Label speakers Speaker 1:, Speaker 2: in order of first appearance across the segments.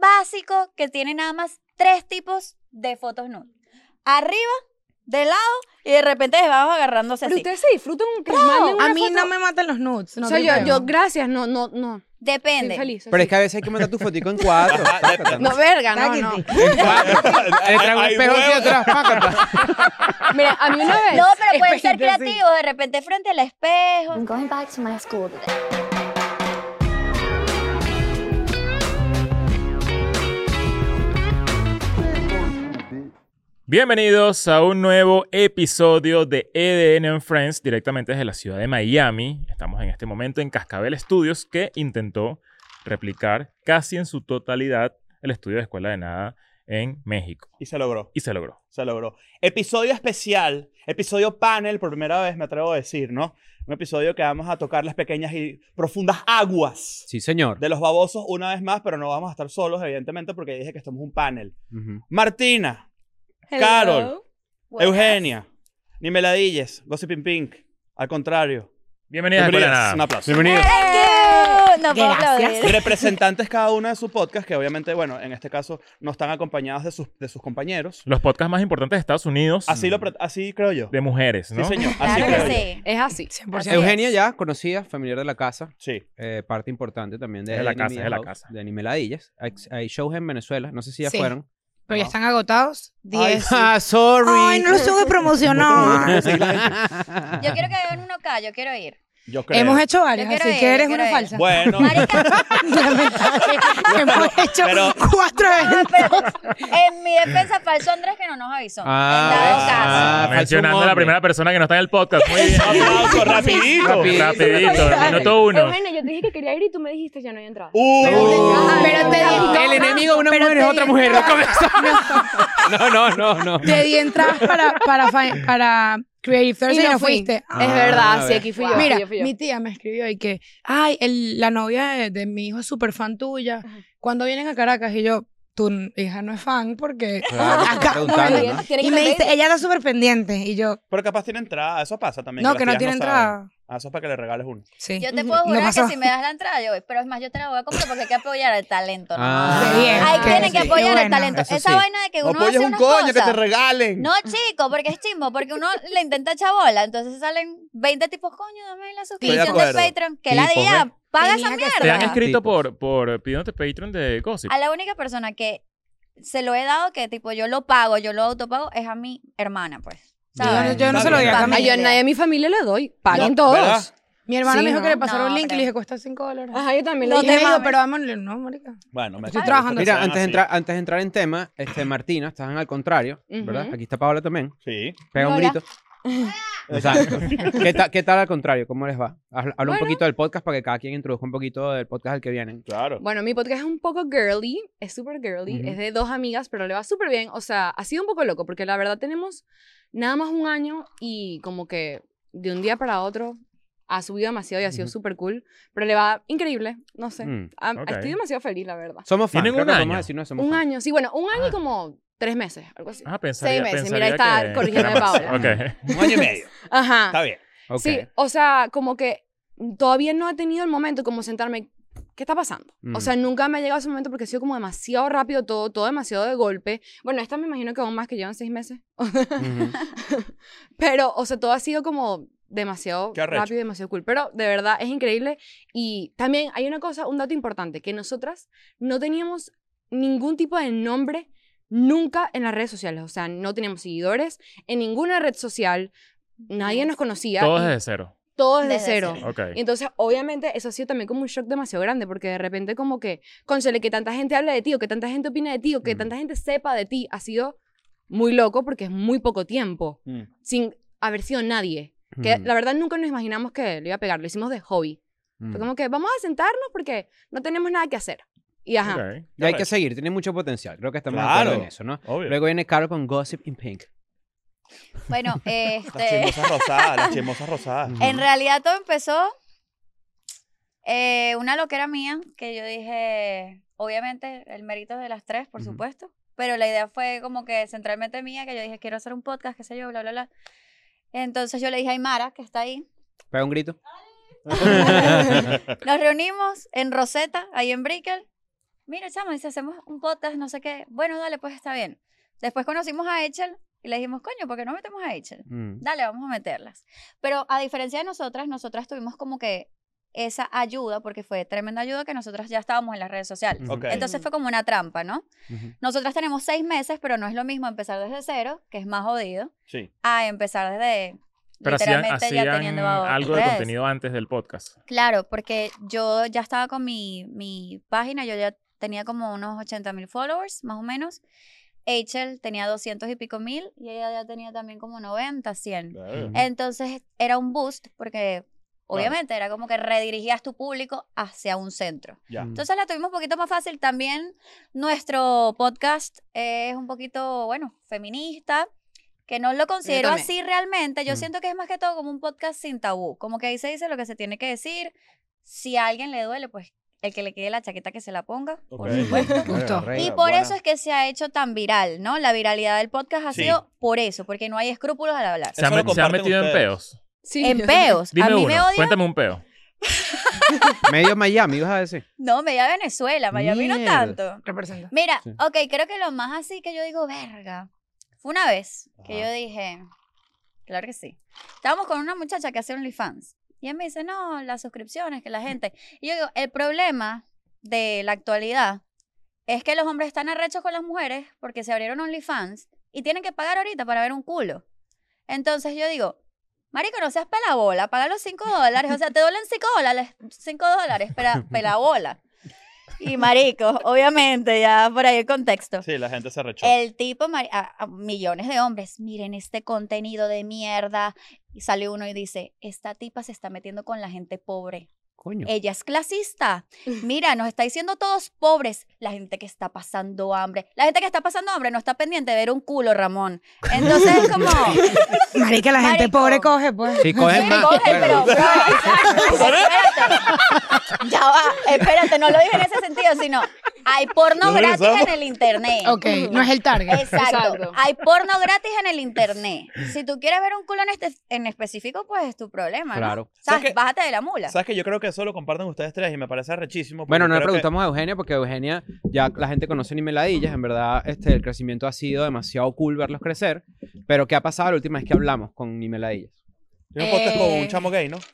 Speaker 1: periódico que tiene nada más tres tipos de fotos nude. Arriba, de lado y de repente se vamos agarrándose
Speaker 2: Pero
Speaker 1: así.
Speaker 2: ustedes se disfrutan un que les manden una
Speaker 3: A mí
Speaker 2: foto.
Speaker 3: no me matan los nudes. No
Speaker 2: o sea,
Speaker 3: te
Speaker 2: yo,
Speaker 3: creo.
Speaker 2: yo, gracias, no, no, no. Estoy
Speaker 1: Depende.
Speaker 2: feliz.
Speaker 4: Pero
Speaker 2: así.
Speaker 4: es que a veces hay que mandar tu fotico en cuatro. pácata.
Speaker 2: No, verga, no, no.
Speaker 4: Le traigo un
Speaker 5: Hay
Speaker 4: espejo hacia
Speaker 5: huevos.
Speaker 4: atrás, pácata.
Speaker 2: Mira, a mí una vez.
Speaker 1: No, pero pueden ser
Speaker 2: espejito así.
Speaker 1: creativos, de repente frente al espejo.
Speaker 3: Mm.
Speaker 6: I'm going back to my school today.
Speaker 5: Bienvenidos a un nuevo episodio de EDN and Friends directamente desde la ciudad de Miami. Estamos en este momento en Cascabel Studios que intentó replicar casi en su totalidad el estudio de Escuela de Nada en México.
Speaker 7: Y se logró,
Speaker 5: Y se logró.
Speaker 7: se logró. Episodio especial, episodio panel, por primera vez me atrevo a decir, ¿no? Un episodio que vamos a tocar las pequeñas y profundas aguas
Speaker 4: Sí, señor.
Speaker 7: de los babosos una vez más, pero no vamos a estar solos, evidentemente, porque dije que estamos un panel.
Speaker 4: Ujú.
Speaker 7: Martina, Carol, Eugenia, Nimeladilles, Gossiping Pink, al contrario.
Speaker 5: Bienvenidos a Escuela de
Speaker 7: Bienvenidas,
Speaker 5: Nada.
Speaker 7: un aplauso.
Speaker 4: Bienvenidos.
Speaker 1: Thank you. No puedo aplaudir.
Speaker 7: Representantes cada una de su podcast, que obviamente, bueno, en este caso no están acompañados de sus, de sus compañeros.
Speaker 5: Los podcasts más importantes de Estados Unidos
Speaker 7: Así, lo, pre- así creo yo.
Speaker 5: Mm. de mujeres, ¿no?
Speaker 7: Sí, señor. Así
Speaker 1: Claro
Speaker 7: creo
Speaker 1: que
Speaker 7: yo.
Speaker 1: sí.
Speaker 2: Es así.
Speaker 1: Así es.
Speaker 4: Eugenia ya, conocida, familiar de la casa.
Speaker 7: Sí.
Speaker 4: eh, parte importante también de,
Speaker 5: Es de la
Speaker 4: Anime
Speaker 5: casa, es de la
Speaker 4: House,
Speaker 5: casa.
Speaker 4: De Anime Ladillas. Hay, hay shows en Venezuela, no sé si ya
Speaker 3: Sí.
Speaker 4: fueron.
Speaker 3: Pero ya
Speaker 7: No.
Speaker 3: están agotados.
Speaker 7: Ay,
Speaker 3: 10.
Speaker 4: Ah, sorry.
Speaker 3: Ay, no los tengo que promocionar.
Speaker 1: Yo quiero que hagan uno acá, yo quiero ir.
Speaker 7: Yo creo.
Speaker 3: Hemos hecho varios,
Speaker 1: Yo quiero
Speaker 3: así
Speaker 1: ir,
Speaker 3: que eres
Speaker 1: yo quiero
Speaker 3: una
Speaker 1: ir.
Speaker 3: falsa.
Speaker 7: Bueno,
Speaker 1: Marica,
Speaker 3: Lamentable. Hemos hecho
Speaker 7: pero-
Speaker 3: cuatro
Speaker 1: no,
Speaker 3: veces.
Speaker 1: pero en mi defensa, falso Andrés que no nos avisó.
Speaker 4: Ah,
Speaker 5: Ah,
Speaker 4: falso
Speaker 5: mencionando a
Speaker 4: hombre.
Speaker 5: la primera persona que no está en el podcast. Muy bien.
Speaker 7: aplauso
Speaker 4: Rapidito.
Speaker 7: rapidito.
Speaker 5: Rapidito, minuto uno.
Speaker 2: Eugenia, yo te dije que quería ir y tú me dijiste ya no hay entrada.
Speaker 7: Uh,
Speaker 3: Pero te di-
Speaker 4: El enemigo de una
Speaker 3: pero
Speaker 4: mujer es
Speaker 3: te
Speaker 4: otra
Speaker 3: di
Speaker 4: mujer.
Speaker 3: entrada-
Speaker 4: No, no, no, no.
Speaker 3: Te di entradas para, para, fa- para Creative
Speaker 2: Y
Speaker 3: Thursday y
Speaker 2: no
Speaker 3: no
Speaker 2: fui.
Speaker 3: fuiste.
Speaker 4: Ah,
Speaker 2: es verdad,
Speaker 4: a
Speaker 2: sí,
Speaker 4: ver.
Speaker 2: aquí fui yo.
Speaker 3: Mira,
Speaker 2: yo fui yo.
Speaker 3: mi tía me escribió y que, ay, el- la novia de, de mi hijo es súper fan tuya.
Speaker 2: Ajá.
Speaker 3: Cuando vienen a Caracas y yo, tu n- hija no es fan porque...
Speaker 4: Claro,
Speaker 3: Acá,
Speaker 4: estoy preguntando,
Speaker 3: bueno,
Speaker 4: ¿no?
Speaker 2: Tiene que
Speaker 3: Y me
Speaker 2: ser
Speaker 3: dice, ella está súper pendiente. Y yo,
Speaker 7: Pero capaz tiene entrada, eso pasa también.
Speaker 3: no, que
Speaker 7: las
Speaker 3: no
Speaker 7: tías
Speaker 3: tiene
Speaker 7: saben.
Speaker 3: entrada.
Speaker 7: Ah, eso es para que le regales uno.
Speaker 3: Sí.
Speaker 1: Yo te
Speaker 3: Ujú.
Speaker 1: puedo
Speaker 3: No
Speaker 1: jurar
Speaker 3: pasó.
Speaker 1: que si me das la entrada, yo voy. Pero es más, yo te la voy a comprar porque hay que apoyar el talento. ¿no?
Speaker 4: Ah,
Speaker 3: Qué bien.
Speaker 1: Hay
Speaker 3: Ah,
Speaker 1: tienen que
Speaker 3: sí,
Speaker 1: apoyar el
Speaker 3: bueno.
Speaker 1: talento.
Speaker 4: Eso
Speaker 1: Esa
Speaker 4: sí.
Speaker 1: vaina de que uno hace unas cosas.
Speaker 7: regalen.
Speaker 1: No, chico, porque es chimbo, porque uno le intenta chabola, entonces salen 20 tipos, coño, dame la suscripción de,
Speaker 7: acuerdo.
Speaker 1: Patreon, que la
Speaker 4: Tipos,
Speaker 1: día,
Speaker 4: ¿eh?
Speaker 1: paga
Speaker 3: Tenía
Speaker 1: esa
Speaker 3: que
Speaker 5: Te han
Speaker 1: mierda.
Speaker 5: escrito por, por pidiéndote Patreon de Gossip.
Speaker 1: A la única persona que se lo he dado, que tipo yo lo pago, yo lo autopago, es a mi hermana, pues. ¿sabes?
Speaker 3: Yo no
Speaker 7: Está
Speaker 3: se lo
Speaker 7: bien.
Speaker 3: diría a
Speaker 2: Ay, yo a nadie de mi familia le doy. Paguen
Speaker 7: No,
Speaker 2: todos.
Speaker 7: ¿verdad?
Speaker 3: Mi hermana
Speaker 2: Sí,
Speaker 3: me dijo
Speaker 2: ¿no?
Speaker 3: que le pasaron
Speaker 1: No,
Speaker 3: un link y
Speaker 1: pero-
Speaker 3: le dije, cuesta 5 dólares.
Speaker 2: Ajá, yo también le
Speaker 3: no
Speaker 2: dije.
Speaker 3: te
Speaker 2: "Ey,
Speaker 3: digo,
Speaker 1: mames.
Speaker 3: pero vámonos, no, marica.
Speaker 7: Bueno, me
Speaker 3: Estoy
Speaker 7: me
Speaker 3: trabajando.
Speaker 7: gusta
Speaker 4: Mira,
Speaker 7: que sean
Speaker 4: antes de,
Speaker 7: así.
Speaker 4: entrar, antes de entrar en tema, este, Martina, estás en al contrario, ¿verdad?
Speaker 2: Ujú.
Speaker 4: Aquí está Paola también.
Speaker 7: Sí.
Speaker 4: Pega un
Speaker 2: Hola.
Speaker 4: grito. Exacto. ¿Qué, ta- qué tal al contrario? ¿Cómo les va? Habla, habla un poquito del podcast para que cada quien introduzca un poquito del podcast al que vienen.
Speaker 7: Claro.
Speaker 2: Bueno, mi podcast es un poco girly, es súper girly,
Speaker 4: Ujú.
Speaker 2: es de dos amigas, pero le va súper bien. O sea, ha sido un poco loco, porque la verdad tenemos nada más un año y como que de un día para otro ha subido demasiado y ha sido
Speaker 4: Ujú.
Speaker 2: súper cool, pero le va increíble, no sé.
Speaker 4: Mm.
Speaker 2: Am-
Speaker 5: ok.
Speaker 2: Estoy demasiado feliz, la verdad.
Speaker 4: Somos fans.
Speaker 5: Tienen
Speaker 4: creo
Speaker 5: un
Speaker 4: que
Speaker 5: año.
Speaker 4: podemos decirnos que somos
Speaker 2: Un
Speaker 4: fans.
Speaker 2: año, sí, bueno, un año
Speaker 4: Ah.
Speaker 2: y como tres meses, algo así.
Speaker 5: Ah, pensaría,
Speaker 2: Seis meses, mira,
Speaker 5: pensaría
Speaker 2: ahí está
Speaker 5: que-
Speaker 2: corrigiendo
Speaker 5: que
Speaker 2: de
Speaker 5: era más.
Speaker 2: Paola.
Speaker 5: Ok.
Speaker 7: Un año y medio.
Speaker 2: Ajá.
Speaker 7: Está bien.
Speaker 4: Ok.
Speaker 2: Sí, o sea, como que todavía no he tenido el momento como sentarme, ¿qué está pasando?
Speaker 4: Mm.
Speaker 2: O sea, nunca me ha llegado ese momento porque ha sido como demasiado rápido todo, todo demasiado de golpe. Bueno, esta me imagino que aún más que llevan seis meses,
Speaker 4: Ujú. Mm.
Speaker 2: pero, o sea, todo ha sido como demasiado
Speaker 7: Qué arrecho.
Speaker 2: rápido y demasiado cool. Pero de verdad es increíble. Y también hay una cosa, un dato importante, que nosotras no teníamos ningún tipo de nombre nunca en las redes sociales. O sea, no teníamos seguidores en ninguna red social. Nadie nos conocía.
Speaker 5: Todo
Speaker 2: y
Speaker 5: desde cero.
Speaker 2: todo desde,
Speaker 1: Desde
Speaker 2: cero.
Speaker 1: cero.
Speaker 5: Ok.
Speaker 2: Y Entonces, obviamente, eso ha sido también como un shock demasiado grande, porque de repente como que, cónchale, que tanta gente habla de ti, o que tanta gente opina de ti, o que
Speaker 5: Mm.
Speaker 2: tanta gente sepa de ti, ha sido muy loco porque es muy poco tiempo,
Speaker 7: Mm.
Speaker 2: sin haber sido nadie. Que
Speaker 4: Mm.
Speaker 2: la verdad nunca nos imaginamos que le iba a pegar, lo hicimos de hobby.
Speaker 4: Mm.
Speaker 2: Fue como que vamos a sentarnos porque no tenemos nada que hacer. Y ajá.
Speaker 5: Ok.
Speaker 4: Y hay que seguir, tiene mucho potencial. Creo que estamos de
Speaker 7: Claro.
Speaker 4: acuerdo en eso, ¿no?
Speaker 7: Obvio.
Speaker 4: Luego viene Carol con Gossip in Pink.
Speaker 1: Bueno,
Speaker 7: Las
Speaker 1: este,
Speaker 7: chismosas rosadas, las chismosas
Speaker 3: Mm.
Speaker 7: rosadas.
Speaker 4: Ujú.
Speaker 1: en realidad todo empezó eh, una loquera mía, que yo dije, obviamente, el mérito es de las tres, por
Speaker 4: Ujú.
Speaker 1: supuesto, pero la idea fue como que centralmente mía, que yo dije, quiero hacer un podcast, qué sé yo, bla, bla, bla. Entonces yo le dije a Aymara, que está ahí,
Speaker 4: Pega un grito.
Speaker 1: Nos reunimos en Rosetta, ahí en Brickell. mira, chama, si hacemos un podcast, no sé qué. Bueno, dale, pues está bien. Después conocimos a Echel y le dijimos, coño, ¿por qué no metemos a Echel?
Speaker 4: Mm.
Speaker 1: Dale, vamos a meterlas. Pero a diferencia de nosotras, nosotras tuvimos como que esa ayuda, porque fue tremenda ayuda que nosotras ya estábamos en las redes sociales.
Speaker 4: Ujú.
Speaker 7: Ok.
Speaker 1: Entonces fue como una trampa, ¿no?
Speaker 4: Ujú.
Speaker 1: Nosotras tenemos seis meses, pero no es lo mismo empezar desde cero, que es más jodido,
Speaker 7: Sí.
Speaker 1: a empezar desde
Speaker 5: Pero hacían,
Speaker 1: literalmente ya
Speaker 5: hacían
Speaker 1: teniendo
Speaker 5: algo de
Speaker 1: redes.
Speaker 5: contenido antes del podcast.
Speaker 1: Claro, porque yo ya estaba con mi, mi página, yo ya tenía como unos 80 mil followers, más o menos. Rachel tenía 200 y pico mil y ella ya tenía también como 90, 100.
Speaker 3: Mm.
Speaker 4: Ujú.
Speaker 1: Entonces era un boost porque obviamente era como que redirigías tu público hacia un centro.
Speaker 7: Ya.
Speaker 4: Mm.
Speaker 1: Entonces la tuvimos un poquito más fácil. También nuestro podcast es un poquito, bueno, feminista, que no lo considero
Speaker 2: tomé.
Speaker 1: así realmente. Yo
Speaker 4: Mm.
Speaker 1: siento que es más que todo como un podcast sin tabú. Como que ahí se dice lo que se tiene que decir. Si a alguien le duele, pues el que le quede la chaqueta que se la ponga. por
Speaker 7: Ok.
Speaker 1: supuesto.
Speaker 3: Gustó.
Speaker 1: Y
Speaker 7: Venga,
Speaker 1: por
Speaker 7: buena.
Speaker 1: eso es que se ha hecho tan viral, ¿no? La viralidad del podcast ha
Speaker 7: Sí.
Speaker 1: sido por eso, porque no hay escrúpulos al hablar.
Speaker 5: ¿Se han,
Speaker 7: Eso lo
Speaker 5: met- se han
Speaker 7: comparten
Speaker 5: metido en
Speaker 7: ustedes.
Speaker 5: peos?
Speaker 2: Sí.
Speaker 1: en peos.
Speaker 5: Dime
Speaker 1: a mí
Speaker 5: uno.
Speaker 1: me odian.
Speaker 5: Cuéntame un peo.
Speaker 4: Medio Miami, ibas a decir.
Speaker 1: No, me llama Venezuela, Miami no
Speaker 4: Mierda.
Speaker 1: tanto.
Speaker 3: Representa.
Speaker 1: Mira,
Speaker 4: Sí.
Speaker 1: ok, creo que lo más así que yo digo, verga. Fue una vez que
Speaker 7: Ajá.
Speaker 1: yo dije, claro que sí. Estábamos con una muchacha que hace OnlyFans. Y él me dice, no, las suscripciones, que la gente. Y yo digo, el problema de la actualidad es que los hombres están arrechos con las mujeres porque se abrieron OnlyFans y tienen que pagar ahorita para ver un culo. Entonces yo digo, marico, no seas pelabola, paga los 5 dólares. O sea, te duelen 5 dólares, 5 dólares, pela- pelabola. Y marico, obviamente, ya por ahí el contexto.
Speaker 7: Sí, la gente se rechó.
Speaker 1: El tipo, mari- a- a millones de hombres, miren este contenido de mierda. Y sale uno y dice, esta tipa se está metiendo con la gente pobre.
Speaker 4: Coño.
Speaker 1: Ella es clasista. Mira, nos está diciendo todos pobres. La gente que está pasando hambre. La gente que está pasando hambre no está pendiente de ver un culo, Ramón. Entonces es como...
Speaker 3: Marica, la gente
Speaker 1: Marico.
Speaker 3: pobre coge, pues.
Speaker 4: Sí, cogen
Speaker 1: Sí,
Speaker 4: más.
Speaker 1: coge,
Speaker 4: bueno.
Speaker 1: pero, bro, exacto, espérate. Ya va, espérate, no lo dije en ese sentido, sino hay porno
Speaker 7: No
Speaker 1: gratis
Speaker 7: regresamos.
Speaker 1: en el internet.
Speaker 3: Ok, no es el target.
Speaker 1: Exacto.
Speaker 2: Exacto.
Speaker 1: Hay porno gratis en el internet. Si tú quieres ver un culo en, este, en específico, pues es tu problema. ¿no?
Speaker 4: Claro.
Speaker 1: O sea,
Speaker 7: ¿Sabes qué?
Speaker 1: bájate de la mula.
Speaker 7: ¿Sabes que Yo creo que eso lo comparten ustedes tres y me parece rechísimo.
Speaker 4: Bueno,
Speaker 7: porque
Speaker 4: no le
Speaker 7: creo que-
Speaker 4: preguntamos a Eugenia porque Eugenia ya la gente conoce ni meladillas. En verdad, este, el crecimiento ha sido demasiado cool verlos crecer. Pero ¿qué ha pasado la última vez que hablamos con ni meladillas?
Speaker 7: Tiene un podcast
Speaker 3: Eh.
Speaker 7: con un chamo gay, ¿no?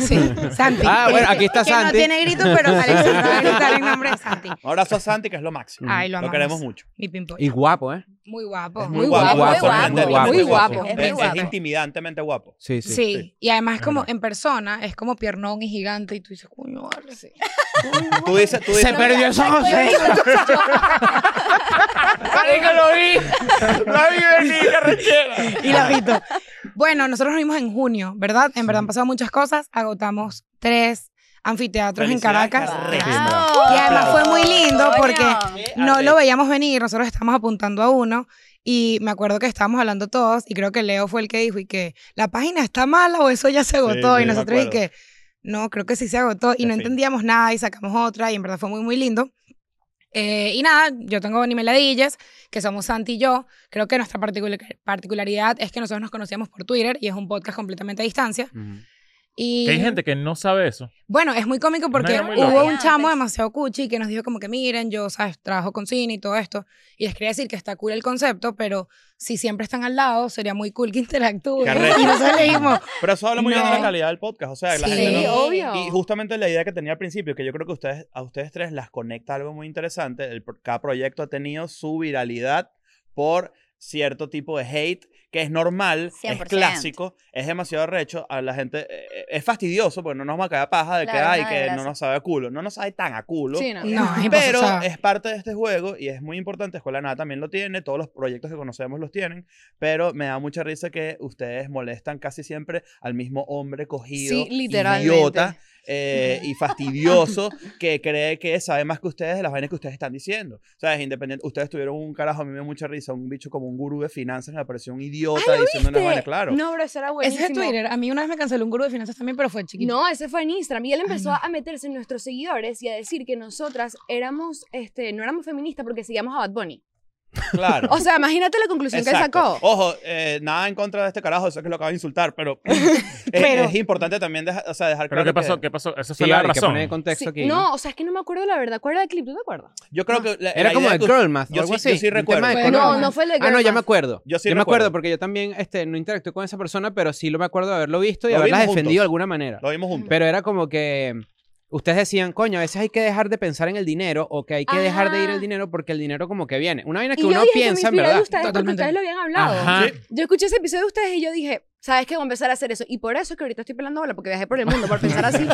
Speaker 3: Sí, Santi.
Speaker 4: Ah, bueno, aquí está
Speaker 3: que
Speaker 4: Santi.
Speaker 3: no tiene grito, pero Alexandra va a gritar en nombre de Santi.
Speaker 7: Un abrazo a Santi, que es lo máximo.
Speaker 3: Ay, lo
Speaker 7: Lo
Speaker 3: amamos.
Speaker 7: queremos mucho.
Speaker 3: Mi pimpo.
Speaker 4: Y guapo, ¿eh?
Speaker 3: Muy guapo.
Speaker 4: Es
Speaker 2: muy guapo,
Speaker 1: muy
Speaker 7: sorprendente,
Speaker 1: guapo,
Speaker 2: muy guapo,
Speaker 7: Es,
Speaker 1: muy
Speaker 7: es
Speaker 1: guapo.
Speaker 7: intimidantemente guapo.
Speaker 4: Sí,
Speaker 3: Sí,
Speaker 4: sí.
Speaker 3: y además
Speaker 5: Es
Speaker 3: como
Speaker 5: verdad.
Speaker 3: en persona es como piernón y gigante y tú dices, coño, vale.
Speaker 7: Tú dices, tú dices,
Speaker 4: Se perdió esa
Speaker 1: Ay,
Speaker 4: once.
Speaker 3: Y la grito. Bueno, nosotros nos vimos en junio, ¿verdad? En verdad han pasado muchas cosas, agotamos tres anfiteatros en
Speaker 7: Felicidades,
Speaker 3: Caracas.
Speaker 7: Caracas.
Speaker 1: Wow.
Speaker 3: Y además fue muy lindo
Speaker 1: Coño.
Speaker 3: porque- No lo veíamos venir, nosotros estábamos apuntando a uno y me acuerdo que estábamos hablando todos y creo que Leo fue el que dijo y que la página está mala o eso ya se agotó
Speaker 7: sí,
Speaker 3: y
Speaker 7: me
Speaker 3: nosotros y
Speaker 7: acuerdo.
Speaker 3: que no, creo que sí se agotó y
Speaker 7: En
Speaker 3: no
Speaker 7: fin.
Speaker 3: entendíamos nada y sacamos otra y en verdad fue muy muy lindo. Eh, y nada, yo tengo ni Meladillas, que somos Santi y yo. Creo que nuestra particular- particularidad es que nosotros nos conocíamos por Twitter y es un podcast completamente a distancia.
Speaker 4: Mm.
Speaker 3: Y
Speaker 5: Que hay gente que no sabe eso.
Speaker 3: bueno, es muy cómico porque
Speaker 5: era muy
Speaker 3: hubo
Speaker 1: loco.
Speaker 3: un chamo
Speaker 1: Antes.
Speaker 3: demasiado cuchi que nos dijo como que miren, yo, sabes, trabajo con cine y todo esto. Y les quería decir que está cool el concepto, pero si siempre están al lado, sería muy cool que interactúen.
Speaker 7: Qué arrecho.
Speaker 3: Y nosotros le dijimos,
Speaker 7: Pero eso habla muy bien de la
Speaker 3: No.
Speaker 7: calidad del podcast. O sea, la
Speaker 3: Sí.
Speaker 7: gente no-
Speaker 2: Sí,
Speaker 1: no.
Speaker 2: obvio.
Speaker 7: Y justamente la idea que tenía al principio, que yo creo que ustedes, a ustedes tres las conecta algo muy interesante. El pro- cada proyecto ha tenido su viralidad por cierto tipo de hate, que es normal, es
Speaker 1: 100%.
Speaker 7: clásico, es demasiado recho. A la gente eh, es fastidioso porque no nos va a caer paja de
Speaker 1: Claro,
Speaker 7: que hay,
Speaker 1: una
Speaker 7: que no
Speaker 1: desgracia.
Speaker 7: nos sabe a culo. No nos sabe tan a culo.
Speaker 2: Sí, no.
Speaker 3: no, es imposible.
Speaker 7: Pero
Speaker 3: o sea,
Speaker 7: es parte de este juego y es muy importante. Escuela de Nada también lo tiene, todos los proyectos que conocemos los tienen, pero me da mucha risa que ustedes molestan casi siempre al mismo hombre cogido,
Speaker 2: Sí, literalmente.
Speaker 7: idiota eh, y fastidioso que cree que sabe más que ustedes de las vainas que ustedes están diciendo. O sea, es independiente. Ustedes tuvieron un carajo, a mí me da mucha risa, un bicho como un gurú de finanzas, me pareció un idiota diciendo unas vainas, claro.
Speaker 2: Ah, No, bro, eso era
Speaker 3: ese
Speaker 2: buenísimo.
Speaker 3: es Twitter. A mí una vez me canceló un gurú de finanzas también, pero fue chiquito.
Speaker 2: No, ese fue en Instagram. Y él empezó
Speaker 3: no.
Speaker 2: a meterse en nuestros seguidores y a decir que nosotras éramos, este, no éramos feministas porque seguíamos a Bad Bunny.
Speaker 7: Claro.
Speaker 2: O sea, imagínate la conclusión
Speaker 7: Exacto.
Speaker 2: que él
Speaker 4: Oh,
Speaker 2: sacó.
Speaker 7: Ojo, eh, nada en contra de este carajo, eso es que lo acaba de insultar, pero, es,
Speaker 3: Pero-
Speaker 7: es importante también deja- o sea, dejar
Speaker 5: ¿Pero
Speaker 7: claro
Speaker 5: qué pasó?
Speaker 7: que-
Speaker 5: ¿Qué pasó? Esa
Speaker 4: Sí,
Speaker 5: fue la
Speaker 4: hay que
Speaker 5: razón.
Speaker 4: poner en contexto
Speaker 2: Sí,
Speaker 4: aquí. ¿no?
Speaker 2: no, o sea, es que no me acuerdo la verdad. ¿Cuál era el clip? ¿Tú te acuerdas?
Speaker 7: Yo creo que... la-
Speaker 4: Era
Speaker 7: la
Speaker 4: como
Speaker 7: idea
Speaker 4: el
Speaker 7: que-
Speaker 4: girl math o
Speaker 7: yo
Speaker 4: algo
Speaker 7: sí- yo
Speaker 4: así.
Speaker 7: sí
Speaker 4: un tema
Speaker 7: recuerdo.
Speaker 4: de
Speaker 3: Fue-
Speaker 4: color.
Speaker 2: No,
Speaker 3: Coloma.
Speaker 2: no fue el de
Speaker 4: Ah, no,
Speaker 2: Girl
Speaker 4: ya me
Speaker 2: Math.
Speaker 4: acuerdo.
Speaker 7: Yo sí
Speaker 4: me
Speaker 7: recuerdo.
Speaker 4: acuerdo porque yo también este, no interactué con esa persona, pero sí lo me acuerdo de haberlo visto y
Speaker 7: Lo
Speaker 4: haberla
Speaker 7: vimos
Speaker 4: defendido de
Speaker 7: juntos.
Speaker 4: alguna manera.
Speaker 7: Lo vimos juntos.
Speaker 4: Pero era como que ustedes decían, coño, a veces hay que dejar de pensar en el dinero o que hay que dejar de ir
Speaker 2: Ajá.
Speaker 4: el dinero porque el dinero como que viene. Una vaina que
Speaker 2: Y
Speaker 4: uno
Speaker 2: yo dije que me
Speaker 4: piensa, en
Speaker 2: inspiré de
Speaker 4: verdad.
Speaker 2: ustedes porque
Speaker 3: Totalmente.
Speaker 2: ustedes lo habían hablado.
Speaker 4: Ajá.
Speaker 7: Sí.
Speaker 2: Yo escuché ese episodio de ustedes y yo dije, ¿sabes qué? Voy a empezar a hacer eso. Y por eso es que ahorita estoy pelando bola, porque viajé por el mundo, por pensar así.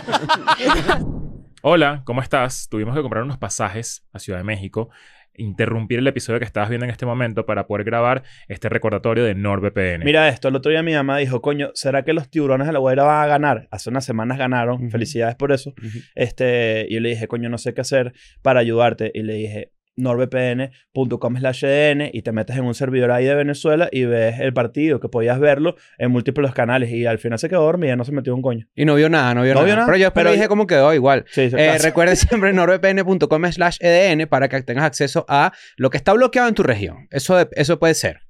Speaker 5: Hola, ¿cómo estás? Tuvimos que comprar unos pasajes a Ciudad de México, interrumpir el episodio que estabas viendo en este momento para poder grabar este recordatorio de NordVPN.
Speaker 7: Mira esto, el otro día mi mamá dijo, coño, ¿será que los tiburones de la Guaira van a ganar? Hace unas semanas ganaron,
Speaker 4: Ujú.
Speaker 7: felicidades por eso.
Speaker 4: Ujú.
Speaker 7: Este, y yo le dije, coño, no sé qué hacer para ayudarte. Y le dije, norvpn.com slash edn y te metes en un servidor ahí de Venezuela y ves el partido, que podías verlo en múltiples canales. Y al final se quedó dormida, no se metió un coño.
Speaker 4: Y no vio nada, no vio
Speaker 7: No
Speaker 4: nada.
Speaker 7: vio nada,
Speaker 4: Pero yo después
Speaker 7: pero-
Speaker 4: le dije cómo quedó igual.
Speaker 7: Sí, se-
Speaker 4: Eh,
Speaker 7: casi.
Speaker 4: recuerden siempre nordvpn.com slash EDN para que tengas acceso a lo que está bloqueado en tu región. Eso, de- eso puede ser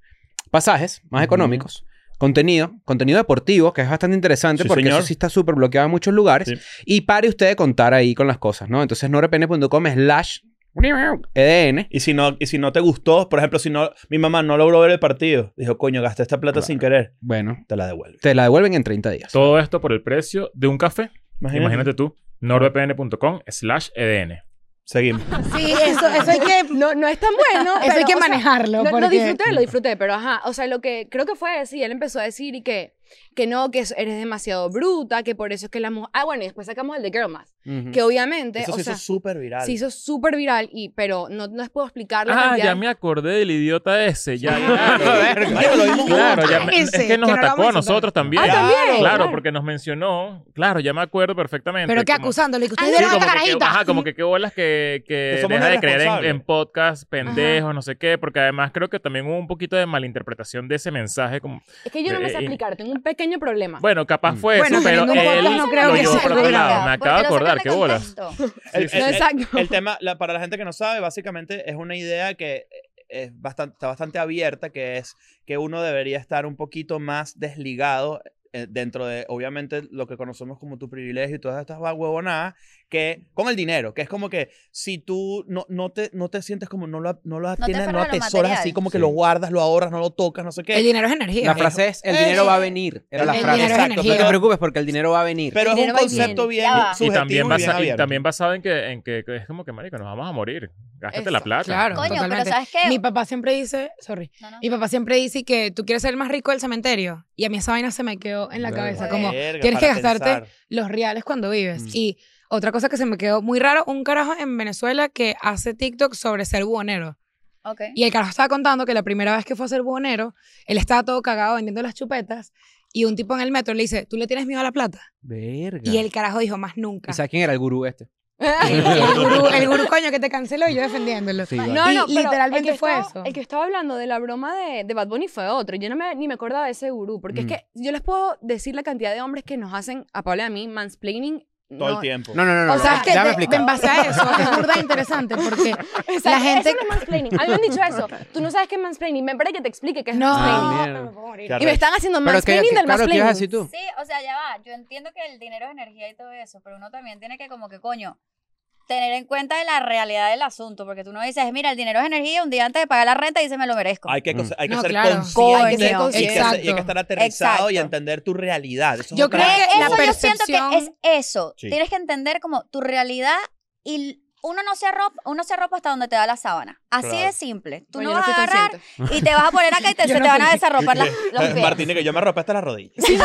Speaker 4: pasajes más
Speaker 7: Ujú.
Speaker 4: económicos, contenido, contenido deportivo, que es bastante interesante
Speaker 7: Sí,
Speaker 4: porque
Speaker 7: señor.
Speaker 4: eso sí está súper bloqueado en muchos lugares.
Speaker 7: Sí.
Speaker 4: Y pare usted de contar ahí con las cosas, ¿no? Entonces nordvpn.com slash E EDN.
Speaker 7: Y si, no, y si no te gustó, por ejemplo, si no, mi mamá no logró ver el partido, dijo, coño, gasté esta plata sin querer,
Speaker 4: Bueno,
Speaker 7: te la devuelve.
Speaker 4: te la devuelven en 30 días.
Speaker 5: Todo esto por el precio de un café. Imagínate tú, nordvpn.com slash E EDN.
Speaker 7: Seguimos.
Speaker 3: Sí, eso, eso hay que,
Speaker 2: No, no es tan bueno.
Speaker 3: eso hay
Speaker 2: pero,
Speaker 3: que
Speaker 2: o sea,
Speaker 3: manejarlo.
Speaker 2: No,
Speaker 3: porque... mm.
Speaker 2: lo disfruté, lo disfruté, pero ajá, o sea, lo que creo que fue, sí, él empezó a decir y que, que no, que es- eres demasiado bruta, que por eso es que la mujer... Ah, bueno, y después sacamos el de Girl Math,
Speaker 4: Ujú.
Speaker 2: que obviamente,
Speaker 7: Mm. Eso
Speaker 2: o
Speaker 7: se
Speaker 2: sea,
Speaker 7: hizo súper viral.
Speaker 2: se hizo súper viral, y, pero no, no les puedo explicar la
Speaker 5: Ah,
Speaker 2: cantidad
Speaker 5: ya
Speaker 2: de-
Speaker 5: me acordé del idiota ese. Ya,
Speaker 7: Marico, lo vimos
Speaker 5: Claro, ya me- es
Speaker 3: Ah, Ese,
Speaker 5: que nos
Speaker 3: que no lo
Speaker 5: atacó
Speaker 3: vamos
Speaker 5: a
Speaker 3: a insultar.
Speaker 5: nosotros también.
Speaker 2: Ah, también.
Speaker 5: Claro,
Speaker 2: Claro.
Speaker 5: porque nos mencionó. Claro, ya me acuerdo perfectamente.
Speaker 3: Pero que
Speaker 5: como-
Speaker 3: acusándole, que
Speaker 5: Sí,
Speaker 3: ustedes eran
Speaker 5: como que-
Speaker 3: carajita.
Speaker 5: ajá, como que qué bolas que, que
Speaker 7: Que somos
Speaker 5: deja de creer en,
Speaker 7: irresponsables.
Speaker 5: en podcast, pendejos, no sé qué, porque además creo que también hubo un poquito de malinterpretación de ese mensaje. Como,
Speaker 2: Es que yo no me sé
Speaker 5: Eh, eh.
Speaker 2: explicar, tengo un pequeño problema.
Speaker 5: bueno, capaz
Speaker 4: Mm.
Speaker 5: fue
Speaker 3: Bueno,
Speaker 5: eso, pero
Speaker 3: teniendo un
Speaker 5: él
Speaker 3: podcast no creo
Speaker 5: lo
Speaker 3: que
Speaker 5: llevó
Speaker 3: sea
Speaker 5: por otro
Speaker 3: verdad.
Speaker 5: lado. Me acabo de acordar, qué bolas.
Speaker 7: El-
Speaker 5: Sí,
Speaker 2: No,
Speaker 7: el-
Speaker 2: exacto.
Speaker 7: El tema, la- para la gente que no sabe, básicamente es una idea que eh, es bastante, está bastante abierta, que es que uno debería estar un poquito más desligado eh, dentro de, obviamente, lo que conocemos como tu privilegio y todas estas huevonadas, que con el dinero, que es como que si tú no, no, te, no te sientes como, no lo, no lo,
Speaker 1: te
Speaker 7: tienes, no
Speaker 1: aferras a
Speaker 7: lo
Speaker 1: lo
Speaker 7: atesoras así,
Speaker 1: material.
Speaker 7: como que
Speaker 4: Sí.
Speaker 7: lo guardas, lo ahorras, no lo tocas, no sé qué.
Speaker 3: El dinero es energía.
Speaker 4: La frase es, el dinero va a venir. Era la
Speaker 3: El
Speaker 4: frase.
Speaker 3: dinero es
Speaker 7: Exacto,
Speaker 3: energía.
Speaker 4: No te
Speaker 7: pero,
Speaker 4: preocupes porque el dinero va a venir.
Speaker 7: pero es un
Speaker 2: dinero va y viene.
Speaker 7: concepto bien
Speaker 1: Ya va. Y
Speaker 7: subjetivo
Speaker 5: Y también,
Speaker 7: bien
Speaker 5: basa- y
Speaker 7: abierto.
Speaker 5: también basado en que, en que que es como que, marico, nos vamos a morir. Gástate la
Speaker 2: Eso,
Speaker 5: plata.
Speaker 3: Claro,
Speaker 1: Coño, pero
Speaker 3: totalmente.
Speaker 1: ¿sabes qué?
Speaker 3: Mi papá siempre dice, sorry,
Speaker 1: No, no.
Speaker 3: mi papá siempre dice que tú quieres ser el más rico del cementerio. Y a mí esa vaina se me quedó en la
Speaker 4: Verga.
Speaker 3: cabeza,
Speaker 1: Verga,
Speaker 3: como
Speaker 7: Verga,
Speaker 3: tienes que
Speaker 7: para
Speaker 3: gastarte
Speaker 7: pensar.
Speaker 3: los reales cuando vives.
Speaker 4: Mm.
Speaker 3: Y otra cosa que se me quedó muy raro, un carajo en Venezuela que hace TikTok sobre ser buhonero.
Speaker 1: Ok.
Speaker 3: Y el carajo estaba contando que la primera vez que fue a ser buhonero, él estaba todo cagado vendiendo las chupetas. Y un tipo en el metro le dice, ¿tú le tienes miedo a la plata?
Speaker 4: Verga.
Speaker 3: Y el carajo dijo, más nunca.
Speaker 4: ¿Y sabes quién era el gurú este?
Speaker 3: El gurú, el gurú coño que te canceló y yo defendiéndolo.
Speaker 4: Sí, vale.
Speaker 2: No,
Speaker 3: Y
Speaker 2: no, pero
Speaker 3: literalmente
Speaker 2: el que
Speaker 3: fue
Speaker 2: estaba-
Speaker 3: eso.
Speaker 2: El que estaba hablando de la broma de, de Bad Bunny fue otro. Yo no me, ni me acordaba de ese gurú, porque es
Speaker 4: Mm.
Speaker 2: que yo les puedo decir la cantidad de hombres que nos hacen, a Paula y a mí, mansplaining.
Speaker 7: todo
Speaker 2: no,
Speaker 7: el tiempo.
Speaker 4: No, no, no. no,
Speaker 3: O
Speaker 4: no,
Speaker 3: sea, es que
Speaker 4: ya me
Speaker 3: de- de en
Speaker 4: explico.
Speaker 3: base a eso es burda interesante porque
Speaker 2: Exacto,
Speaker 3: La gente-
Speaker 2: Eso no es mansplaining. A mí me han dicho eso. Tú no sabes qué es mansplaining. Ven para que te explique qué es
Speaker 3: no.
Speaker 2: mansplaining.
Speaker 4: Ah, mierda.
Speaker 7: Qué
Speaker 2: Y me
Speaker 7: arrecho.
Speaker 2: están haciendo
Speaker 4: Pero que,
Speaker 2: mansplaining
Speaker 4: que-
Speaker 2: del
Speaker 4: claro, ¿qué
Speaker 2: mansplaining.
Speaker 4: ibas a decir tú?
Speaker 1: Sí, o sea, ya va. Yo entiendo que el dinero es energía y todo eso, pero uno también tiene que como que, coño, tener en cuenta de la realidad del asunto, porque tú no dices, mira, el dinero es energía, un día antes de pagar la renta dices, me lo merezco.
Speaker 7: Hay que,
Speaker 4: Mm.
Speaker 7: cosa- hay que
Speaker 3: No,
Speaker 7: ser
Speaker 3: claro.
Speaker 7: consciente
Speaker 2: Hay que ser
Speaker 7: y que
Speaker 2: consciente.
Speaker 7: hacer- y, hay que
Speaker 3: Exacto.
Speaker 7: estar aterrizado y
Speaker 1: Exacto.
Speaker 7: entender tu realidad. Eso es
Speaker 3: Yo
Speaker 7: otra-
Speaker 3: creo que
Speaker 1: Eh,
Speaker 3: la
Speaker 1: eso yo siento que es
Speaker 3: percepción-
Speaker 1: eso.
Speaker 7: Sí.
Speaker 1: Tienes que entender como tu realidad y l- uno no se arropa, uno se arropa hasta donde te da la sábana. Así
Speaker 7: Claro.
Speaker 1: de simple.
Speaker 3: Pues
Speaker 1: Tú
Speaker 2: Bueno,
Speaker 1: no
Speaker 2: yo no
Speaker 1: vas
Speaker 2: fui
Speaker 1: a agarrar
Speaker 2: consciente.
Speaker 1: y te vas a poner acá y te,
Speaker 3: Yo
Speaker 1: se
Speaker 3: no
Speaker 1: te van a
Speaker 3: fui.
Speaker 1: desarropar las, los
Speaker 7: Eh,
Speaker 1: pies.
Speaker 7: Martín, que yo me rompí hasta las rodillas. Hasta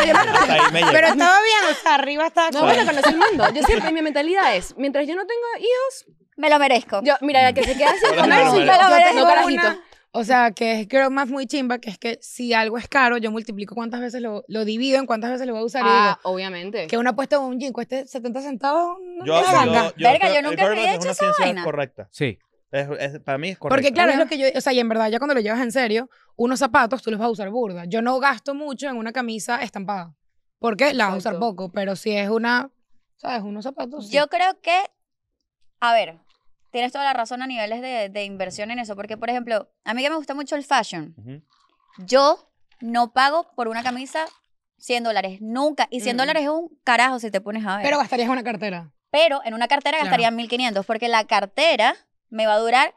Speaker 7: ahí me llega.
Speaker 3: Pero estaba bien, o sea, arriba estaba
Speaker 2: No,
Speaker 3: como-
Speaker 2: bueno, conocí el mundo. Yo siempre, mi mentalidad es, mientras yo no tengo hijos,
Speaker 1: Me lo merezco.
Speaker 2: yo, mira, la que se queda sin
Speaker 7: Ahora
Speaker 2: comer,
Speaker 7: no,
Speaker 2: sin
Speaker 7: vale.
Speaker 2: pelo,
Speaker 1: Yo
Speaker 2: no,
Speaker 1: tengo
Speaker 2: carajito.
Speaker 3: una- O sea, que es creo más muy chimba, que es que si algo es caro, yo multiplico cuántas veces lo, lo divido en cuántas veces lo voy a usar. y
Speaker 2: Ah,
Speaker 3: digo,
Speaker 2: obviamente.
Speaker 3: que una apuesta de un jean cueste 70 centavos. no me
Speaker 7: Yo- yo-
Speaker 3: ganga.
Speaker 7: yo-
Speaker 1: Verga,
Speaker 7: pero
Speaker 1: yo
Speaker 7: el
Speaker 1: nunca
Speaker 7: burnout
Speaker 1: había
Speaker 7: es
Speaker 1: hecho
Speaker 7: una
Speaker 1: esa
Speaker 7: ciencia
Speaker 1: vaina.
Speaker 7: correcta.
Speaker 4: Sí.
Speaker 7: Es- es- para mí es correcta.
Speaker 3: Porque claro, es
Speaker 1: Ajá.
Speaker 3: lo que yo, o sea, y en verdad ya cuando lo llevas en serio, unos zapatos tú los vas a usar burda. Yo no gasto mucho en una camisa estampada, porque la vas a usar
Speaker 2: Exacto.
Speaker 3: poco, pero si es una, ¿sabes? Unos zapatos. sí.
Speaker 1: Yo creo que, a ver, tienes toda la razón a niveles de, de inversión en eso. Porque, por ejemplo, a mí que me gusta mucho el fashion,
Speaker 4: Ujú.
Speaker 1: yo no pago por una camisa 100 dólares, nunca. Y 100
Speaker 2: Mm.
Speaker 1: dólares es un carajo si te pones a ver.
Speaker 3: Pero gastarías en una cartera.
Speaker 1: Pero en una cartera
Speaker 3: Claro.
Speaker 1: gastaría 1500 porque la cartera me va a durar,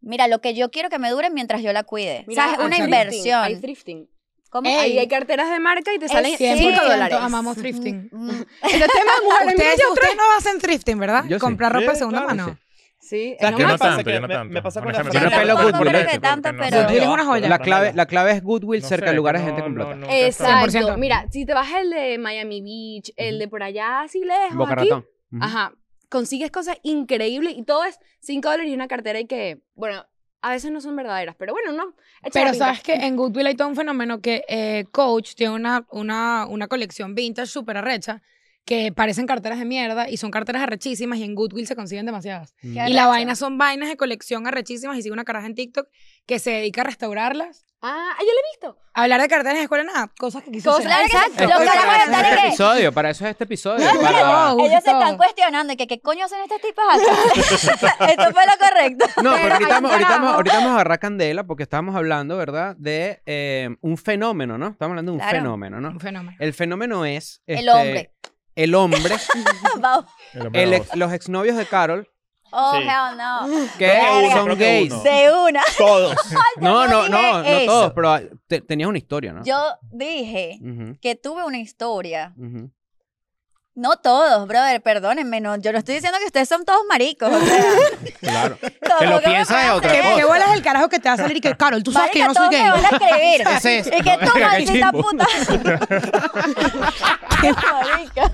Speaker 1: mira, lo que yo quiero que me dure mientras yo la cuide.
Speaker 2: Mira,
Speaker 1: o sea, es
Speaker 2: hay
Speaker 1: una
Speaker 3: thrifting,
Speaker 1: inversión.
Speaker 2: Hay thrifting.
Speaker 1: ¿Cómo?
Speaker 3: Ey,
Speaker 2: Ahí hay carteras de marca y te
Speaker 1: Es
Speaker 2: salen 100
Speaker 1: 100%
Speaker 2: dólares.
Speaker 3: amamos
Speaker 1: Mm,
Speaker 3: thrifting.
Speaker 1: mm.
Speaker 2: Pero tema mujer,
Speaker 3: Ustedes,
Speaker 2: envidia,
Speaker 3: ustedes no hacen thrifting, ¿verdad?
Speaker 4: Yo sí.
Speaker 3: Comprar ropa de
Speaker 7: Sí,
Speaker 3: segunda
Speaker 7: claro,
Speaker 3: mano.
Speaker 2: Sí, es
Speaker 7: ¿Sabes
Speaker 2: lo
Speaker 7: qué
Speaker 2: más
Speaker 5: Yo no
Speaker 7: me pasa
Speaker 5: tanto,
Speaker 7: que
Speaker 5: yo no
Speaker 7: me-
Speaker 5: tanto.
Speaker 7: me pasa con la
Speaker 5: Honestamente,
Speaker 4: frase-
Speaker 5: yo
Speaker 4: Yo tampoco
Speaker 5: tanto,
Speaker 4: creo
Speaker 5: porque
Speaker 1: que tanto,
Speaker 5: no
Speaker 1: pero-
Speaker 5: sé.
Speaker 3: Goodwill es una joya.
Speaker 4: La clave, la clave es Goodwill
Speaker 5: No
Speaker 4: cerca
Speaker 5: sé,
Speaker 4: de lugares de
Speaker 5: no,
Speaker 4: gente con
Speaker 5: no,
Speaker 4: plata.
Speaker 5: no, no,
Speaker 2: Exacto.
Speaker 3: 100%.
Speaker 2: Mira, si te vas el de Miami Beach, el de por allá, así lejos,
Speaker 4: Boca
Speaker 2: aquí,
Speaker 4: ratón. Ujú.
Speaker 2: ajá, consigues cosas increíbles y todo es 5 dólares y una cartera y que, bueno, a veces no son verdaderas, pero bueno, no. echa la
Speaker 3: Pero
Speaker 2: pinta.
Speaker 3: sabes que en Goodwill hay todo un fenómeno que eh, Coach tiene una, una, una colección vintage súper arrecha que parecen carteras de mierda y son carteras arrechísimas y en Goodwill se consiguen demasiadas.
Speaker 4: Ujú.
Speaker 1: Qué
Speaker 3: Y la
Speaker 1: arrecho.
Speaker 3: vaina son vainas de colección arrechísimas y sigue una caraja en TikTok que se dedica a restaurarlas.
Speaker 2: Ah, ah, yo la he visto.
Speaker 3: Hablar de carteras de escuela, nada, cosas que quizás...
Speaker 2: Cosas-
Speaker 1: Claro que
Speaker 2: Exacto.
Speaker 1: sí. Los
Speaker 4: Este-
Speaker 1: carajos
Speaker 4: para
Speaker 1: están
Speaker 4: eso es
Speaker 1: en
Speaker 4: este
Speaker 1: que-
Speaker 4: episodio, para eso es este episodio. para-
Speaker 3: claro. Uy,
Speaker 1: Ellos se
Speaker 3: todo.
Speaker 1: están cuestionando y que qué coño hacen estos tipos acá. Esto fue lo correcto.
Speaker 4: No, pero ahorita,
Speaker 2: ahí
Speaker 4: vamos- ahorita,
Speaker 2: carajo.
Speaker 4: vamos- ahorita vamos a agarrar candela porque estábamos hablando, ¿verdad? De eh, un fenómeno, ¿no? Estamos hablando de un
Speaker 1: Claro.
Speaker 4: fenómeno, ¿no?
Speaker 3: Un fenómeno.
Speaker 4: El fenómeno es...
Speaker 1: El
Speaker 4: este,
Speaker 1: hombre.
Speaker 4: El hombre,
Speaker 1: Vamos.
Speaker 4: el ex- los exnovios de Carol,
Speaker 1: Oh,
Speaker 7: Sí.
Speaker 1: hell no.
Speaker 4: que
Speaker 1: Creo que uno,
Speaker 4: son
Speaker 7: creo que
Speaker 4: gays.
Speaker 7: uno.
Speaker 1: De una.
Speaker 7: Todos.
Speaker 4: No, no,
Speaker 1: Yo
Speaker 4: no,
Speaker 1: dije
Speaker 4: no todos,
Speaker 1: eso.
Speaker 4: pero ah, te- tenías una historia, ¿no?
Speaker 1: Yo dije
Speaker 4: Ujú,
Speaker 1: que tuve una historia.
Speaker 4: ujú.
Speaker 1: No todos, brother, perdónenme. No, yo no estoy diciendo que ustedes son todos maricos. O sea,
Speaker 4: Claro.
Speaker 1: tampoco
Speaker 4: lo
Speaker 1: me
Speaker 4: piensa
Speaker 1: pueden
Speaker 4: es otra
Speaker 1: hacer.
Speaker 4: cosa.
Speaker 3: ¿Qué bolas el carajo que te va a salir y que, Carol, tú sabes que yo no soy
Speaker 1: Marica,
Speaker 3: gay?
Speaker 1: todos me van a escribir.
Speaker 4: ¿Qué es eso?
Speaker 1: Y que tú,
Speaker 4: Verga, qué
Speaker 1: maldita
Speaker 4: chimbo.
Speaker 1: puta. Marica.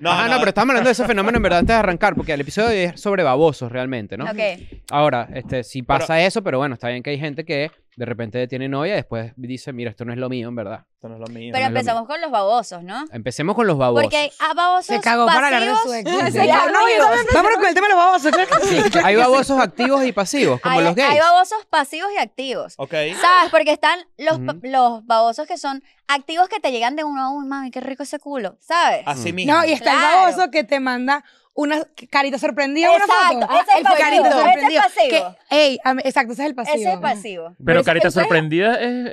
Speaker 7: No,
Speaker 4: ah, no, pero estamos hablando de ese fenómeno en verdad antes de arrancar, porque el episodio es sobre babosos realmente, ¿no?
Speaker 1: Ok.
Speaker 4: Ahora, este, si pasa eso, pero bueno, está bien que hay gente que de repente tiene novia y después dice, mira, esto no es lo mío, en verdad.
Speaker 7: Esto no es lo mío.
Speaker 1: Pero
Speaker 4: es lo
Speaker 1: empezamos con los babosos, ¿no?
Speaker 4: Empecemos con los babosos.
Speaker 1: Porque a babosos
Speaker 3: Se cagó para hablar de su ex.
Speaker 1: pasivos-
Speaker 3: Se cagó. No, yo también- Vámonos con el tema de los babosos. claro que sí.
Speaker 4: Sí, hay babosos activos y pasivos, como
Speaker 1: hay,
Speaker 4: los gays.
Speaker 1: hay babosos pasivos y activos.
Speaker 7: Ok.
Speaker 1: ¿Sabes? Porque están los, pa-
Speaker 4: Ujú.
Speaker 1: los babosos que son activos que te llegan de uno a uno. Mami, qué rico ese culo. ¿Sabes?
Speaker 4: Mm.
Speaker 7: Así mismo.
Speaker 3: No, y está
Speaker 1: Claro.
Speaker 3: el baboso que te manda una carita sorprendida,
Speaker 1: Exacto,
Speaker 3: una foto.
Speaker 1: ese es
Speaker 3: el
Speaker 1: pasivo, ese
Speaker 3: carita
Speaker 1: es
Speaker 3: sorprendida.
Speaker 1: pasivo.
Speaker 3: que, ey, am- exacto, ese es el pasivo.
Speaker 1: Ese es pasivo.
Speaker 5: Pero Carita
Speaker 1: Pero-
Speaker 5: Sorprendida es...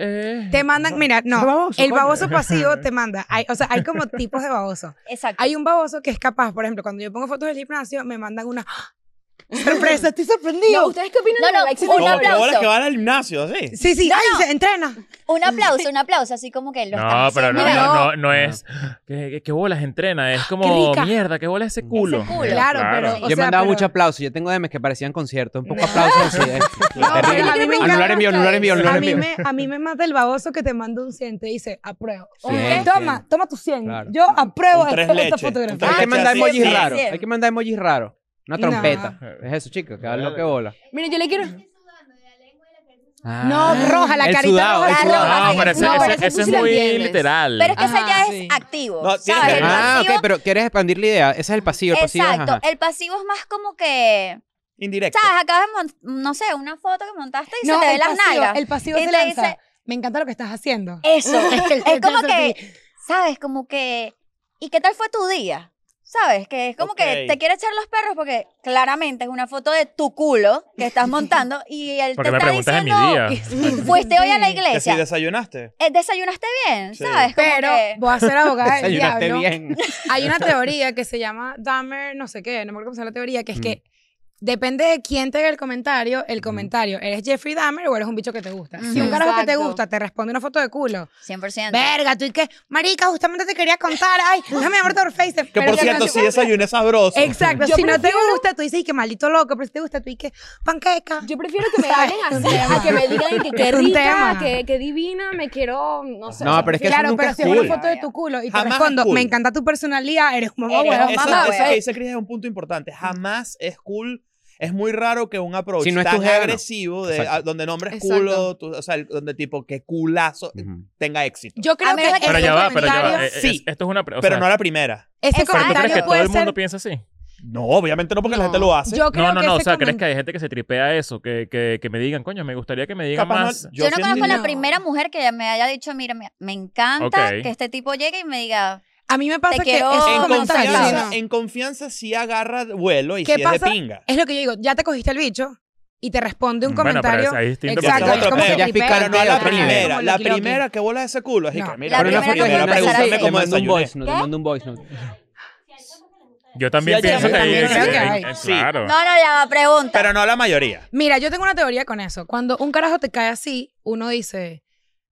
Speaker 5: es-
Speaker 3: Te mandan, mira, no,
Speaker 5: Es baboso,
Speaker 3: el
Speaker 5: coño.
Speaker 3: baboso pasivo te manda, hay- o sea, hay como tipos de baboso.
Speaker 1: Exacto.
Speaker 3: Hay un baboso que es capaz, por ejemplo, cuando yo pongo fotos del gimnasio, me mandan una ¡Ah! sorpresa, estoy sorprendido.
Speaker 2: No, ¿ustedes qué opinan
Speaker 1: No,
Speaker 2: de
Speaker 1: no,
Speaker 2: la
Speaker 1: un
Speaker 7: Como que
Speaker 1: aplauso.
Speaker 7: bolas que van al gimnasio, así.
Speaker 3: Sí, sí,
Speaker 1: No,
Speaker 3: ay,
Speaker 1: no.
Speaker 3: se entrena.
Speaker 1: Un aplauso, un aplauso, así como que lo
Speaker 5: No,
Speaker 1: estamos
Speaker 5: pero no,
Speaker 1: haciendo.
Speaker 5: no,
Speaker 1: Mira,
Speaker 5: no, no es... ¿Qué, qué- qué bolas entrena? Es como
Speaker 3: rica.
Speaker 5: mierda, qué bola ese culo.
Speaker 1: culo.
Speaker 5: Eh,
Speaker 3: Claro, pero-
Speaker 4: Yo
Speaker 3: o
Speaker 4: he
Speaker 3: sea,
Speaker 4: mandaba
Speaker 3: pero-
Speaker 4: mucho aplauso. Yo tengo DMs que parecían conciertos. Un poco aplausos. sí, eh. Terrible.
Speaker 7: No,
Speaker 3: pero a mí me
Speaker 4: Anular
Speaker 3: encanta
Speaker 4: envío, anular envío, anular
Speaker 3: A mí,
Speaker 4: envío.
Speaker 3: me, a mí me mata el baboso que te manda un 100, te dice, apruebo.
Speaker 4: Cien,
Speaker 3: Ok,
Speaker 4: cien.
Speaker 3: Toma, toma tu 100.
Speaker 4: Eh, Claro.
Speaker 3: Yo apruebo
Speaker 7: Un tres
Speaker 3: esta, esta
Speaker 7: leches, un
Speaker 3: fotografía.
Speaker 7: tres
Speaker 4: Hay que
Speaker 5: Ah,
Speaker 7: Cachas,
Speaker 4: mandar
Speaker 7: sí,
Speaker 4: emojis
Speaker 7: sí.
Speaker 4: raros.
Speaker 1: Sí.
Speaker 4: Hay que mandar emojis raros. Una
Speaker 3: No.
Speaker 4: trompeta. Es eso, chicos. Que da lo que bola.
Speaker 2: Mira, yo le quiero...
Speaker 3: No, roja, la
Speaker 4: Ah, el
Speaker 3: carita
Speaker 4: sudado,
Speaker 3: roja.
Speaker 4: el
Speaker 1: Claro,
Speaker 4: sudado.
Speaker 1: Ah,
Speaker 5: No, pero ese,
Speaker 2: no,
Speaker 5: ese-
Speaker 2: pero ese
Speaker 5: ese es
Speaker 2: sí lo
Speaker 5: muy
Speaker 2: entiendes.
Speaker 5: literal.
Speaker 1: Pero es que ese
Speaker 2: Ajá,
Speaker 1: ya
Speaker 2: sí.
Speaker 1: es activo.
Speaker 7: No, tienes
Speaker 1: ¿sabes?
Speaker 7: que-
Speaker 1: El
Speaker 4: Ah,
Speaker 1: pasivo-
Speaker 4: ok, pero quieres expandir la idea. Ese es el pasivo. El pasivo es,
Speaker 1: Exacto.
Speaker 4: ajá.
Speaker 1: El pasivo es más como que.
Speaker 7: Indirecto.
Speaker 1: ¿Sabes? Acabas de mont- no sé, una foto que montaste y
Speaker 3: No,
Speaker 1: se te
Speaker 3: el
Speaker 1: ve las
Speaker 3: pasivo,
Speaker 1: nalgas.
Speaker 3: El pasivo
Speaker 1: Y
Speaker 3: se
Speaker 1: te
Speaker 3: lanza.
Speaker 1: dice-
Speaker 3: Me encanta lo que estás haciendo.
Speaker 1: Eso. es como
Speaker 3: Entonces,
Speaker 1: que, ¿sabes? Como que. ¿Y qué tal fue tu día? ¿Sabes? Que es como que
Speaker 7: Ok.
Speaker 1: te quiere echar los perros porque claramente es una foto de tu culo que estás montando y él
Speaker 5: Porque
Speaker 1: te
Speaker 5: me
Speaker 1: está
Speaker 5: preguntas de mi
Speaker 1: diciendo.
Speaker 5: día.
Speaker 1: Fuiste hoy a la
Speaker 7: Que si
Speaker 1: iglesia.
Speaker 7: desayunaste.
Speaker 1: Eh, ¿Desayunaste bien?
Speaker 7: Sí.
Speaker 1: ¿Sabes? Como
Speaker 3: Pero
Speaker 1: que-
Speaker 3: voy a ser abogada del
Speaker 4: Desayunaste
Speaker 3: diablo.
Speaker 4: bien.
Speaker 3: Hay una teoría que se llama Dahmer, no sé qué, no me acuerdo cómo se llama la teoría, que es que
Speaker 7: Mm.
Speaker 3: depende de quién te haga el comentario, el comentario. ¿Eres Jeffrey Dahmer o eres un bicho que te gusta? Si un
Speaker 1: Ujú.
Speaker 3: carajo que te
Speaker 2: Exacto.
Speaker 3: gusta te responde una foto de culo,
Speaker 1: 100%.
Speaker 3: verga, tú y qué, marica, justamente te quería contar, ay, déjame llamarte por Facebook.
Speaker 7: Que por cierto, sí desayuné sabroso.
Speaker 3: Exacto, si no te gusta, tú dices, y qué maldito loco, pero si te gusta, tú y qué, panqueca.
Speaker 2: Yo prefiero que me ganen así, a que me digan que qué
Speaker 3: Es un
Speaker 2: rica,
Speaker 3: tema.
Speaker 2: que, que divina, me quiero, no sé.
Speaker 4: No,
Speaker 2: o sea,
Speaker 4: pero es
Speaker 2: prefiero-
Speaker 4: que eso
Speaker 3: claro,
Speaker 4: nunca
Speaker 3: pero
Speaker 4: es
Speaker 3: si veo
Speaker 4: cool.
Speaker 3: una foto de tu culo y te
Speaker 7: Jamás es
Speaker 3: respondo,
Speaker 7: cool.
Speaker 3: me encanta tu personalidad, eres un Ah, mamá
Speaker 1: Eres
Speaker 3: huevo.
Speaker 1: un
Speaker 7: Eso,
Speaker 1: mamá,
Speaker 7: eso
Speaker 1: weón.
Speaker 7: que dice Cris es un punto importante. Jamás es cool. Es muy raro que un approach
Speaker 4: Si no es tu
Speaker 7: tan
Speaker 4: género.
Speaker 7: agresivo, de,
Speaker 4: Exacto.
Speaker 7: a- donde nombres
Speaker 2: Exacto.
Speaker 7: culo, tú- o sea, el- donde tipo que culazo
Speaker 4: Ujú.
Speaker 7: tenga éxito.
Speaker 3: Yo creo
Speaker 1: A
Speaker 3: que
Speaker 1: menos que
Speaker 5: Pero
Speaker 3: ese
Speaker 5: ya va, pero ya
Speaker 3: comentario-
Speaker 5: va. eh, eh,
Speaker 7: Sí.
Speaker 5: es- Esto es una... pre- o
Speaker 7: pero
Speaker 5: sea,
Speaker 7: no la primera.
Speaker 3: Ese
Speaker 1: Exacto.
Speaker 5: ¿Pero tú crees que
Speaker 3: comentario
Speaker 5: todo
Speaker 3: puede
Speaker 5: el mundo
Speaker 3: ser.
Speaker 5: piensa así?
Speaker 7: No, obviamente no porque la gente lo hace.
Speaker 3: Yo creo
Speaker 5: No, no,
Speaker 3: que
Speaker 5: no. O
Speaker 3: ese
Speaker 5: sea, ¿crees que
Speaker 3: comentario-
Speaker 5: hay gente que se tripea eso? Que, que, que me digan, coño, me gustaría que me digan
Speaker 7: Capaz no-
Speaker 5: más.
Speaker 1: Yo, no
Speaker 7: sí
Speaker 1: conozco a
Speaker 7: entiendo.
Speaker 1: la primera mujer que me haya dicho, mira, me, me encanta
Speaker 5: Ok. Ah.
Speaker 1: que este tipo llegue y me diga,
Speaker 3: A mí me pasa
Speaker 1: Te
Speaker 3: que
Speaker 1: quiero-
Speaker 3: esos
Speaker 1: En
Speaker 7: En
Speaker 3: comentarios-
Speaker 7: confianza,
Speaker 3: Sí, no.
Speaker 7: en confianza sí agarra vuelo y
Speaker 3: ¿Qué
Speaker 7: sí es de
Speaker 3: pasa? Eh,
Speaker 7: pinga.
Speaker 3: Es lo que yo digo, ya te cogiste el bicho y te responde un
Speaker 5: Bueno, pero
Speaker 3: comentario.
Speaker 5: es- ahí es distinto porque-
Speaker 3: Exacto,
Speaker 7: es otro
Speaker 3: es como
Speaker 7: pedo.
Speaker 3: que
Speaker 4: Ya es
Speaker 3: tripea,
Speaker 4: picante,
Speaker 7: Pero no a la
Speaker 4: es otro nivel.
Speaker 7: primera.
Speaker 3: como
Speaker 7: La
Speaker 3: loqui-loqui.
Speaker 7: primera que bola de ese culo es y
Speaker 3: No.
Speaker 7: que, mira,
Speaker 1: La
Speaker 4: Pero una
Speaker 1: primera
Speaker 4: foto
Speaker 1: que
Speaker 4: de
Speaker 1: voy
Speaker 4: una
Speaker 1: a empezar
Speaker 4: pregunta
Speaker 1: a
Speaker 4: y me
Speaker 1: hacer.
Speaker 4: mandó un
Speaker 7: desayuné.
Speaker 4: voice note,
Speaker 1: ¿Qué?
Speaker 4: me mandó un voice note.
Speaker 5: Yo también
Speaker 7: Sí,
Speaker 5: pienso
Speaker 7: hay-
Speaker 5: que ahí
Speaker 7: también creo
Speaker 3: que
Speaker 5: existe.
Speaker 3: hay.
Speaker 5: en-
Speaker 7: Sí.
Speaker 1: No,
Speaker 5: Claro.
Speaker 1: no, la pregunta.
Speaker 7: Pero no la mayoría.
Speaker 3: Mira, yo tengo una teoría con eso. Cuando un carajo te cae así, uno dice,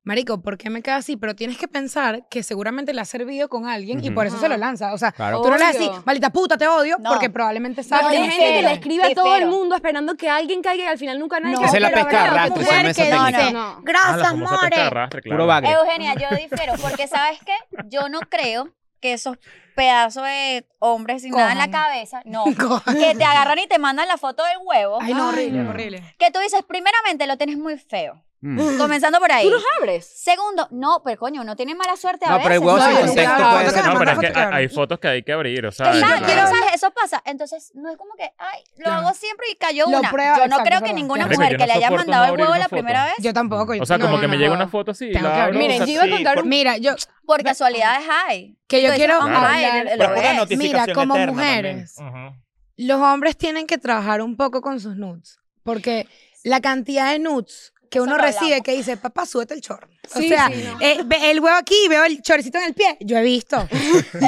Speaker 3: Marico, ¿por qué me cae así? Pero tienes que pensar que seguramente le ha servido con alguien y
Speaker 5: Ujú.
Speaker 3: por eso se
Speaker 2: Ajá.
Speaker 3: lo lanza. O sea,
Speaker 4: Claro.
Speaker 3: tú no le
Speaker 2: Obvio.
Speaker 3: decís, maldita puta, te odio,
Speaker 1: No.
Speaker 3: porque probablemente
Speaker 2: Pero
Speaker 1: No,
Speaker 3: sabe.
Speaker 2: hay
Speaker 1: te
Speaker 2: gente que
Speaker 1: espero,
Speaker 2: le escribe a
Speaker 1: te
Speaker 2: todo el
Speaker 1: espero.
Speaker 2: mundo esperando que alguien caiga y al final nunca nadie
Speaker 3: No,
Speaker 4: Esa es la
Speaker 2: pero
Speaker 4: pesca de
Speaker 2: habrá
Speaker 4: arrastre,
Speaker 2: una
Speaker 4: se llama esa
Speaker 2: mujer que
Speaker 4: técnica.
Speaker 2: dice,
Speaker 1: No,
Speaker 2: "No".
Speaker 5: Ah, la
Speaker 1: Gracias,
Speaker 5: famosa pesca de
Speaker 1: more.
Speaker 5: arrastre, claro.
Speaker 4: Puro
Speaker 3: Eh,
Speaker 4: bagre.
Speaker 1: Eugenia, yo difiero, porque ¿sabes qué? Yo no creo que esos pedazos de hombres sin nada en la
Speaker 3: Cojan.
Speaker 1: cabeza, no, que te agarran y te mandan la foto del huevo,
Speaker 3: Ay, no, horrible,
Speaker 4: Mm.
Speaker 3: horrible.
Speaker 1: que tú dices, primeramente lo tienes muy feo,
Speaker 4: Mm.
Speaker 1: comenzando por ahí.
Speaker 2: Tú los abres.
Speaker 1: Segundo, no, pero coño, uno tiene mala suerte a
Speaker 4: No,
Speaker 1: veces.
Speaker 4: pero el huevo
Speaker 3: no,
Speaker 4: sin
Speaker 3: no,
Speaker 4: contexto
Speaker 3: no,
Speaker 4: puede
Speaker 3: no,
Speaker 4: ser.
Speaker 3: no,
Speaker 5: No, pero es
Speaker 3: foto
Speaker 5: que ah,
Speaker 3: que
Speaker 5: hay-
Speaker 3: abre.
Speaker 5: hay fotos que hay que abrir, o sea.
Speaker 1: Exacto,
Speaker 5: claro.
Speaker 1: pero, ¿sabes? Eso pasa. Entonces, no es como que, ay, lo
Speaker 3: No.
Speaker 1: hago siempre y cayó
Speaker 3: Lo
Speaker 1: una.
Speaker 3: prueba,
Speaker 1: yo no
Speaker 3: exacto,
Speaker 1: creo
Speaker 3: es
Speaker 1: que
Speaker 3: verdad.
Speaker 1: ninguna
Speaker 5: Marico,
Speaker 1: mujer
Speaker 5: yo
Speaker 1: que
Speaker 5: no
Speaker 1: le haya
Speaker 5: soporto no
Speaker 1: mandado el
Speaker 5: abrir
Speaker 1: huevo
Speaker 5: una
Speaker 1: la
Speaker 5: foto.
Speaker 1: primera vez,
Speaker 3: Yo tampoco. yo-
Speaker 5: O sea,
Speaker 2: No,
Speaker 5: como
Speaker 2: no,
Speaker 5: que
Speaker 2: no,
Speaker 5: me llega
Speaker 2: no.
Speaker 5: una foto así y
Speaker 3: Tengo que
Speaker 5: la abro.
Speaker 3: abrir.
Speaker 5: o
Speaker 2: Miren,
Speaker 5: sea,
Speaker 2: yo iba a
Speaker 7: sí,
Speaker 2: contar
Speaker 7: por-
Speaker 2: un
Speaker 3: Mira, yo,
Speaker 1: por casualidades hay.
Speaker 3: que yo
Speaker 1: Tú dices,
Speaker 3: quiero
Speaker 1: "Vamos
Speaker 5: Claro.
Speaker 1: a ir",
Speaker 3: hablar-
Speaker 1: lo
Speaker 7: Pero pura
Speaker 1: ves.
Speaker 7: notificación
Speaker 3: Mira, como
Speaker 7: eterna
Speaker 3: mujeres,
Speaker 5: ujú.
Speaker 3: los hombres tienen que trabajar un poco con sus nudes, porque la cantidad de nudes que
Speaker 1: Eso
Speaker 3: uno
Speaker 1: lo
Speaker 3: recibe
Speaker 1: hablamos.
Speaker 3: que dice, papá, súbete el chorro. O
Speaker 2: Sí,
Speaker 3: sea,
Speaker 2: sí, no.
Speaker 3: eh, ve el huevo aquí, veo el chorcito en el pie. Yo he visto.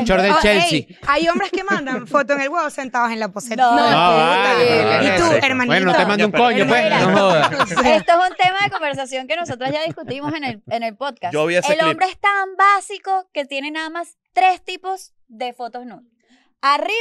Speaker 4: Chor del
Speaker 3: Oh,
Speaker 4: Chelsea.
Speaker 3: ey, hay hombres que mandan foto en el huevo sentados también. en la poseta.
Speaker 1: No,
Speaker 4: No, Ah, vale,
Speaker 2: puta.
Speaker 4: vale.
Speaker 3: Y tú,
Speaker 5: Rico.
Speaker 3: hermanito.
Speaker 4: Bueno, no te mando un
Speaker 7: Coño,
Speaker 4: coño,
Speaker 7: pero-
Speaker 4: pues.
Speaker 1: Mira.
Speaker 4: No jodas.
Speaker 3: No sé.
Speaker 1: Esto es un tema de conversación que nosotros ya discutimos en el, en el podcast.
Speaker 7: Yo vi ese
Speaker 1: el
Speaker 7: clip.
Speaker 1: hombre es tan básico que tiene nada más tres tipos de fotos nude. Arriba,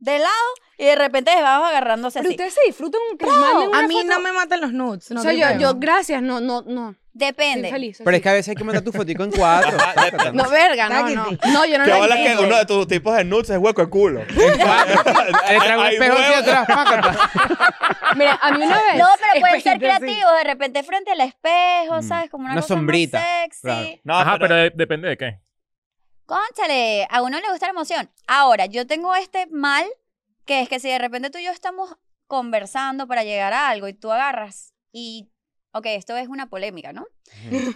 Speaker 1: de lado y de repente vamos agarrándose
Speaker 2: Pero
Speaker 1: así.
Speaker 2: ustedes se disfrutan un que les manden una
Speaker 3: A mí
Speaker 2: foto.
Speaker 3: no me matan los nudes. No
Speaker 2: O sea,
Speaker 3: creo.
Speaker 2: yo, yo, gracias, no, no, no. Estoy
Speaker 1: Depende.
Speaker 2: feliz.
Speaker 4: Pero es que a veces hay que mandar tu fotico en cuatro.
Speaker 7: Ajá, de-
Speaker 2: No, verga, no,
Speaker 3: Cállate.
Speaker 2: no. No, yo no
Speaker 7: Que
Speaker 2: lo
Speaker 7: bola que
Speaker 2: entiendo.
Speaker 7: uno de tus tipos de nudes es hueco de
Speaker 4: Le
Speaker 7: culo.
Speaker 4: traigo un
Speaker 7: Hay
Speaker 4: espejo hacia
Speaker 7: huevo.
Speaker 4: atrás. pácata.
Speaker 2: Mira, a mí una vez.
Speaker 1: No, pero pueden ser
Speaker 3: Espejito, sí.
Speaker 1: creativos, de repente frente al espejo,
Speaker 4: Mm.
Speaker 1: ¿sabes? Como una,
Speaker 4: Una
Speaker 1: cosa más
Speaker 4: sombrita,
Speaker 1: sexy.
Speaker 4: claro.
Speaker 7: No,
Speaker 5: Ajá, pero de- depende de qué.
Speaker 1: Cónchale, a uno le gusta la emoción. Ahora, yo tengo este mal, que es que si de repente tú y yo estamos conversando para llegar a algo y tú agarras y, ok, esto es una polémica, ¿no?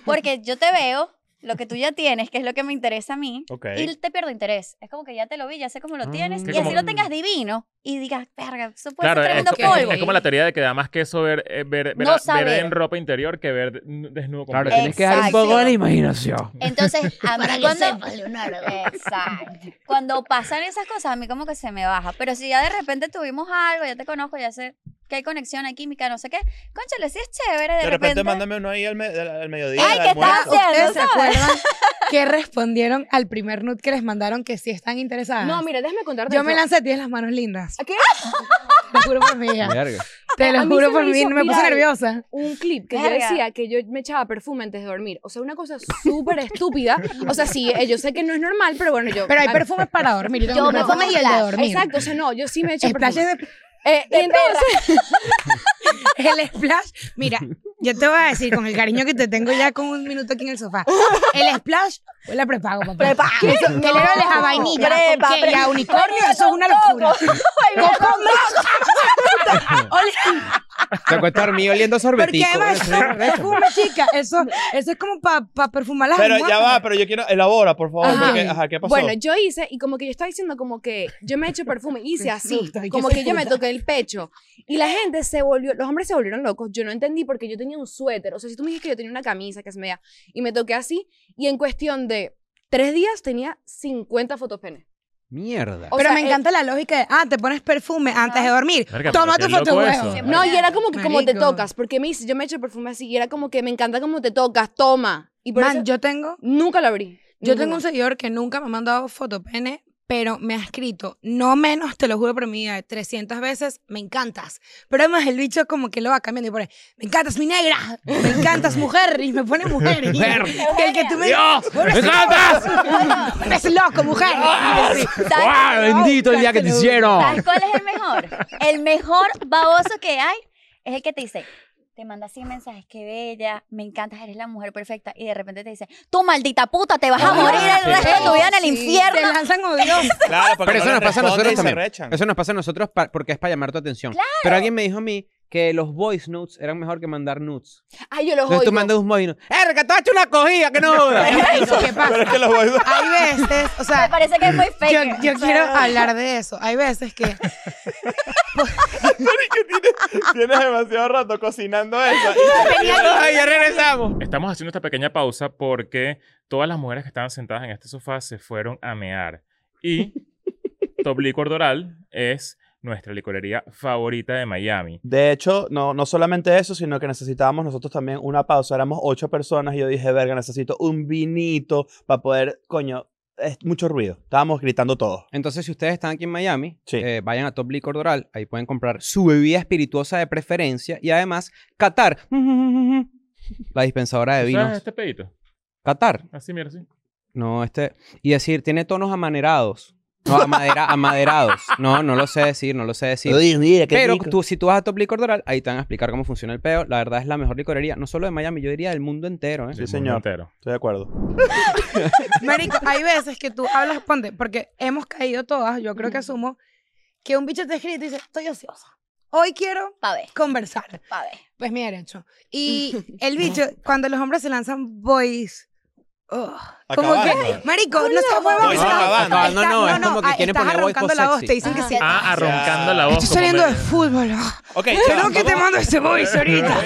Speaker 1: Porque yo te veo lo que tú ya tienes, que es lo que me interesa a mí,
Speaker 7: Ok.
Speaker 1: y te pierdo interés. Es como que ya te lo vi, ya sé cómo lo tienes,
Speaker 4: Ah.
Speaker 1: y
Speaker 5: Que
Speaker 1: así
Speaker 5: Mm, como-
Speaker 1: lo tengas divino y digas, verga, eso puede
Speaker 5: Claro,
Speaker 1: ser
Speaker 5: es,
Speaker 1: tremendo
Speaker 5: es-
Speaker 1: polvo.
Speaker 5: es como la teoría de que da más queso ver, eh, ver, ver,
Speaker 1: No
Speaker 5: ver
Speaker 1: saber.
Speaker 5: en ropa interior que ver desnudo.
Speaker 4: Claro,
Speaker 5: completo.
Speaker 4: tienes que dejar un
Speaker 1: Exacto.
Speaker 4: poco de la imaginación.
Speaker 1: Entonces, a mí
Speaker 6: Para que
Speaker 1: cuando...
Speaker 6: sepas, Leonardo.
Speaker 1: Exacto. Cuando pasan esas cosas, a mí como que se me baja. Pero si ya de repente tuvimos algo, ya te conozco, ya sé que hay conexión, hay química, no sé qué. Conchale, sí es chévere de,
Speaker 7: De repente mándame uno ahí al, me- al- al mediodía.
Speaker 1: Ay,
Speaker 7: al
Speaker 1: ¿qué estás
Speaker 7: almuerzo.
Speaker 1: haciendo?
Speaker 3: ¿Ustedes se
Speaker 1: ¿sabes?
Speaker 3: acuerdan que respondieron al primer nude que les mandaron que sí están interesadas?
Speaker 2: No, mira, déjame contarte.
Speaker 3: Yo me
Speaker 2: esto.
Speaker 3: lancé, tienes las manos lindas.
Speaker 2: ¿A ¿Qué?
Speaker 3: Te lo juro por mi vida.
Speaker 4: Verga.
Speaker 3: Te
Speaker 2: A
Speaker 3: lo
Speaker 2: mí se
Speaker 3: juro
Speaker 2: me
Speaker 3: por mí.
Speaker 2: hizo
Speaker 3: Me puse
Speaker 2: viral.
Speaker 3: nerviosa.
Speaker 2: Un clip que yo
Speaker 1: Verga.
Speaker 2: decía que yo me echaba perfume antes de dormir. O sea, una cosa súper estúpida. O sea, sí, eh, yo sé que no es normal, pero bueno, yo.
Speaker 3: Pero hay
Speaker 2: a-
Speaker 3: perfumes para dormir. Yo
Speaker 1: Yo
Speaker 3: tengo
Speaker 1: me
Speaker 3: perfume
Speaker 1: pongo
Speaker 3: y el de
Speaker 1: flash.
Speaker 3: dormir.
Speaker 2: Exacto, o sea, no, yo sí me eché
Speaker 3: Splash
Speaker 2: perfume.
Speaker 3: es de-
Speaker 2: Eh, y entonces,
Speaker 3: el splash. Mira, yo te voy a decir con el cariño que te tengo ya con un minuto aquí en el sofá. El splash huele a prepago, papá. Prepago. Que le huele a vainilla
Speaker 1: Prepa,
Speaker 3: con qué, y
Speaker 1: prepa.
Speaker 3: a unicornio.
Speaker 1: Vainilla
Speaker 3: Eso
Speaker 1: con
Speaker 3: es una locura.
Speaker 1: coco. Vainilla
Speaker 3: Coco, coco. Ole.
Speaker 4: Te acuestas dormido oliendo
Speaker 3: Porque
Speaker 4: sorbetico.
Speaker 3: además eso es perfume, chica. Eso, eso es como para perfumar las
Speaker 7: Pero ya
Speaker 3: almohadas.
Speaker 7: va, pero yo quiero. Elabora, por favor.
Speaker 2: Ajá.
Speaker 7: porque- ajá, ¿qué pasó?
Speaker 2: bueno, yo hice, y como que yo estaba diciendo, como que yo me eché perfume, hice así,
Speaker 3: puta, ay, que
Speaker 2: como
Speaker 3: soy
Speaker 2: que yo me
Speaker 3: puta.
Speaker 2: toqué el pecho. Y la gente se volvió, los hombres se volvieron locos. Yo no entendí porque yo tenía un suéter. O sea, si tú me dijiste que yo tenía una camisa que es media, y me toqué así, y en cuestión de tres días tenía 50 fotos pene.
Speaker 4: Mierda.
Speaker 2: O
Speaker 3: pero
Speaker 2: sea,
Speaker 3: me
Speaker 2: eh,
Speaker 3: encanta la lógica de, ah, te pones perfume antes de dormir.
Speaker 5: Verga, pero
Speaker 3: Toma
Speaker 5: qué
Speaker 3: tu
Speaker 5: loco
Speaker 3: foto
Speaker 5: eso.
Speaker 3: huevo.
Speaker 2: No, y era como que como te
Speaker 3: Marico.
Speaker 2: tocas, porque me hice, yo me eché perfume así, y era como que me encanta como te tocas, toma. Y por
Speaker 3: Man,
Speaker 2: eso
Speaker 3: yo tengo,
Speaker 2: nunca lo abrí.
Speaker 3: yo
Speaker 2: nunca.
Speaker 3: tengo un seguidor que nunca me ha mandado foto pene, pero me ha escrito, no menos, te lo juro por mi vida, de 300 veces, me encantas. Pero además el bicho como que lo va cambiando y pone, me encantas mi negra, me encantas mujer, y me pone mujer. Y, que el que tú me
Speaker 4: ¡Dios!
Speaker 3: Bueno,
Speaker 4: ¡Me
Speaker 3: sí.
Speaker 4: encantas!
Speaker 3: eres loco, mujer. Y yo, sí.
Speaker 4: ¡Ah, bendito el día que te hicieron!
Speaker 1: ¿Sabes cuál es el mejor? El mejor baboso que hay es el que te dice, te manda 100 mensajes, qué bella, me encantas, eres la mujer perfecta. Y de repente te dice, tú maldita puta, te vas a morir el
Speaker 4: sí.
Speaker 1: resto de tu vida en el
Speaker 3: Sí,
Speaker 1: infierno.
Speaker 3: Te lanzan odioso.
Speaker 7: Claro, porque
Speaker 4: Pero eso
Speaker 7: no
Speaker 4: nos
Speaker 7: le
Speaker 4: pasa a
Speaker 7: responde
Speaker 4: nosotros
Speaker 7: y se
Speaker 4: también.
Speaker 7: rechan.
Speaker 4: Eso nos pasa a nosotros pa- porque es para llamar tu atención. Pero alguien me dijo a mí, que los voice notes eran mejor que mandar nudes.
Speaker 2: Ay, yo los
Speaker 4: Entonces tú
Speaker 2: oigo.
Speaker 4: mandas un voice note. ¡Eh, que tú has hecho una cogida! ¡Que no jodas!
Speaker 3: Eso, ¿Qué
Speaker 7: Pero es
Speaker 3: pasa?
Speaker 7: que los voy
Speaker 3: Hay veces, o
Speaker 1: Me
Speaker 3: sea,
Speaker 1: parece que es muy fake.
Speaker 3: yo, yo quiero hablar de eso. Hay veces que
Speaker 7: Tienes demasiado rato cocinando eso. Y te-
Speaker 4: ¡Ay, ya regresamos!
Speaker 5: Estamos haciendo esta pequeña pausa porque todas las mujeres que estaban sentadas en este sofá se fueron a mear. Y Top Liquor Doral es nuestra licorería favorita de Miami.
Speaker 7: De hecho, no, no solamente eso, sino que necesitábamos nosotros también una pausa. Éramos ocho personas y yo dije, verga, necesito un vinito para poder, coño, es mucho ruido. Estábamos gritando todos.
Speaker 4: Entonces, si ustedes están aquí en Miami,
Speaker 7: Sí.
Speaker 4: eh, vayan a Top Liquor Doral. Ahí pueden comprar su bebida espirituosa de preferencia y además Qatar. La dispensadora de
Speaker 5: ¿Tú sabes
Speaker 4: vinos.
Speaker 5: este pedito?
Speaker 4: Qatar.
Speaker 5: Así, mira, así.
Speaker 4: No, este. Y decir, tiene tonos amanerados. No, amadera- amaderados. No, no lo sé decir, no lo sé decir.
Speaker 7: Oye, mira, qué
Speaker 4: Pero
Speaker 7: rico.
Speaker 4: tú, si tú vas a Top Liquor Doral, ahí te van a explicar cómo funciona el peo. La verdad es la mejor licorería, no solo de Miami, yo diría del mundo entero. ¿eh?
Speaker 7: Sí,
Speaker 5: Del mundo
Speaker 7: señor.
Speaker 5: entero.
Speaker 7: Estoy de acuerdo.
Speaker 3: Marico, hay veces que tú hablas, ponte, porque hemos caído todas, yo creo que asumo, que un bicho te escribe y te dice, estoy ociosa. Hoy quiero
Speaker 1: Pa' ver,
Speaker 3: conversar.
Speaker 1: pa' ver.
Speaker 3: Pues mi derecho. Y el bicho, cuando los hombres se lanzan boys. oh, como
Speaker 7: Acabando.
Speaker 3: que, marico, no se puede
Speaker 7: No, acabando.
Speaker 3: avanzar.
Speaker 4: Acabando, no, es como que quieren
Speaker 3: estás
Speaker 4: poner boys
Speaker 3: arrancando
Speaker 4: por
Speaker 3: la voz,
Speaker 4: sexy.
Speaker 3: te dicen que
Speaker 1: Ajá.
Speaker 3: sí.
Speaker 5: Ah, arroncando la voz.
Speaker 3: Estoy
Speaker 5: como
Speaker 3: saliendo
Speaker 5: me-
Speaker 3: del fútbol. ah.
Speaker 7: Ok,
Speaker 3: Creo
Speaker 7: chamo,
Speaker 3: que te
Speaker 7: vamos-
Speaker 3: mando ese boys ahorita.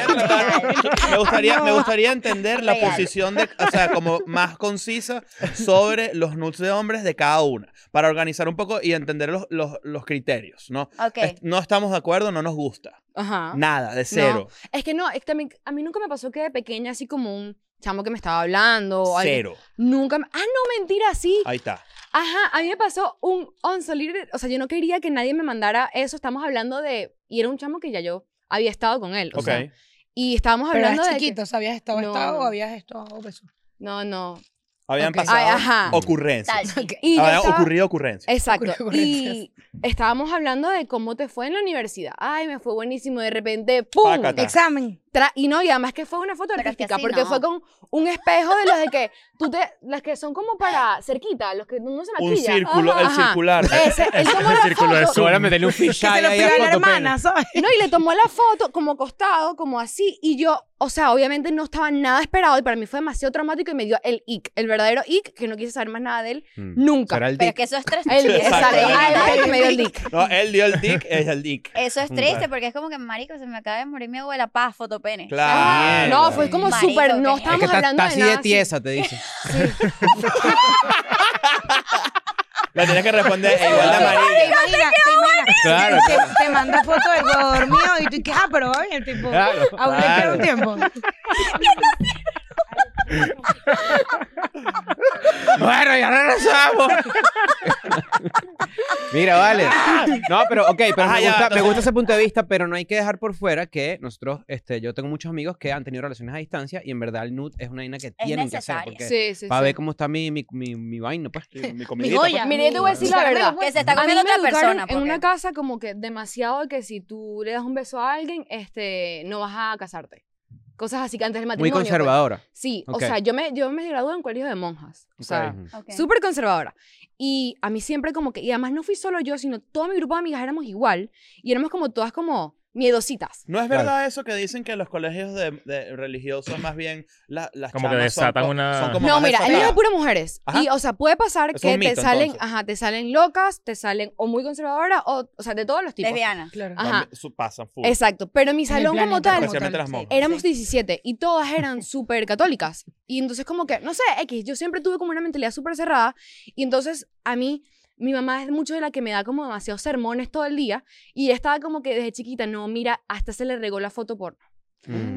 Speaker 7: me, gustaría, me
Speaker 3: No.
Speaker 7: gustaría entender la
Speaker 1: Real.
Speaker 7: posición de, o sea, como más concisa sobre los nudes de hombres de cada una, para organizar un poco y entender los, los, los criterios, ¿no?
Speaker 1: Ok.
Speaker 7: Es- no estamos de acuerdo, no nos gusta.
Speaker 2: Ajá.
Speaker 7: Nada, de cero.
Speaker 2: Es que no, es que también, a mí nunca me pasó que de pequeña así como un chamo que me estaba hablando. o alguien-
Speaker 7: cero.
Speaker 2: Nunca. me- Ah, no, mentira, sí.
Speaker 7: Ahí está.
Speaker 2: Ajá, a mí me pasó un unsolicited, o sea, yo no quería que nadie me mandara eso, estamos hablando de, y era un chamo que ya yo había estado con él, o
Speaker 7: Ok.
Speaker 2: sea, y estábamos
Speaker 3: Pero
Speaker 2: hablando
Speaker 3: eras
Speaker 2: de que-
Speaker 3: chiquito, ¿sabías estado
Speaker 2: No,
Speaker 3: estado
Speaker 2: no.
Speaker 3: o habías estado beso?
Speaker 2: no, no,
Speaker 7: Habían
Speaker 3: Ok.
Speaker 7: pasado
Speaker 2: Ay, ajá.
Speaker 7: ocurrencias.
Speaker 1: Tal.
Speaker 2: y yo
Speaker 7: Habían
Speaker 2: estaba-
Speaker 7: ocurrido ocurrencias.
Speaker 2: exacto,
Speaker 3: Ocurrencias.
Speaker 2: y estábamos hablando de cómo te fue en la universidad, ay, me fue buenísimo, de repente, pum,
Speaker 7: Pácata.
Speaker 3: Examen.
Speaker 2: Tra- y no, y además que fue una foto
Speaker 1: Pero es que
Speaker 2: artística,
Speaker 1: así
Speaker 2: porque
Speaker 1: no.
Speaker 2: fue con un espejo de los de que tú te, las que son como para cerquita, los que no se
Speaker 7: Un
Speaker 2: maquillan.
Speaker 7: círculo,
Speaker 2: Ajá, Eh.
Speaker 7: el
Speaker 2: ajá.
Speaker 7: circular.
Speaker 2: Ese, él tomó
Speaker 5: El
Speaker 2: la
Speaker 5: círculo de
Speaker 2: foto-
Speaker 5: Zoom.
Speaker 4: Ahora meterle un
Speaker 3: Que se
Speaker 4: fisheye
Speaker 3: lo
Speaker 4: ahí a
Speaker 3: pega la
Speaker 4: Fotopene.
Speaker 3: hermana, ¿sabes?
Speaker 2: No, y le tomó la foto como acostado, como así, y yo, o sea, obviamente no estaba nada esperado y para mí fue demasiado traumático y me dio el ic, el verdadero ic, que no quise saber más nada de él
Speaker 4: Mm.
Speaker 2: nunca.
Speaker 4: Será el
Speaker 1: Pero es
Speaker 4: dick.
Speaker 1: que eso es tres.
Speaker 2: El dick,
Speaker 7: Exacto.
Speaker 2: exacto. Ah, el- el- me dio el ic.
Speaker 7: No, él dio el dick, es el dick.
Speaker 1: Eso es
Speaker 4: Mm.
Speaker 1: triste porque es como que, marico, se me acaba de morir mi abuela, pa, fotopene.
Speaker 7: Claro.
Speaker 2: No, fue como
Speaker 1: Marico,
Speaker 2: súper, no
Speaker 1: ¿qué?
Speaker 4: Es
Speaker 2: estábamos
Speaker 4: que está,
Speaker 2: hablando
Speaker 4: está
Speaker 2: de
Speaker 4: así
Speaker 2: nada.
Speaker 4: de tiesa, te dice.
Speaker 7: La tienes que responder e igual de
Speaker 3: Te
Speaker 7: amarilla.
Speaker 3: imaginas, te imaginas.
Speaker 4: Claro,
Speaker 3: Te, te manda foto del huevo dormido y tú que, ah, pero oye, el tipo,
Speaker 4: Claro.
Speaker 3: aún le queda un tiempo.
Speaker 4: Bueno, ya regresamos. Mira, vale. No, pero ok, pero
Speaker 7: Ajá,
Speaker 4: me,
Speaker 7: ya,
Speaker 4: gusta,
Speaker 7: entonces-
Speaker 4: me gusta ese punto de vista, pero no hay que dejar por fuera que nosotros, este, yo tengo muchos amigos que han tenido relaciones a distancia y en verdad el nude es una vaina que tienen que hacer.
Speaker 1: necesaria.
Speaker 4: Porque
Speaker 2: Sí, sí,
Speaker 4: para
Speaker 2: sí.
Speaker 4: ver cómo está mi, mi, mi, mi vaina, pues.
Speaker 7: Mi
Speaker 3: Mi
Speaker 7: comidita,
Speaker 3: joya.
Speaker 2: Mira, yo te voy a decir la
Speaker 3: Caramelo,
Speaker 2: verdad.
Speaker 3: pues.
Speaker 1: Que se está
Speaker 2: A mí
Speaker 1: comiendo
Speaker 2: me
Speaker 1: otra
Speaker 2: educaron
Speaker 1: persona.
Speaker 2: en
Speaker 1: porque-
Speaker 2: una casa como que demasiado que si tú le das un beso a alguien, este, no vas a casarte. Cosas así que antes del
Speaker 4: Muy
Speaker 2: matrimonio. pues.
Speaker 4: conservadora.
Speaker 2: Sí,
Speaker 4: Ok.
Speaker 2: o sea, yo me, yo me gradué en colegio de monjas. O sea,
Speaker 4: Ujú.
Speaker 1: Ok.
Speaker 2: súper conservadora. Y a mí siempre como que, y además no fui solo yo, sino todo mi grupo de amigas éramos igual. Y éramos como todas como miedositas.
Speaker 7: ¿No es
Speaker 4: Claro.
Speaker 7: verdad eso que dicen que los colegios de, de religiosos más bien la- las
Speaker 5: Como que
Speaker 7: chamas son
Speaker 5: desatan
Speaker 7: co-
Speaker 5: una-
Speaker 7: son como
Speaker 2: No,
Speaker 7: más
Speaker 2: mira, el mío es
Speaker 7: desatadas?
Speaker 2: pura mujeres.
Speaker 7: Ajá.
Speaker 2: Y, o sea, puede pasar
Speaker 7: Es
Speaker 2: que
Speaker 7: un mito,
Speaker 2: te salen,
Speaker 7: entonces.
Speaker 2: ajá, te salen locas, te salen o muy conservadoras, o, o sea, de todos los tipos.
Speaker 1: Lesbiana.
Speaker 3: Claro.
Speaker 2: Ajá.
Speaker 7: También su- pasan full.
Speaker 2: Exacto, pero mi salón como
Speaker 3: planeta
Speaker 2: tal,
Speaker 3: como
Speaker 7: Especialmente
Speaker 3: tal,
Speaker 7: las
Speaker 3: sí.
Speaker 7: monjas.
Speaker 2: éramos 17 y todas eran súper católicas. Y entonces como que, no sé, X, yo siempre tuve como una mentalidad súper cerrada y entonces a mí, mi mamá es mucho de la que me da como demasiados sermones todo el día y ella estaba como que desde chiquita, no, mira, a esta se le regó la foto porno,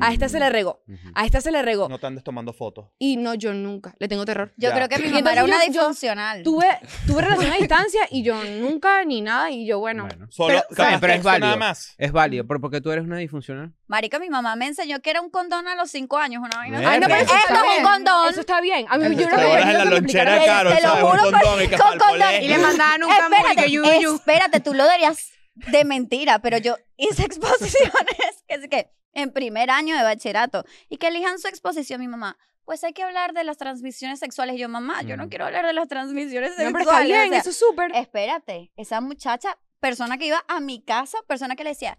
Speaker 2: a esta se le Ah, regó,
Speaker 4: Ujú.
Speaker 2: a esta se le regó.
Speaker 7: No te andes tomando fotos.
Speaker 2: Y no, yo nunca, le tengo terror.
Speaker 1: Yo
Speaker 7: Ya.
Speaker 1: creo que mi
Speaker 2: Y
Speaker 1: mamá
Speaker 2: entonces
Speaker 1: era una
Speaker 2: yo- yo-
Speaker 1: disfuncional.
Speaker 2: Tuve, tuve relación a distancia y yo nunca ni nada y yo, bueno,
Speaker 4: Bueno.
Speaker 7: Solo
Speaker 4: Pero-
Speaker 7: capaz
Speaker 4: pero es
Speaker 7: texto nada
Speaker 4: válido.
Speaker 7: más.
Speaker 4: Es válido, pero porque tú eres una disfuncional.
Speaker 1: Marico, mi mamá me enseñó que era un condón a los cinco años. Una vaina.
Speaker 4: Ay,
Speaker 1: así.
Speaker 4: no, pero eso
Speaker 1: esto
Speaker 2: está
Speaker 1: es Eh, un
Speaker 2: bien,
Speaker 1: condón.
Speaker 2: Eso está bien. A mí
Speaker 3: Eso
Speaker 2: yo
Speaker 3: está
Speaker 2: no me
Speaker 3: bien.
Speaker 7: Ahora es
Speaker 2: imagino
Speaker 7: la
Speaker 2: que me
Speaker 7: lonchera,
Speaker 2: explicaran-
Speaker 7: Caro,
Speaker 1: te lo
Speaker 7: ¿sabes? Un
Speaker 1: juro por-
Speaker 7: condón y
Speaker 1: con
Speaker 7: que pa'l
Speaker 1: condón.
Speaker 7: colegio.
Speaker 3: Y le mandaban un cambur y
Speaker 1: espérate,
Speaker 3: que yuyu.
Speaker 1: espérate, tú lo darías de mentira, pero yo hice exposiciones que es que en primer año de bachillerato y que elijan su exposición, mi mamá. Pues hay que hablar de las transmisiones sexuales. Y Yo, mamá, yo no
Speaker 4: Mm.
Speaker 1: quiero hablar de las transmisiones
Speaker 2: No,
Speaker 1: sexuales.
Speaker 2: pero está bien,
Speaker 1: o sea, eh,
Speaker 2: eso es súper.
Speaker 1: Espérate, esa muchacha, persona que iba a mi casa, persona que le decía,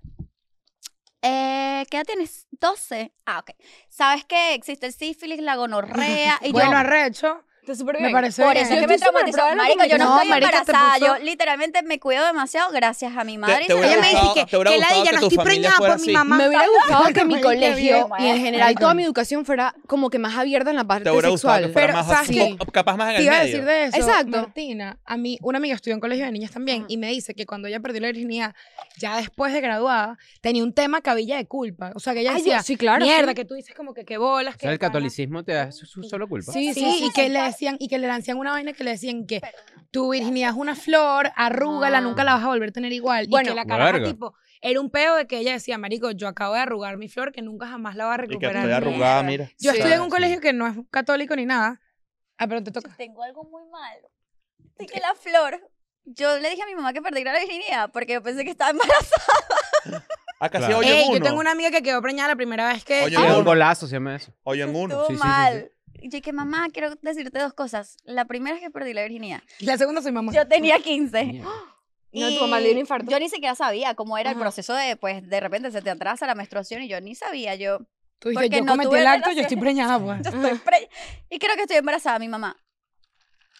Speaker 1: eh, ¿qué edad tienes? 12. Ah, ok. ¿Sabes que existe el sífilis, la gonorrea? Y
Speaker 3: bueno,
Speaker 1: yo,
Speaker 3: arrecho.
Speaker 2: Está súper
Speaker 3: Me
Speaker 2: bien.
Speaker 3: parece
Speaker 1: por
Speaker 3: bien.
Speaker 1: eso es que me traumatizó. Marico, yo no,
Speaker 3: No,
Speaker 1: estoy
Speaker 3: marica, te
Speaker 1: embarazada.
Speaker 3: puso-
Speaker 1: Yo literalmente me cuido demasiado gracias a mi madre. y
Speaker 7: te
Speaker 1: se lo
Speaker 7: hubiera
Speaker 3: Ella me
Speaker 1: agradezco.
Speaker 3: dice
Speaker 7: gustado-
Speaker 3: que,
Speaker 7: te hubiera
Speaker 3: que la
Speaker 7: gustado
Speaker 3: ella
Speaker 7: que
Speaker 3: no
Speaker 7: tu
Speaker 3: estoy
Speaker 7: familia
Speaker 3: preñada por
Speaker 7: fuera
Speaker 3: mi
Speaker 7: así.
Speaker 3: mamá.
Speaker 2: Me hubiera gustado que mi
Speaker 3: Marica,
Speaker 2: colegio
Speaker 1: bien,
Speaker 2: y en general
Speaker 3: marica.
Speaker 2: toda mi educación fuera como que más abierta en la parte
Speaker 7: Te hubiera gustado
Speaker 2: sexual.
Speaker 7: que fuera
Speaker 3: Pero,
Speaker 7: más
Speaker 3: ¿sabes
Speaker 7: así,
Speaker 2: qué?
Speaker 7: o capaz más en
Speaker 3: Te
Speaker 7: el
Speaker 3: iba a
Speaker 7: medio.
Speaker 3: decir de eso.
Speaker 2: Exacto.
Speaker 3: Martina, a mí, una amiga estudió en colegio de niñas también y me dice que cuando ella perdió la virginidad, ya después de graduada, tenía un tema cabilla de culpa. O sea, que ella
Speaker 2: Ay,
Speaker 3: decía,
Speaker 2: yo- sí, claro.
Speaker 3: mierda,
Speaker 2: sí.
Speaker 3: que tú dices como que qué bolas.
Speaker 4: O sea,
Speaker 3: que
Speaker 4: el
Speaker 3: pana".
Speaker 4: catolicismo te da su, su solo culpa.
Speaker 3: Sí, sí, y que le decían, y que le lancían una vaina que le decían que tu virginidad es una flor, arrúgala,
Speaker 2: Ah.
Speaker 3: nunca la vas a volver a tener igual. y
Speaker 2: Bueno.
Speaker 3: que la caraja,
Speaker 4: Verga.
Speaker 3: tipo, era un peo de que ella decía, marico, yo acabo de arrugar mi flor que nunca jamás la va a
Speaker 7: Y que
Speaker 3: recuperar.
Speaker 7: estoy arrugada, mira.
Speaker 3: Yo
Speaker 2: Sí.
Speaker 3: estudié en un
Speaker 4: Sí.
Speaker 3: colegio que no es católico ni nada. Ah, pero te toca.
Speaker 1: Tengo algo muy malo. De que la flor. Yo le dije a mi mamá que perdí la virginidad porque yo pensé que estaba embarazada.
Speaker 7: Acá sí
Speaker 4: Claro.
Speaker 7: oyen
Speaker 3: Ey,
Speaker 7: uno.
Speaker 3: yo tengo una amiga que quedó preñada la primera vez que...
Speaker 7: Oye,
Speaker 4: Sí, es
Speaker 7: uno.
Speaker 4: un golazo, se llama eso.
Speaker 7: Oyen uno.
Speaker 1: Estuvo
Speaker 4: Sí, sí, sí, sí.
Speaker 1: mal. Y yo dije, mamá, quiero decirte dos cosas. La primera es que perdí la virginidad.
Speaker 3: La segunda soy mamá.
Speaker 1: Yo tenía
Speaker 2: Eh,
Speaker 1: 15.
Speaker 4: Mierda.
Speaker 2: No, tu
Speaker 1: Y
Speaker 2: mamá le dio un infarto.
Speaker 1: Yo ni siquiera sabía cómo era el
Speaker 2: Ajá.
Speaker 1: proceso de, pues, de repente se te atrasa la menstruación y yo ni sabía. Yo,
Speaker 3: Tú dices,
Speaker 1: Porque
Speaker 3: yo
Speaker 1: no
Speaker 3: cometí
Speaker 1: tuve
Speaker 3: el acto, yo
Speaker 1: relaciones.
Speaker 3: estoy preñada, pues.
Speaker 1: yo estoy pre- Y creo que estoy embarazada, mi mamá.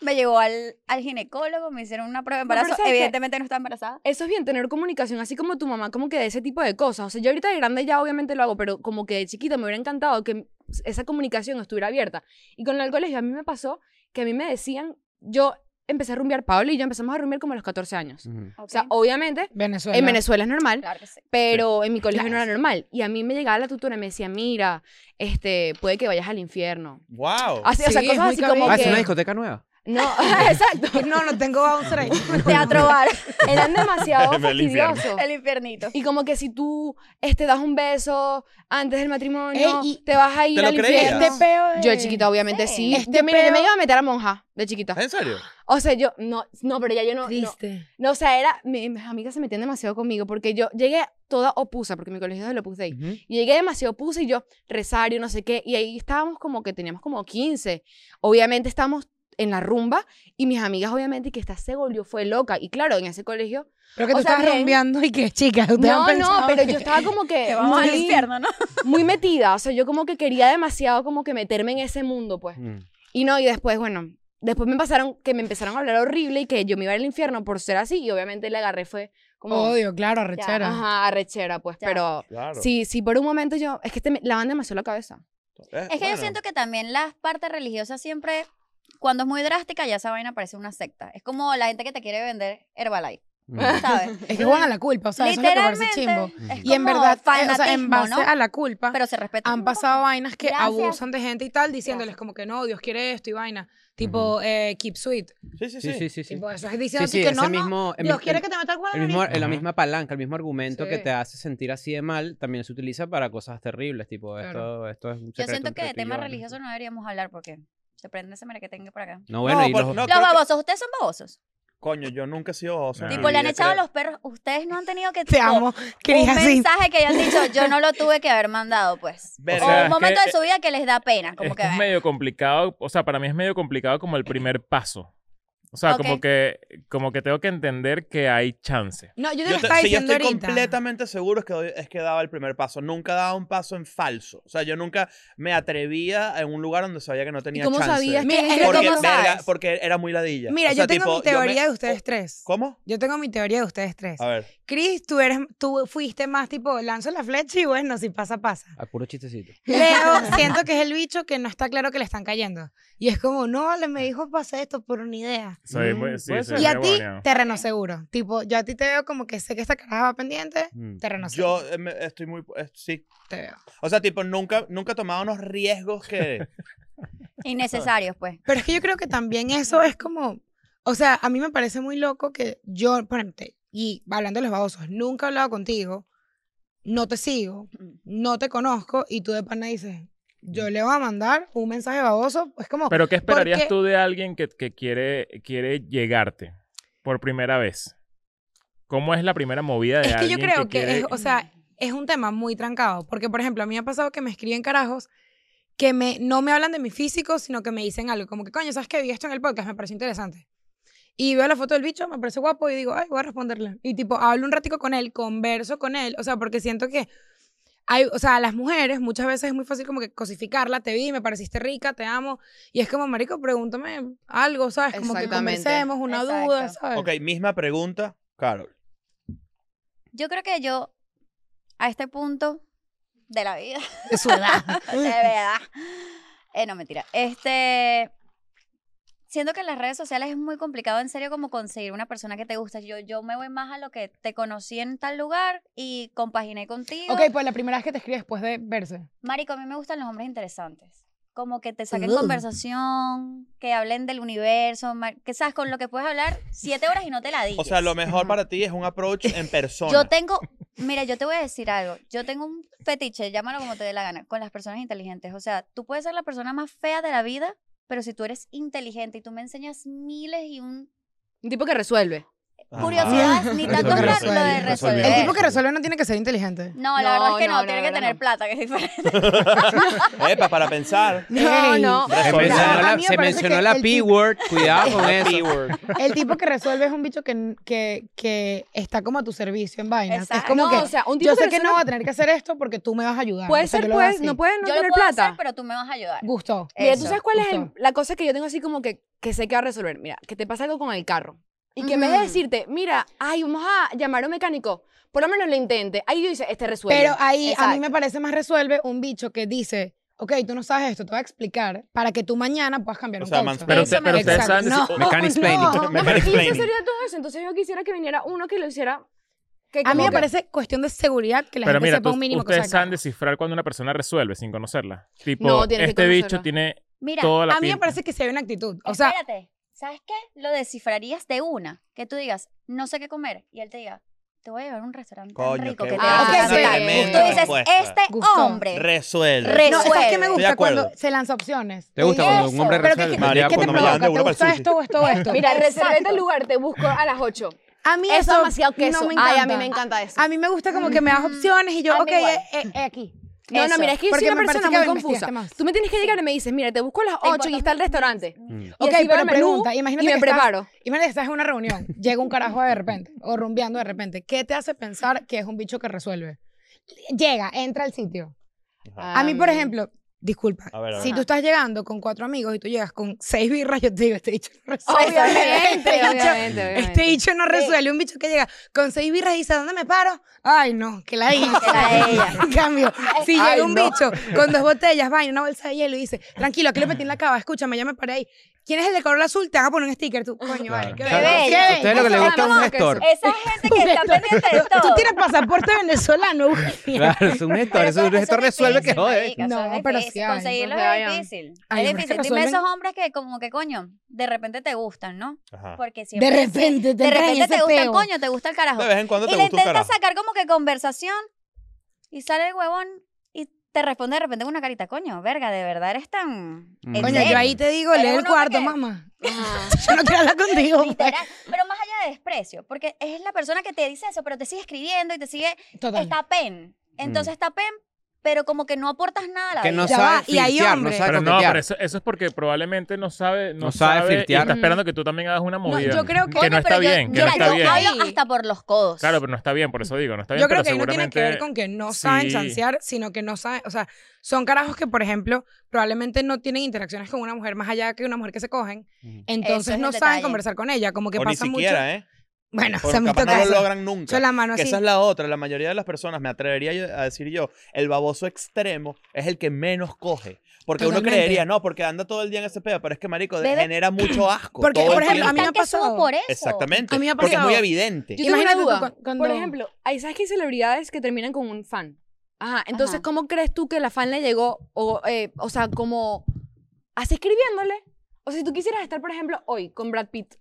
Speaker 1: Me llevó al, al ginecólogo, me hicieron una prueba de
Speaker 2: No, pero
Speaker 1: embarazo.
Speaker 2: ¿sabes qué?
Speaker 1: Evidentemente no estaba embarazada.
Speaker 2: Eso es bien, tener comunicación, así como tu mamá, como que de ese tipo de cosas. O sea, yo ahorita de grande ya obviamente lo hago, pero como que de chiquita me hubiera encantado que esa comunicación estuviera abierta. Y con el colegio a mí me pasó que a mí me decían, yo empecé a rumbear, Pablo y yo empezamos a rumbear como a los 14 años.
Speaker 4: Ujú.
Speaker 2: O sea,
Speaker 1: Ok,
Speaker 2: obviamente,
Speaker 3: Venezuela.
Speaker 2: en Venezuela es normal,
Speaker 1: claro que sí.
Speaker 2: pero en mi colegio no
Speaker 3: Claro.
Speaker 2: era normal. Y a mí me llegaba la tutora y me decía, mira, este, puede que vayas al infierno.
Speaker 7: Wow.
Speaker 2: Así, o sea,
Speaker 3: Sí, es
Speaker 2: cosas
Speaker 3: muy
Speaker 2: así como
Speaker 4: Ah, es
Speaker 2: que-
Speaker 4: una discoteca nueva.
Speaker 2: No, exacto.
Speaker 3: No, no tengo bouncer ahí.
Speaker 1: Teatro bar,
Speaker 2: Eran demasiado
Speaker 7: En el infierno.
Speaker 2: fastidiosos.
Speaker 1: el infiernito.
Speaker 2: Y como que si tú este, das un beso antes del matrimonio,
Speaker 3: Ey, y-
Speaker 2: te vas a ir
Speaker 7: ¿Te lo
Speaker 2: al
Speaker 7: creías?
Speaker 2: infierno.
Speaker 3: Este peo de...
Speaker 2: Yo de chiquita, obviamente,
Speaker 1: Sí.
Speaker 2: sí.
Speaker 3: Este
Speaker 2: yo, mira, yo me
Speaker 3: peo-
Speaker 2: iba a meter a monja de chiquita.
Speaker 7: ¿En serio?
Speaker 2: O sea, yo, no, no, pero ya yo no. No,
Speaker 3: Triste.
Speaker 2: no, o sea, era, mi- mis amigas se metían demasiado conmigo porque yo llegué toda opusa, porque mi colegio es del Opus Dei.
Speaker 4: Ujú.
Speaker 2: Y llegué demasiado puse y yo resario, no sé qué. Y ahí estábamos como que teníamos como 15. Obviamente estábamos en la rumba y mis amigas obviamente que esta se volvió, fue loca. Y claro, en ese colegio...
Speaker 3: Pero que
Speaker 2: O
Speaker 3: tú
Speaker 2: sea,
Speaker 3: estabas
Speaker 2: bien.
Speaker 3: rumbeando y que, chicas, ustedes
Speaker 2: no,
Speaker 3: han
Speaker 2: no,
Speaker 3: pensado
Speaker 2: pero
Speaker 3: que-
Speaker 2: yo estaba como que
Speaker 1: Que vamos al
Speaker 2: muy,
Speaker 1: infierno, ¿no?
Speaker 2: muy metida. O sea, yo como que quería demasiado como que meterme en ese mundo, pues.
Speaker 4: Mm.
Speaker 2: Y no, y después, bueno, después me pasaron que me empezaron a hablar horrible y que yo me iba al infierno por ser así. Y obviamente le agarré fue como...
Speaker 3: Odio, claro, arrechera.
Speaker 2: Ajá, arrechera, pues.
Speaker 1: Ya.
Speaker 2: Pero
Speaker 7: Claro.
Speaker 2: sí, sí, por un momento yo... Es que te me lavan demasiado la cabeza.
Speaker 7: Eh,
Speaker 1: Es que yo siento que también las partes religiosas siempre, cuando es muy drástica, ya esa vaina parece una secta. Es como la gente que te quiere vender Herbalife,
Speaker 4: Mm.
Speaker 1: ¿sabes?
Speaker 3: Es que juegan a la culpa, o sea, eso es lo que parece chimbo.
Speaker 1: Literalmente, es
Speaker 3: Y en
Speaker 1: como
Speaker 3: verdad, eh, o sea,
Speaker 1: fanatismo,
Speaker 3: en base
Speaker 1: ¿no?
Speaker 3: a la culpa,
Speaker 1: Pero se respeta.
Speaker 3: han pasado vainas que
Speaker 1: Gracias.
Speaker 3: abusan de gente y tal, diciéndoles como que no, Dios quiere esto y vaina. Tipo, eh, keep sweet.
Speaker 7: Sí, sí,
Speaker 4: Sí, sí,
Speaker 7: sí.
Speaker 4: sí. sí.
Speaker 3: Tipo, eso es
Speaker 4: Sí,
Speaker 3: diciendo
Speaker 4: sí,
Speaker 3: que
Speaker 4: ese
Speaker 3: no, no,
Speaker 4: mismo, el
Speaker 3: Dios
Speaker 4: mi-
Speaker 3: quiere
Speaker 4: el-
Speaker 3: que te meta el cuerno.
Speaker 4: el mismo-
Speaker 3: nariz.
Speaker 4: la
Speaker 7: Ajá.
Speaker 4: misma palanca, el mismo argumento que
Speaker 3: Sí.
Speaker 4: te hace sentir así de mal, también se utiliza para cosas terribles, tipo
Speaker 3: Claro.
Speaker 4: esto, esto es un
Speaker 1: Yo
Speaker 4: secreto
Speaker 1: siento
Speaker 4: entre
Speaker 1: que de
Speaker 4: tú y
Speaker 1: temas
Speaker 4: yo, ¿no?
Speaker 1: religiosos no deberíamos hablar porque se prende esa manera que tengo por acá.
Speaker 4: No, bueno,
Speaker 7: No,
Speaker 4: y
Speaker 7: por-
Speaker 4: los,
Speaker 7: no,
Speaker 1: Los
Speaker 7: creo que-
Speaker 1: babosos, ¿ustedes son babosos?
Speaker 7: Coño, yo nunca he sido oso. en
Speaker 5: Nah.
Speaker 7: mi
Speaker 1: Tipo, le han
Speaker 7: vida,
Speaker 1: echado a
Speaker 7: creo.
Speaker 1: los perros. Ustedes no han tenido que.
Speaker 3: Te
Speaker 1: tipo,
Speaker 3: amo,
Speaker 1: Un
Speaker 3: quería así.
Speaker 1: mensaje que hayan dicho, yo no lo tuve que haber mandado, pues.
Speaker 7: Verga.
Speaker 5: O sea,
Speaker 1: o
Speaker 5: es
Speaker 1: un momento
Speaker 5: que-
Speaker 1: de
Speaker 5: eh,
Speaker 1: su vida que les da pena. Como
Speaker 5: es
Speaker 1: que. "Ah,
Speaker 5: que es medio complicado, o sea, para mí es medio complicado como el primer paso. O sea, como
Speaker 1: Ok.
Speaker 5: que como que tengo que entender que hay chance.
Speaker 3: No, yo te lo
Speaker 7: Yo te-
Speaker 3: estaba
Speaker 7: si yo
Speaker 3: diciendo
Speaker 7: estoy
Speaker 3: ahorita.
Speaker 7: completamente seguro es que, doy- es que daba el primer paso. Nunca daba un paso en falso. O sea, yo nunca me atrevía en un lugar donde sabía que no tenía
Speaker 2: cómo
Speaker 7: chance.
Speaker 2: sabías
Speaker 3: Mira,
Speaker 2: que
Speaker 3: es que
Speaker 7: porque,
Speaker 3: ¿cómo
Speaker 7: verga,
Speaker 2: sabes?
Speaker 7: porque era muy ladilla.
Speaker 3: Mira,
Speaker 7: O sea,
Speaker 3: yo tengo
Speaker 7: tipo,
Speaker 3: mi
Speaker 7: me-
Speaker 3: teoría de ustedes tres.
Speaker 7: ¿Cómo?
Speaker 3: Yo tengo mi teoría de ustedes tres.
Speaker 7: A ver.
Speaker 3: Chris, tú, eres, tú fuiste más tipo, lanzo la flecha y bueno, si pasa, pasa.
Speaker 4: a puro chistecito.
Speaker 3: Leo, siento que es el bicho que no está claro que le están cayendo. Y es como, no, le me dijo pase esto por una idea.
Speaker 5: Soy
Speaker 4: Mm,
Speaker 5: muy- sí,
Speaker 4: puede
Speaker 5: soy
Speaker 4: ser.
Speaker 3: y a
Speaker 5: muy
Speaker 3: ti,
Speaker 5: huevoneo.
Speaker 3: terreno seguro. Tipo, yo a ti te veo como que sé que esta caraja va pendiente,
Speaker 4: Mm.
Speaker 3: terreno seguro.
Speaker 7: Yo eh, me- estoy muy... eh, sí.
Speaker 3: te veo.
Speaker 7: O sea, tipo, nunca, nunca he tomado unos riesgos que...
Speaker 1: Innecesarios, pues.
Speaker 3: Pero es que yo creo que también eso es como, o sea, a mí me parece muy loco que yo, ponerte, y hablando de los babosos, nunca he hablado contigo, no te sigo, no te conozco, y tú de pana dices, yo le voy a mandar un mensaje baboso, es como,
Speaker 5: Pero ¿qué esperarías
Speaker 3: Porque-
Speaker 5: tú de alguien que, que quiere, quiere llegarte por primera vez? ¿Cómo es la primera movida de
Speaker 3: Es que yo
Speaker 5: alguien
Speaker 3: creo que,
Speaker 5: quiere-
Speaker 3: es, o sea, es un tema muy trancado, porque por ejemplo, a mí me ha pasado que me escriben carajos que me, no me hablan de mi físico, sino que me dicen algo, como que, coño, ¿sabes qué? Vi esto en el podcast, me pareció interesante. Y veo la foto del bicho, me parece guapo y digo, ay, voy a responderle. Y tipo, hablo un ratico con él, converso con él, o sea, porque siento que hay, o sea, las mujeres muchas veces es muy fácil como que cosificarla, te vi, me pareciste rica, te amo, y es como, marico, pregúntame algo, ¿sabes? Como que
Speaker 2: Exactamente.
Speaker 3: conversemos, una duda,
Speaker 1: Exacto.
Speaker 3: ¿sabes?
Speaker 7: Ok, misma pregunta, Carol.
Speaker 1: Yo creo que yo, a este punto de la vida,
Speaker 3: De su edad.
Speaker 1: de verdad. Eh, no, mentira. Este. Siento que en las redes sociales es muy complicado, en serio, como conseguir una persona que te gusta. Yo, yo me voy más a lo que te conocí en tal lugar y compaginé contigo.
Speaker 3: ok, pues la primera vez que te escribe después de verse.
Speaker 1: Marico, a mí me gustan los hombres interesantes. Como que te saquen
Speaker 3: Ugh.
Speaker 1: conversación, que hablen del universo, mar- que sabes, con lo que puedes hablar siete horas y no te la digas.
Speaker 7: O sea, lo mejor para ti es un approach en persona.
Speaker 1: Yo tengo, mira, yo te voy a decir algo. Yo tengo un fetiche, llámalo como te dé la gana, con las personas inteligentes. O sea, tú puedes ser la persona más fea de la vida, pero si tú eres inteligente y tú me enseñas miles y un
Speaker 2: Un tipo que resuelve.
Speaker 7: Ajá.
Speaker 1: curiosidades, ni
Speaker 7: Resolvió,
Speaker 1: tanto hablar, lo de
Speaker 7: resolvió.
Speaker 1: resolver.
Speaker 3: El tipo que resuelve no tiene que ser inteligente.
Speaker 1: No, la verdad es que
Speaker 2: No,
Speaker 1: no,
Speaker 2: no,
Speaker 1: tiene
Speaker 2: la
Speaker 1: que
Speaker 2: verdad
Speaker 1: tener
Speaker 2: no.
Speaker 1: plata, que es diferente.
Speaker 7: Epa, para pensar.
Speaker 2: No,
Speaker 3: Ey.
Speaker 2: no.
Speaker 4: Se
Speaker 7: Resolver.
Speaker 4: mencionó
Speaker 3: A
Speaker 4: la,
Speaker 3: mí me
Speaker 4: se
Speaker 3: parece
Speaker 4: mencionó
Speaker 3: que
Speaker 4: la
Speaker 3: el tipo-
Speaker 4: P-word, cuidado con eso.
Speaker 7: Keyword.
Speaker 3: El tipo que resuelve es un bicho que, que, que está como a tu servicio en vainas. Es
Speaker 1: Exacto.
Speaker 3: como
Speaker 2: No,
Speaker 3: que
Speaker 2: o sea, un tipo
Speaker 3: yo sé que
Speaker 2: resuelve-
Speaker 3: no voy a tener que hacer esto porque tú me vas a ayudar.
Speaker 2: Puede Eh,
Speaker 3: O sea,
Speaker 2: ser,
Speaker 3: yo lo hago
Speaker 2: pues,
Speaker 3: así.
Speaker 2: no pueden no
Speaker 1: Yo lo
Speaker 2: tener
Speaker 1: puedo
Speaker 2: plata.
Speaker 1: hacer, pero tú me vas a ayudar.
Speaker 3: Gustó.
Speaker 2: Mira, ¿tú
Speaker 1: Eso,
Speaker 2: sabes cuál es el-
Speaker 3: justo.
Speaker 2: la cosa que yo tengo así como que, que sé que va a resolver? Mira, que te pasa algo con el carro. Y que en vez de
Speaker 1: Ujú.
Speaker 2: decirte, mira, ay, vamos a llamar a un mecánico, por lo menos lo intente. Ahí yo dice, este resuelve.
Speaker 3: Pero ahí a mí
Speaker 2: Exacto.
Speaker 3: me parece más resuelve un bicho que dice, ok, tú no sabes esto, te voy a explicar para que tú mañana puedas cambiar
Speaker 7: O
Speaker 3: un
Speaker 7: sea,
Speaker 3: coche.
Speaker 7: Eso
Speaker 5: Pero, usted-
Speaker 7: me
Speaker 5: pero
Speaker 7: parece-
Speaker 5: ustedes saben decir-
Speaker 3: No,
Speaker 4: Mechanic explaining.
Speaker 3: no.
Speaker 7: Me
Speaker 2: Y eso
Speaker 7: explaining.
Speaker 2: sería todo eso. Entonces yo quisiera que viniera uno que lo hiciera. Que
Speaker 3: A mí
Speaker 2: como
Speaker 3: me
Speaker 2: que-
Speaker 3: parece cuestión de seguridad que la
Speaker 5: Pero
Speaker 3: gente
Speaker 5: mira,
Speaker 3: sepa
Speaker 5: tú-
Speaker 3: un mínimo que
Speaker 5: ustedes saben
Speaker 3: sabe.
Speaker 5: descifrar cuando una persona resuelve sin conocerla. Tipo,
Speaker 2: No, tienes que
Speaker 5: este bicho
Speaker 2: conocerla.
Speaker 5: tiene
Speaker 1: Mira,
Speaker 5: toda la
Speaker 3: A mí me
Speaker 5: pinta.
Speaker 3: parece que se ve una actitud. O sea,
Speaker 1: espérate, ¿sabes qué? Lo descifrarías de una, que tú digas, no sé qué comer, y él te diga, te voy a llevar a un restaurante tan
Speaker 7: Coño,
Speaker 1: rico
Speaker 7: qué
Speaker 1: que te
Speaker 2: buena.
Speaker 1: va a
Speaker 2: Ah, sí.
Speaker 1: encantar.
Speaker 2: tremenda
Speaker 1: Tú dices,
Speaker 7: respuesta.
Speaker 1: este
Speaker 3: Gustó.
Speaker 1: hombre
Speaker 7: Resuelve.
Speaker 1: Re-
Speaker 3: no, ¿sabes qué me
Speaker 1: resuelve.
Speaker 7: Estoy de
Speaker 3: gusta
Speaker 7: acuerdo.
Speaker 3: cuando se lanza opciones?
Speaker 4: ¿Te gusta
Speaker 1: Eso.
Speaker 4: cuando un hombre
Speaker 3: Pero que-
Speaker 4: resuelve?
Speaker 3: que-
Speaker 7: Marico,
Speaker 3: ¿Qué te
Speaker 7: cuando me llaman
Speaker 3: provoca?
Speaker 7: de
Speaker 3: ¿Te
Speaker 7: Uber para
Speaker 3: gusta
Speaker 7: el sushi.
Speaker 3: esto o esto o esto?
Speaker 2: Mira, reservé
Speaker 1: Exacto.
Speaker 2: el lugar, te busco a las 8.
Speaker 3: a mí
Speaker 2: Eso es
Speaker 3: eso
Speaker 2: demasiado
Speaker 3: no
Speaker 2: queso.
Speaker 3: me
Speaker 2: Ay, a
Speaker 3: encanta.
Speaker 2: mí me encanta Ah, eso.
Speaker 3: A mí me gusta como que me das opciones y yo,
Speaker 2: A mí
Speaker 3: ok,
Speaker 2: igual.
Speaker 3: eh, eh, eh, aquí.
Speaker 2: No, no,
Speaker 1: Eso,
Speaker 2: mira, es que yo soy
Speaker 3: porque
Speaker 2: una
Speaker 3: me parece
Speaker 2: persona
Speaker 3: que
Speaker 2: muy
Speaker 3: me investigaste
Speaker 2: confusa.
Speaker 3: más.
Speaker 2: Tú me tienes que llegar y me dices, mira, te busco a las
Speaker 1: Te
Speaker 2: 8 y está el restaurante.
Speaker 4: Mm.
Speaker 2: Y
Speaker 3: Ok,
Speaker 2: así veo
Speaker 3: pero
Speaker 2: el menú
Speaker 3: pregunta, imagínate
Speaker 2: y me
Speaker 3: que estás-
Speaker 2: preparo.
Speaker 3: Imagínate que estás en una reunión, llega un carajo de repente, o rumbeando de repente. ¿Qué te hace pensar que es un bicho que resuelve? Llega, entra al sitio. A mí, por
Speaker 2: Am,
Speaker 3: ejemplo, disculpa,
Speaker 7: A ver, a
Speaker 3: si
Speaker 7: ver.
Speaker 3: tú estás llegando con cuatro amigos y tú llegas con seis birras, yo te digo, este bicho no resuelve.
Speaker 2: Obviamente,
Speaker 3: Este bicho-
Speaker 2: obviamente,
Speaker 3: Este
Speaker 2: obviamente.
Speaker 3: bicho no resuelve. Un bicho que llega con seis birras y dice, ¿dónde me paro? Ay, no, que la hice.
Speaker 1: Que la ella.
Speaker 3: En cambio, si llega
Speaker 2: Ay,
Speaker 3: un
Speaker 2: no.
Speaker 3: bicho con dos botellas, vaina, una bolsa de hielo y dice, tranquilo, aquí lo metí en la cava, escúchame, ya me paré ahí. ¿Quién es el de color azul? Te hago poner un sticker, tú. Coño, vale,
Speaker 4: Claro.
Speaker 3: qué
Speaker 4: O sea,
Speaker 3: bello.
Speaker 1: bello.
Speaker 3: qué
Speaker 4: a ustedes lo que les
Speaker 2: Eso
Speaker 4: gusta
Speaker 2: es
Speaker 4: es un
Speaker 2: lo que
Speaker 4: gestor.
Speaker 1: Esa gente que está pendiente de
Speaker 3: Tú
Speaker 1: todo.
Speaker 3: tienes pasaporte venezolano, Eugenia.
Speaker 4: Claro, es un gestor,
Speaker 1: Pero
Speaker 4: es un
Speaker 1: eso- eso
Speaker 4: gestor
Speaker 1: es
Speaker 4: resuelve que
Speaker 1: difícil,
Speaker 4: jode.
Speaker 1: marica, eso
Speaker 3: No,
Speaker 1: es
Speaker 3: pero
Speaker 1: difícil.
Speaker 3: sí hay,
Speaker 1: Conseguirlo
Speaker 2: entonces
Speaker 1: es
Speaker 2: vayan.
Speaker 1: difícil.
Speaker 3: Hay
Speaker 1: es
Speaker 3: hombres que
Speaker 1: difícil. Dime
Speaker 3: resuelven-
Speaker 1: esos hombres que como que coño, de repente te gustan, ¿no?
Speaker 7: Ajá.
Speaker 1: Porque
Speaker 3: De
Speaker 1: siempre
Speaker 3: repente te
Speaker 1: de
Speaker 3: entra en
Speaker 1: repente
Speaker 3: ese
Speaker 1: te gusta el
Speaker 3: peo.
Speaker 1: coño, te gusta el carajo.
Speaker 7: De vez en cuando
Speaker 1: Y
Speaker 7: te
Speaker 1: le
Speaker 7: gusta un
Speaker 1: intentas
Speaker 7: carajo.
Speaker 1: sacar como que conversación y sale el huevón y te responde de repente con una carita, coño, verga, de verdad eres tan...
Speaker 4: Mm.
Speaker 1: ¿en
Speaker 3: Coño,
Speaker 1: serio?".
Speaker 3: yo ahí te digo,
Speaker 1: Eres
Speaker 3: lee
Speaker 1: un
Speaker 3: el
Speaker 1: hombre
Speaker 3: cuarto,
Speaker 1: que-
Speaker 3: mamá.
Speaker 2: Ah.
Speaker 3: Yo no quiero hablar contigo. pues.
Speaker 1: Literal. Pero más allá de desprecio, porque es la persona que te dice eso, pero te sigue escribiendo y te sigue...
Speaker 3: pues. Total.
Speaker 1: Está pen. Entonces está pen, pero como que no aportas nada a la
Speaker 4: Que
Speaker 1: vida.
Speaker 4: no
Speaker 3: Ya
Speaker 4: sabe
Speaker 3: va, y hay
Speaker 4: flirtear, no
Speaker 3: hombres.
Speaker 4: sabe
Speaker 5: Ah. Pero no,
Speaker 4: coquetear.
Speaker 5: pero eso, eso es porque probablemente no sabe, no,
Speaker 4: No sabe
Speaker 5: sabe, y
Speaker 4: flirtear.
Speaker 5: está esperando que tú también hagas una movida.
Speaker 2: yo creo que-
Speaker 5: que no
Speaker 1: Coño,
Speaker 5: está
Speaker 1: pero yo-
Speaker 5: bien, que
Speaker 1: mira,
Speaker 5: no está
Speaker 1: yo
Speaker 5: bien.
Speaker 1: hablo hasta por los codos.
Speaker 5: Claro, pero no está bien, por eso digo, no está bien,
Speaker 3: Yo creo
Speaker 5: pero
Speaker 3: que ahí no tiene que ver con que no saben
Speaker 5: sí.
Speaker 3: chancear, sino que no saben, o sea, son carajos que, por ejemplo, probablemente no tienen interacciones con una mujer más allá que una mujer que se cogen,
Speaker 4: Ujú.
Speaker 3: entonces
Speaker 1: es
Speaker 3: no
Speaker 1: el
Speaker 3: saben
Speaker 1: detalle.
Speaker 3: conversar con ella, como que
Speaker 7: O ni
Speaker 3: pasa mucho.
Speaker 7: siquiera, ¿eh?
Speaker 3: Bueno,
Speaker 7: Porque
Speaker 3: se me
Speaker 7: capaz
Speaker 3: toca
Speaker 7: no lo
Speaker 3: eso.
Speaker 7: logran nunca.
Speaker 3: Yo la mano
Speaker 7: Que
Speaker 3: así.
Speaker 7: esa es la otra. La mayoría de las personas, me atrevería yo a decir yo, el baboso extremo es el que menos coge. Porque uno
Speaker 3: Totalmente.
Speaker 7: creería, no, porque anda todo el día en ese pedo, pero es que marico de-
Speaker 1: Bebe-
Speaker 7: genera mucho asco.
Speaker 3: Porque,
Speaker 7: todo
Speaker 3: por
Speaker 7: el
Speaker 3: ejemplo, a mí
Speaker 7: tiempo.
Speaker 3: me
Speaker 1: Tan
Speaker 3: ha
Speaker 1: que subo
Speaker 3: pasado.
Speaker 1: por eso.
Speaker 7: Exactamente.
Speaker 3: A mí me ha
Speaker 7: porque es muy
Speaker 3: pasado.
Speaker 7: evidente.
Speaker 2: Yo tengo una
Speaker 3: Imagínate tú
Speaker 2: duda.
Speaker 3: cu- cuando-
Speaker 2: Por ejemplo, hay, ¿sabes que hay celebridades que terminan con un fan? Ajá, entonces,
Speaker 1: Ajá.
Speaker 2: ¿cómo crees tú que la fan le llegó? O, eh, o sea, como, así escribiéndole. O sea, si tú quisieras estar, por ejemplo, hoy con Brad Pitt.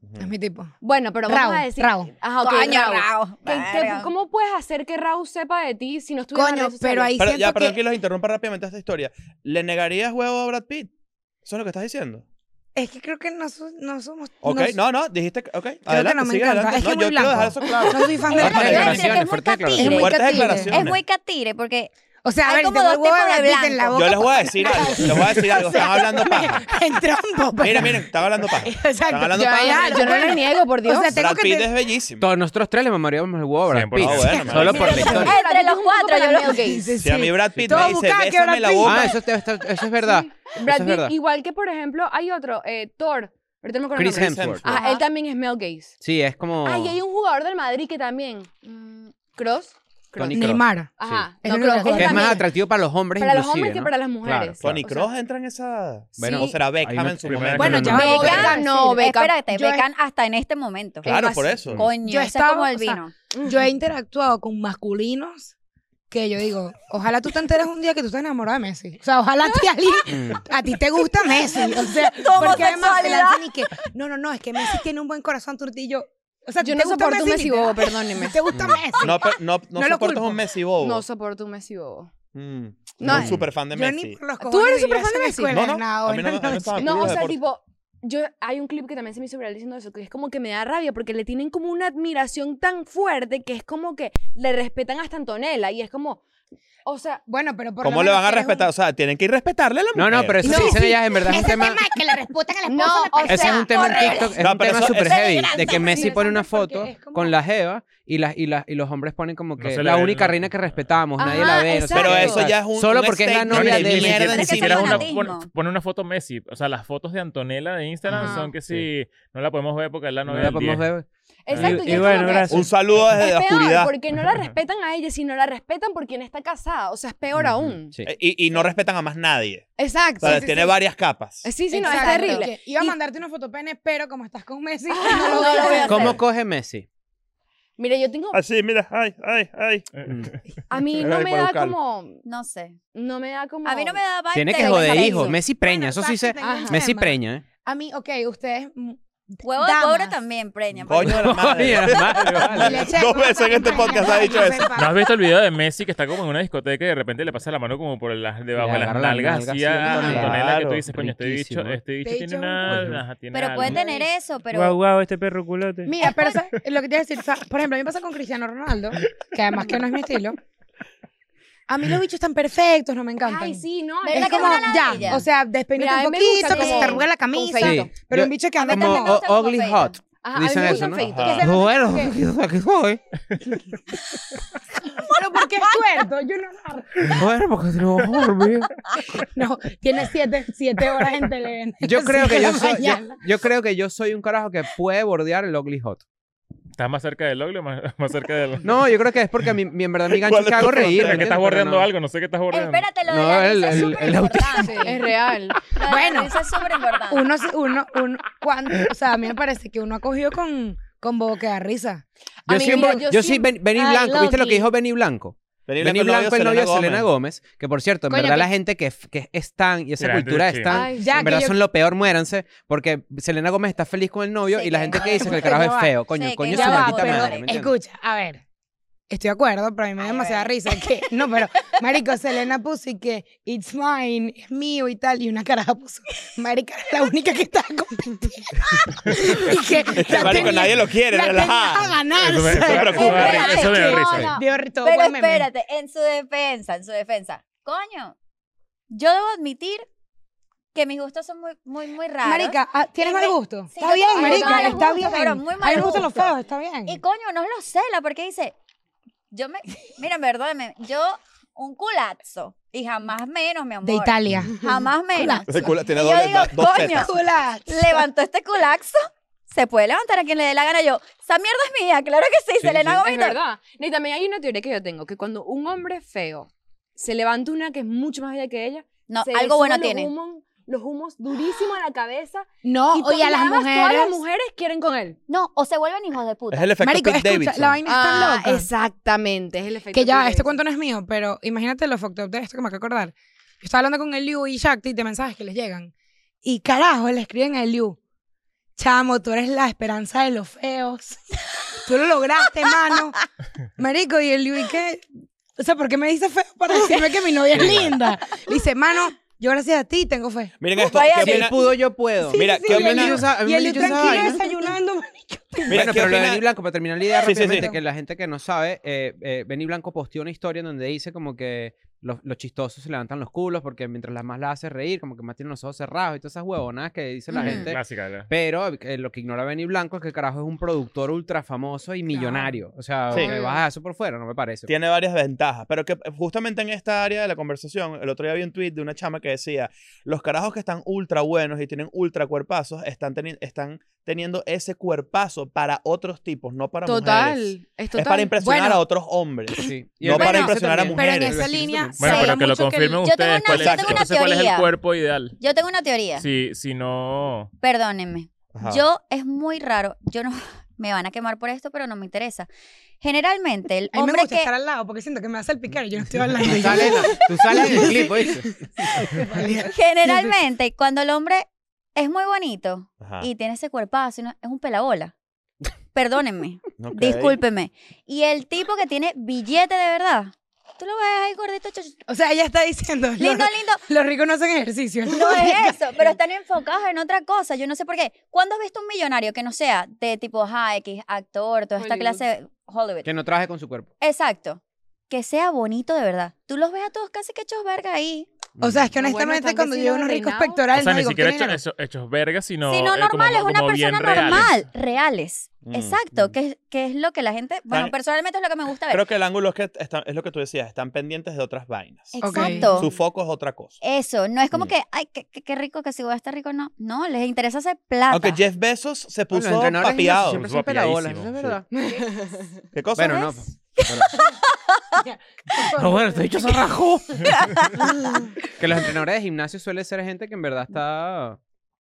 Speaker 7: Ujú.
Speaker 3: Es mi tipo.
Speaker 2: Bueno, pero vamos
Speaker 3: Raúl,
Speaker 2: a decir...
Speaker 3: Raúl.
Speaker 2: Ajá, ok,
Speaker 1: Coño,
Speaker 2: Raúl.
Speaker 1: Raúl,
Speaker 2: ¿Qué- qué-
Speaker 1: verga.
Speaker 2: ¿Cómo puedes hacer que Raúl sepa de ti si no estuviera en las
Speaker 3: Coño,
Speaker 2: redes
Speaker 3: pero
Speaker 2: sociales?
Speaker 3: ahí
Speaker 7: Pero,
Speaker 3: siento
Speaker 7: ya, perdón que...
Speaker 3: que
Speaker 7: los interrumpa rápidamente esta historia. ¿Le negarías huevo a Brad Pitt? ¿Eso es lo que estás diciendo?
Speaker 3: es que creo que no, so- no somos
Speaker 7: Ok,
Speaker 3: nos-
Speaker 7: no, no, dijiste que, ok,
Speaker 3: Creo que no
Speaker 7: adelante,
Speaker 3: me
Speaker 7: sigue
Speaker 3: encanta.
Speaker 7: adelante.
Speaker 3: Es que es
Speaker 7: no, yo
Speaker 3: muy
Speaker 7: quiero dejar
Speaker 3: blanco.
Speaker 7: eso claro.
Speaker 3: No soy fan de
Speaker 1: Es
Speaker 4: Fuertes
Speaker 1: lo que yo
Speaker 3: Brad
Speaker 1: iba a
Speaker 3: Pitt.
Speaker 1: decir, que
Speaker 4: declaraciones,
Speaker 1: es muy
Speaker 4: fuertes
Speaker 1: catire.
Speaker 4: declaraciones.
Speaker 1: Es muy catire porque
Speaker 3: O sea, a
Speaker 1: Hay
Speaker 3: ver, si
Speaker 1: como
Speaker 3: tengo el
Speaker 1: dos
Speaker 3: huevo de
Speaker 1: tipos de
Speaker 3: Brad Pitt en la
Speaker 1: blanco.
Speaker 7: Yo
Speaker 3: boca.
Speaker 7: les voy a decir algo, les voy a decir algo, están hablando paja.
Speaker 3: En trompo. pero-
Speaker 7: Miren, miren, están hablando paja.
Speaker 3: Exacto.
Speaker 7: hablando
Speaker 2: Yo,
Speaker 7: paja.
Speaker 3: Claro,
Speaker 2: yo no
Speaker 3: bueno.
Speaker 2: le niego, por Dios.
Speaker 3: O sea, tengo
Speaker 7: Brad
Speaker 3: que
Speaker 7: Pitt
Speaker 3: te-
Speaker 7: es bellísimo.
Speaker 4: Todos nosotros tres le mamaríamos el huevo a Brad
Speaker 5: 100%.
Speaker 4: Pitt.
Speaker 7: Ah, bueno,
Speaker 4: Solo
Speaker 7: marico.
Speaker 4: por la historia.
Speaker 1: Entre los cuatro, yo lo-
Speaker 3: Sí,
Speaker 7: Si a
Speaker 3: sí.
Speaker 7: mí Brad Pitt
Speaker 3: Todo
Speaker 7: me dice,
Speaker 3: bucaque, Brad
Speaker 7: bésame la
Speaker 3: Pitt.
Speaker 4: Ah,
Speaker 7: boca.
Speaker 4: eso, te- está- eso es verdad.
Speaker 2: Brad
Speaker 4: Eso es
Speaker 2: Pitt,
Speaker 4: verdad.
Speaker 2: igual que, por ejemplo, hay otro, eh, Thor. Ahorita no me acuerdo el
Speaker 4: Chris
Speaker 2: nombre.
Speaker 4: Hemsworth.
Speaker 2: Ah,
Speaker 1: Ajá.
Speaker 2: él también es male gaze.
Speaker 4: Sí, es como...
Speaker 2: Ah, y hay un jugador del Madrid que también. mm, Cross.
Speaker 4: Toni Kroos.
Speaker 3: Neymar.
Speaker 2: Ajá.
Speaker 3: Sí.
Speaker 2: No,
Speaker 3: Es
Speaker 2: Kroos.
Speaker 3: lo mejor.
Speaker 2: él
Speaker 4: Que es más
Speaker 2: también.
Speaker 4: atractivo para los hombres
Speaker 2: Para los
Speaker 4: inclusive,
Speaker 2: hombres que
Speaker 4: ¿no?
Speaker 2: para las mujeres.
Speaker 4: Claro,
Speaker 7: Tony
Speaker 2: O sea,
Speaker 7: Cross entra en esa...
Speaker 4: Bueno,
Speaker 7: o será Beckham
Speaker 4: hay
Speaker 7: en su
Speaker 4: una-
Speaker 7: momento.
Speaker 3: Bueno, ya
Speaker 4: no,
Speaker 3: me
Speaker 4: no.
Speaker 2: Beckham
Speaker 3: Beckham,
Speaker 2: no, Beckham.
Speaker 1: Espérate,
Speaker 2: yo he-
Speaker 1: becan hasta en este momento.
Speaker 7: Claro,
Speaker 2: es
Speaker 7: por
Speaker 2: así.
Speaker 7: eso.
Speaker 1: Coño, eso
Speaker 3: Yo he
Speaker 1: es
Speaker 3: estado-
Speaker 1: como el
Speaker 3: o sea,
Speaker 1: vino.
Speaker 3: Yo he interactuado con masculinos que yo digo, ojalá tú te enteres un día que tú estás enamorado de Messi. O sea, ojalá a ti, alguien- a ti te gusta Messi. O sea,
Speaker 1: Tu
Speaker 3: porque además te
Speaker 1: homosexualidad.
Speaker 3: lanzan y que, no, no, no, es que Messi tiene un buen corazón turtillo. O sea,
Speaker 2: Yo
Speaker 3: ¿te
Speaker 2: no
Speaker 3: gusta
Speaker 2: soporto un Messi bobo,
Speaker 3: literal?
Speaker 2: perdónenme.
Speaker 3: ¿Te gusta Messi?
Speaker 7: Mm. No, pero- no,
Speaker 3: No
Speaker 7: no
Speaker 3: lo
Speaker 7: soportas
Speaker 3: culpo.
Speaker 7: un Messi bobo.
Speaker 2: No soporto un Messi bobo.
Speaker 7: Mm,
Speaker 2: No,
Speaker 7: no, súper fan de
Speaker 3: yo ni
Speaker 7: Messi.
Speaker 3: por los
Speaker 2: ¿Tú
Speaker 3: cojones
Speaker 2: eres
Speaker 3: diría
Speaker 2: superfan de
Speaker 3: eso en la
Speaker 2: Messi?
Speaker 3: escuela,
Speaker 7: No, no,
Speaker 3: nada,
Speaker 7: a mí no-
Speaker 3: bueno,
Speaker 7: a mí no
Speaker 4: Ah,
Speaker 7: estaba-
Speaker 2: No, o
Speaker 7: Club de
Speaker 2: sea,
Speaker 7: deportes.
Speaker 2: tipo, yo hay un clip que también se me hizo viral diciendo eso, que es como que me da rabia porque le tienen como una admiración tan fuerte que es como que le respetan hasta Antonella y es como, o sea,
Speaker 3: Bueno, pero por lo
Speaker 7: ¿Cómo le
Speaker 3: menos
Speaker 7: van a
Speaker 3: eres un-
Speaker 7: respetar? O sea, tienen que ir respetarle a la
Speaker 4: No,
Speaker 7: mujer.
Speaker 4: no, pero eso
Speaker 2: No,
Speaker 4: que dicen
Speaker 2: sí,
Speaker 4: ellas en verdad es un
Speaker 3: Ese
Speaker 4: tema...
Speaker 3: tema es que le respetan a la esposa.
Speaker 2: No,
Speaker 3: le
Speaker 2: o
Speaker 3: parece-
Speaker 4: Ese es
Speaker 2: sea,
Speaker 4: un tema en
Speaker 2: horrible.
Speaker 4: TikTok, es
Speaker 7: No,
Speaker 4: un
Speaker 7: pero
Speaker 4: tema
Speaker 7: eso-
Speaker 4: súper
Speaker 7: eso-
Speaker 4: heavy, de
Speaker 3: Grande,
Speaker 4: que Messi pone una
Speaker 3: porque
Speaker 4: foto
Speaker 3: es como-
Speaker 4: con la jeva y, las y, las y los hombres ponen como
Speaker 5: No
Speaker 4: que
Speaker 5: se le
Speaker 4: la
Speaker 5: ve,
Speaker 4: única
Speaker 5: no.
Speaker 4: reina que respetamos, nadie
Speaker 2: Ajá,
Speaker 4: la ve. no sé
Speaker 2: exacto.
Speaker 4: qué,
Speaker 7: Pero
Speaker 4: o sea,
Speaker 7: eso ya es un
Speaker 4: Solo
Speaker 7: un
Speaker 4: porque es la
Speaker 7: statement
Speaker 4: novia
Speaker 7: de
Speaker 4: de Messi.
Speaker 7: mierda
Speaker 1: Pero
Speaker 7: en
Speaker 1: es que
Speaker 7: sí
Speaker 1: eso
Speaker 5: Mira,
Speaker 1: es
Speaker 7: mismo.
Speaker 5: una,
Speaker 1: fanatismo.
Speaker 5: pon- pone una foto Messi. O sea, las fotos de Antonella de Instagram
Speaker 2: Ajá.
Speaker 5: son que sí, no la podemos ver porque es la
Speaker 4: No
Speaker 5: novia
Speaker 4: la
Speaker 5: del
Speaker 4: podemos
Speaker 5: 10.
Speaker 4: ver.
Speaker 2: exacto.
Speaker 4: Y-
Speaker 2: es
Speaker 4: y
Speaker 2: como
Speaker 4: bueno,
Speaker 2: que
Speaker 4: gracias.
Speaker 7: Un saludo desde la
Speaker 2: Es peor
Speaker 7: oscuridad.
Speaker 2: porque no la respetan a ella, sino la respetan por quien está casada. O sea, es peor
Speaker 4: Ujú,
Speaker 2: aún.
Speaker 4: sí.
Speaker 7: Eh, Y, y no respetan a más nadie.
Speaker 2: Exacto.
Speaker 7: O sea,
Speaker 2: Sí,
Speaker 7: tiene varias capas.
Speaker 2: sí, sí, no, es
Speaker 3: Exacto,
Speaker 2: terrible.
Speaker 3: que Iba a
Speaker 2: Y-
Speaker 3: mandarte una foto pene, pero como estás con Messi,
Speaker 2: No
Speaker 3: no
Speaker 2: lo
Speaker 3: lo
Speaker 2: voy a hacer.
Speaker 4: ¿Cómo coge Messi?
Speaker 2: Mira, yo tengo,
Speaker 7: Así, Ah, mira, ay, ay, ay.
Speaker 5: Eh,
Speaker 2: a mí
Speaker 7: Espera,
Speaker 2: no me
Speaker 7: voy a
Speaker 2: da
Speaker 7: buscarlo.
Speaker 2: como,
Speaker 1: No sé.
Speaker 2: no me da como.
Speaker 1: A mí no me da vibe
Speaker 4: Tiene
Speaker 1: de
Speaker 4: que
Speaker 1: lo
Speaker 4: joder,
Speaker 1: está
Speaker 4: hijo.
Speaker 1: diciendo.
Speaker 4: Messi preña, eso sí se...
Speaker 2: tengo un
Speaker 4: Messi preña, ¿eh?
Speaker 3: A mí, ok, ustedes. mm,
Speaker 1: Huevo de
Speaker 3: damas.
Speaker 1: cobre también, preña.
Speaker 7: Coño de la
Speaker 4: Ay,
Speaker 7: madre.
Speaker 4: hermano,
Speaker 3: Y
Speaker 4: vale.
Speaker 3: le eché
Speaker 7: Dos
Speaker 3: cosas
Speaker 7: veces en este
Speaker 3: impreñadas,
Speaker 7: podcast ha dicho
Speaker 3: yo
Speaker 7: eso.
Speaker 3: sepa.
Speaker 5: ¿No has visto el video de Messi que está como en una discoteca y de repente le pasa la mano como por las, debajo
Speaker 4: Le
Speaker 5: de las
Speaker 4: agarra las
Speaker 5: nalgas
Speaker 4: nalgas así,
Speaker 5: así a
Speaker 4: Antonella.
Speaker 5: Antonella que tú
Speaker 7: Claro,
Speaker 5: dices, coño, este bicho,
Speaker 4: riquísimo.
Speaker 5: este bicho
Speaker 3: Te
Speaker 5: tiene
Speaker 3: echo
Speaker 4: un-
Speaker 5: una... ajá, tiene
Speaker 1: Pero puede
Speaker 5: algo.
Speaker 1: tener eso, pero...
Speaker 8: Guau, guau, este perro culote.
Speaker 3: Mira, pero ¿sabes? lo que te iba a decir, o sea, por ejemplo, a mí me pasa con Cristiano Ronaldo, que además que no es mi estilo. A mí los bichos están perfectos, no me encantan.
Speaker 2: Ay, sí, no.
Speaker 1: ¿Verdad
Speaker 3: Es
Speaker 1: que es
Speaker 3: como,
Speaker 1: una
Speaker 3: ya,
Speaker 1: ladilla?
Speaker 3: o sea, despeínate
Speaker 2: Mira, a
Speaker 3: un
Speaker 2: mí me gusta
Speaker 3: poquito, que se
Speaker 2: como-
Speaker 3: te arrugue la
Speaker 2: con
Speaker 3: camisa.
Speaker 2: feito.
Speaker 4: Sí,
Speaker 3: Pero
Speaker 4: yo-
Speaker 3: un bicho que anda
Speaker 4: Como
Speaker 1: también me
Speaker 3: como...
Speaker 1: gusta
Speaker 4: o-
Speaker 1: como
Speaker 4: ugly
Speaker 1: feito.
Speaker 4: hot.
Speaker 2: Ajá, a mí
Speaker 4: Dicen
Speaker 2: me
Speaker 4: eso,
Speaker 2: gustan
Speaker 4: ¿no?
Speaker 2: feitos.
Speaker 7: Ajá.
Speaker 3: Que se note
Speaker 4: Bueno,
Speaker 3: como que-
Speaker 4: ¿qué joder?
Speaker 3: Pero porque es tuerto, yo no lo
Speaker 4: Bueno, porque se lo voy a dormir.
Speaker 3: No, tiene siete, siete horas en Televen.
Speaker 4: Yo creo que
Speaker 3: Cinco de
Speaker 4: yo
Speaker 3: la
Speaker 4: soy, yo,
Speaker 3: mañana.
Speaker 4: yo creo que yo soy un carajo que puede bordear el ugly hot.
Speaker 5: ¿Estás más cerca del ogle o más, más cerca del...?
Speaker 4: No, yo creo que es porque a mí- mi- en verdad mi gancho
Speaker 7: ¿Cuál
Speaker 4: es que
Speaker 7: es tu
Speaker 4: hago reír.
Speaker 5: ¿Será que
Speaker 4: ¿me
Speaker 5: estás
Speaker 4: entiendes?
Speaker 5: bordeando
Speaker 4: Pero no.
Speaker 5: algo? No sé qué estás bordeando.
Speaker 1: Espérate, lo de
Speaker 4: No,
Speaker 1: la
Speaker 4: el-
Speaker 1: risa es
Speaker 4: el-
Speaker 1: súper
Speaker 4: el autismo.
Speaker 1: importante.
Speaker 2: Es real.
Speaker 3: Bueno.
Speaker 1: Bueno. Eso es súper importante.
Speaker 3: Uno, se- uno, uno, cuando, o sea, a mí me parece que uno ha cogido con, con bobo que da risa.
Speaker 2: A
Speaker 4: Yo
Speaker 2: mí,
Speaker 4: soy, un
Speaker 2: mira,
Speaker 4: bo-
Speaker 2: yo
Speaker 4: yo
Speaker 2: sí-
Speaker 4: soy Ben- Benny
Speaker 2: Ay,
Speaker 4: Blanco. ¿Viste lo que
Speaker 2: Loki.
Speaker 4: dijo Benny Blanco? Benny Blanco, el novio de Selena Gómez, que por cierto, en
Speaker 3: Coño,
Speaker 4: verdad
Speaker 3: que-
Speaker 4: la gente que, f- que es tan y esa
Speaker 5: Mira,
Speaker 4: cultura
Speaker 5: sí.
Speaker 4: es tan,
Speaker 2: Ay,
Speaker 3: Ya,
Speaker 4: en verdad
Speaker 3: que yo-
Speaker 4: son lo peor, muéranse, porque Selena Gómez está feliz con el novio
Speaker 1: Sí,
Speaker 4: y la
Speaker 1: que-
Speaker 4: gente que dice que el
Speaker 3: Ya
Speaker 4: carajo
Speaker 3: va.
Speaker 4: es feo, coño,
Speaker 1: Sí,
Speaker 4: coño
Speaker 1: que
Speaker 4: su
Speaker 3: Ya
Speaker 1: su
Speaker 3: va,
Speaker 4: maldita
Speaker 1: maldita
Speaker 3: pero
Speaker 4: madre, ¿me entiendes?
Speaker 3: escucha, a ver. Estoy de acuerdo, pero a mí me da
Speaker 1: Ay,
Speaker 3: demasiada risa que no, pero marico Selena puso y que it's mine, es mío y tal y una caraja puso. Marica era la única que estaba compitiendo. y que la
Speaker 7: Marico,
Speaker 3: tenía-
Speaker 7: nadie lo quiere,
Speaker 3: la tenía a
Speaker 7: relajada.
Speaker 3: ganar.
Speaker 5: Eso me- eso me
Speaker 3: ¿sabes?
Speaker 5: preocupa,
Speaker 1: Ah, Espérate,
Speaker 5: eso me da
Speaker 1: no,
Speaker 5: risa.
Speaker 1: no.
Speaker 3: Dio r- todo
Speaker 1: Pero
Speaker 3: buen meme.
Speaker 1: espérate, en su defensa, en su defensa. Coño, yo debo admitir que mis gustos son muy, muy, muy raros.
Speaker 3: Marica, ah, tienes mal gusto.
Speaker 1: Sí,
Speaker 3: está
Speaker 1: yo
Speaker 3: bien,
Speaker 1: tengo
Speaker 3: marica,
Speaker 1: malos
Speaker 3: está
Speaker 1: gustos,
Speaker 3: bien.
Speaker 1: pero muy
Speaker 3: A mí me
Speaker 1: malos
Speaker 3: gustan los
Speaker 1: gustos.
Speaker 3: feos, está bien.
Speaker 1: Y coño, no lo cela, porque dice, yo me, mira, perdóname, yo un culazo y jamás menos, mi amor.
Speaker 3: De Italia.
Speaker 1: Jamás menos.
Speaker 7: Ese culo Tiene
Speaker 1: Y yo
Speaker 7: doble-
Speaker 1: digo,
Speaker 7: dos
Speaker 1: coño.
Speaker 7: tetas.
Speaker 3: Hola.
Speaker 1: Levantó este culazo. Se puede levantar a quien le dé la gana. Yo, esa mierda es mía, claro que sí,
Speaker 4: Sí,
Speaker 1: Selena
Speaker 4: sí,
Speaker 1: Gómez.
Speaker 2: Es
Speaker 1: no-
Speaker 2: verdad. No, Y también hay una teoría que yo tengo, que cuando un hombre feo se levanta una que es mucho más bella que ella,
Speaker 1: No,
Speaker 2: se le
Speaker 1: algo bueno
Speaker 2: suben los
Speaker 1: tiene.
Speaker 2: humos- los humos durísimos a la cabeza.
Speaker 3: No,
Speaker 2: y to-
Speaker 3: Oh, oye, a las
Speaker 2: además
Speaker 3: mujeres.
Speaker 2: Todas las mujeres quieren con él.
Speaker 1: No, o se vuelven hijos de puta.
Speaker 7: Es el efecto
Speaker 3: Marico,
Speaker 7: Pete
Speaker 3: escucha,
Speaker 7: Davidson.
Speaker 3: la vaina
Speaker 1: Ah,
Speaker 3: está loca.
Speaker 2: Exactamente, es el efecto.
Speaker 3: Ah, Que ya,
Speaker 2: Pete
Speaker 3: este
Speaker 2: Davidson.
Speaker 3: cuento no es mío, pero imagínate lo fucked up de esto que me acabo de acordar. Yo estaba hablando con Eliu y Shakti de mensajes que les llegan. Y carajo, le escriben a Eliu. Chamo, tú eres la esperanza de los feos. Tú lo lograste, mano. Marico, y Eliu, ¿y qué? O sea, ¿por qué me dice feo para decirme que mi novia es linda? Le dice, mano, yo gracias a ti tengo fe.
Speaker 7: Miren esto.
Speaker 1: Vaya,
Speaker 7: ¿qué
Speaker 4: Si él
Speaker 7: opina-
Speaker 4: pudo, yo puedo.
Speaker 7: Sí, Mira, ¿qué
Speaker 3: y
Speaker 7: opinas?
Speaker 3: Eliu-
Speaker 7: A mí me
Speaker 4: han
Speaker 3: Y Eliu
Speaker 4: dicho esa
Speaker 3: tranquilo
Speaker 4: vaina.
Speaker 3: desayunando, marico.
Speaker 7: Mira,
Speaker 4: bueno, pero lo
Speaker 7: ¿qué
Speaker 4: de
Speaker 7: opina-
Speaker 4: Benny Blanco, para terminar la idea
Speaker 7: Sí, sí,
Speaker 4: rápidamente,
Speaker 7: sí.
Speaker 4: que la gente que no sabe, eh, eh, Benny Blanco posteó una historia en donde dice como que los, los chistosos se levantan los culos porque mientras las más la hace reír, como que más tienen los ojos cerrados y todas esas huevonas que dice la
Speaker 1: Mm.
Speaker 4: gente.
Speaker 5: Clásica, ¿verdad?
Speaker 4: Pero eh, lo que ignora Benny Blanco es que el carajo es un productor ultra famoso y millonario. O sea,
Speaker 7: Sí.
Speaker 4: que vas a eso por fuera, no me parece.
Speaker 7: Tiene varias ventajas, pero que eh, justamente en esta área de la conversación, el otro día vi un tweet de una chama que decía, los carajos que están ultra buenos y tienen ultra cuerpazos están, teni- están teniendo ese cuerpazo para otros tipos, no para
Speaker 2: Total,
Speaker 7: mujeres.
Speaker 2: es
Speaker 7: Es para
Speaker 2: total.
Speaker 7: impresionar
Speaker 3: Bueno.
Speaker 7: a otros hombres.
Speaker 4: Sí. el-
Speaker 7: No para
Speaker 4: Bueno,
Speaker 7: impresionar a
Speaker 4: también.
Speaker 3: Pero en
Speaker 7: mujeres.
Speaker 3: esa línea.
Speaker 5: Bueno,
Speaker 3: se
Speaker 5: pero
Speaker 3: ve
Speaker 5: que lo
Speaker 3: mucho el-
Speaker 5: confirmen
Speaker 1: Yo tengo
Speaker 5: ustedes.
Speaker 1: una-
Speaker 5: ¿cuál,
Speaker 7: yo
Speaker 5: es,
Speaker 7: tengo una
Speaker 5: entonces, ¿cuál es el
Speaker 1: teoría.
Speaker 5: cuerpo ideal?
Speaker 1: Yo tengo una teoría.
Speaker 5: Si, si no.
Speaker 1: Perdónenme.
Speaker 7: Ajá.
Speaker 1: Yo es muy raro. Yo no me van a quemar por esto, pero no me interesa. Generalmente el
Speaker 3: A mí me
Speaker 1: hombre
Speaker 3: gusta
Speaker 1: que
Speaker 3: estar al lado porque siento que me hace el picar y yo no estoy hablando.
Speaker 4: Tú sales, tú sales en el clip, ¿oíste?
Speaker 1: generalmente cuando el hombre es muy bonito
Speaker 7: Ajá.
Speaker 1: y tiene ese cuerpazo, y no- es un pelabola. Perdónenme,
Speaker 7: Ok.
Speaker 1: discúlpeme. Y el tipo que tiene billete de verdad, tú lo ves ahí gordito, chuchu-
Speaker 3: O sea, ella está diciendo, los,
Speaker 1: lindo, lindo.
Speaker 3: los ricos no hacen ejercicio.
Speaker 1: No es eso, pero están enfocados en otra cosa. Yo no sé por qué. ¿Cuándo has visto un millonario que no sea de tipo ajá, X, actor, toda esta
Speaker 2: Hollywood.
Speaker 1: clase de Hollywood?
Speaker 4: Que no traje con su cuerpo.
Speaker 1: Exacto. Que sea bonito de verdad. Tú los ves a todos casi que hechos verga ahí.
Speaker 3: O sea, es que
Speaker 2: Bueno,
Speaker 3: honestamente
Speaker 2: están
Speaker 3: cuando llevo
Speaker 2: vestidos
Speaker 3: unos
Speaker 2: de
Speaker 3: ricos
Speaker 2: reinado.
Speaker 3: pectorales,
Speaker 5: O sea,
Speaker 3: no
Speaker 5: ni
Speaker 3: digo,
Speaker 5: siquiera
Speaker 3: ¿quién
Speaker 5: hechos
Speaker 3: era?
Speaker 5: hecho, hechos vergas, sino.
Speaker 1: si no,
Speaker 5: eh, como-
Speaker 1: normal, es una
Speaker 5: como bien
Speaker 1: persona
Speaker 5: reales.
Speaker 1: normal. Reales.
Speaker 7: Mm,
Speaker 1: Exacto.
Speaker 7: mm.
Speaker 1: Que, es- que es lo que la gente. Bueno,
Speaker 7: Tan-
Speaker 1: personalmente es lo que me gusta ver.
Speaker 7: Creo que el ángulo es, que está- es lo que tú decías, están pendientes de otras vainas.
Speaker 3: Ok.
Speaker 1: Exacto.
Speaker 7: Su foco es otra cosa.
Speaker 1: Eso. No es como
Speaker 7: Mm.
Speaker 1: que, ay, qué, qué- qué rico que si voy a estar rico, no. No, les interesa hacer plata.
Speaker 7: Aunque Jeff Bezos se
Speaker 4: Bueno, los
Speaker 7: puso
Speaker 4: entrenadores
Speaker 7: papiado.
Speaker 4: siempre son
Speaker 5: Papiadísimo,
Speaker 4: pelabolas, eso es
Speaker 5: sí.
Speaker 4: verdad.
Speaker 7: ¿Qué cosa?
Speaker 4: Bueno, no. pues, No, bueno, te he dicho rajo. que los entrenadores de gimnasio suele ser gente que en verdad está.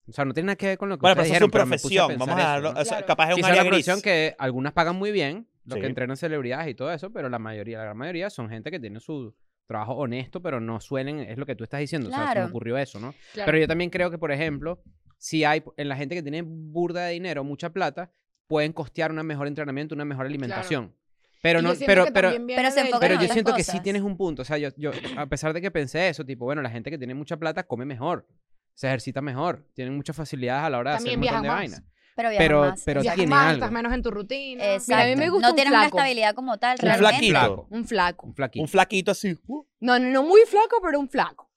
Speaker 4: O sea, no tiene nada que ver con lo que
Speaker 7: Bueno, pero
Speaker 4: ustedes
Speaker 7: eso
Speaker 4: dijeron,
Speaker 7: es su
Speaker 4: pero me puse
Speaker 7: profesión.
Speaker 4: pensar
Speaker 7: Vamos a
Speaker 4: eso,
Speaker 7: dejarlo.
Speaker 4: ¿no?
Speaker 7: o sea, Capaz es un
Speaker 4: Quizá la
Speaker 7: área gris.
Speaker 4: profesión que algunas pagan muy bien, los
Speaker 7: Sí.
Speaker 4: que entrenan celebridades y todo eso, pero la mayoría, la gran mayoría son gente que tiene su trabajo honesto, pero no suelen, es lo que tú estás diciendo, o sea, se me
Speaker 1: Claro.
Speaker 4: ocurrió eso, ¿no? Pero yo también creo que, por ejemplo, si hay en la gente que tiene burda de dinero, mucha plata, pueden costear un mejor entrenamiento, una mejor alimentación. Pero no, pero, pero,
Speaker 1: pero se enfocan
Speaker 4: pero
Speaker 1: en
Speaker 4: yo
Speaker 1: otras
Speaker 4: siento que sí
Speaker 1: cosas.
Speaker 4: tienes un punto. O sea, yo, yo, a pesar de que pensé eso, tipo, bueno, la gente que tiene mucha plata come mejor, se ejercita mejor, tienen muchas facilidades a la hora de hacer
Speaker 8: También
Speaker 4: un montón de
Speaker 8: viajan más.
Speaker 4: vainas.
Speaker 1: Pero viajan
Speaker 4: Pero,
Speaker 1: más.
Speaker 4: pero
Speaker 8: Viajan
Speaker 4: tiene
Speaker 8: más,
Speaker 4: algo.
Speaker 8: estás menos en tu rutina.
Speaker 1: Exacto.
Speaker 2: Mira, a mí me gusta
Speaker 1: no
Speaker 2: un
Speaker 1: tienes una
Speaker 2: flaco.
Speaker 1: estabilidad como tal.
Speaker 7: Un
Speaker 1: realmente.
Speaker 7: flaquito.
Speaker 4: Flaco.
Speaker 2: Un flaco.
Speaker 4: Un flaquito.
Speaker 7: Un flaquito así. uh,
Speaker 2: No, no, no muy flaco, pero un flaco.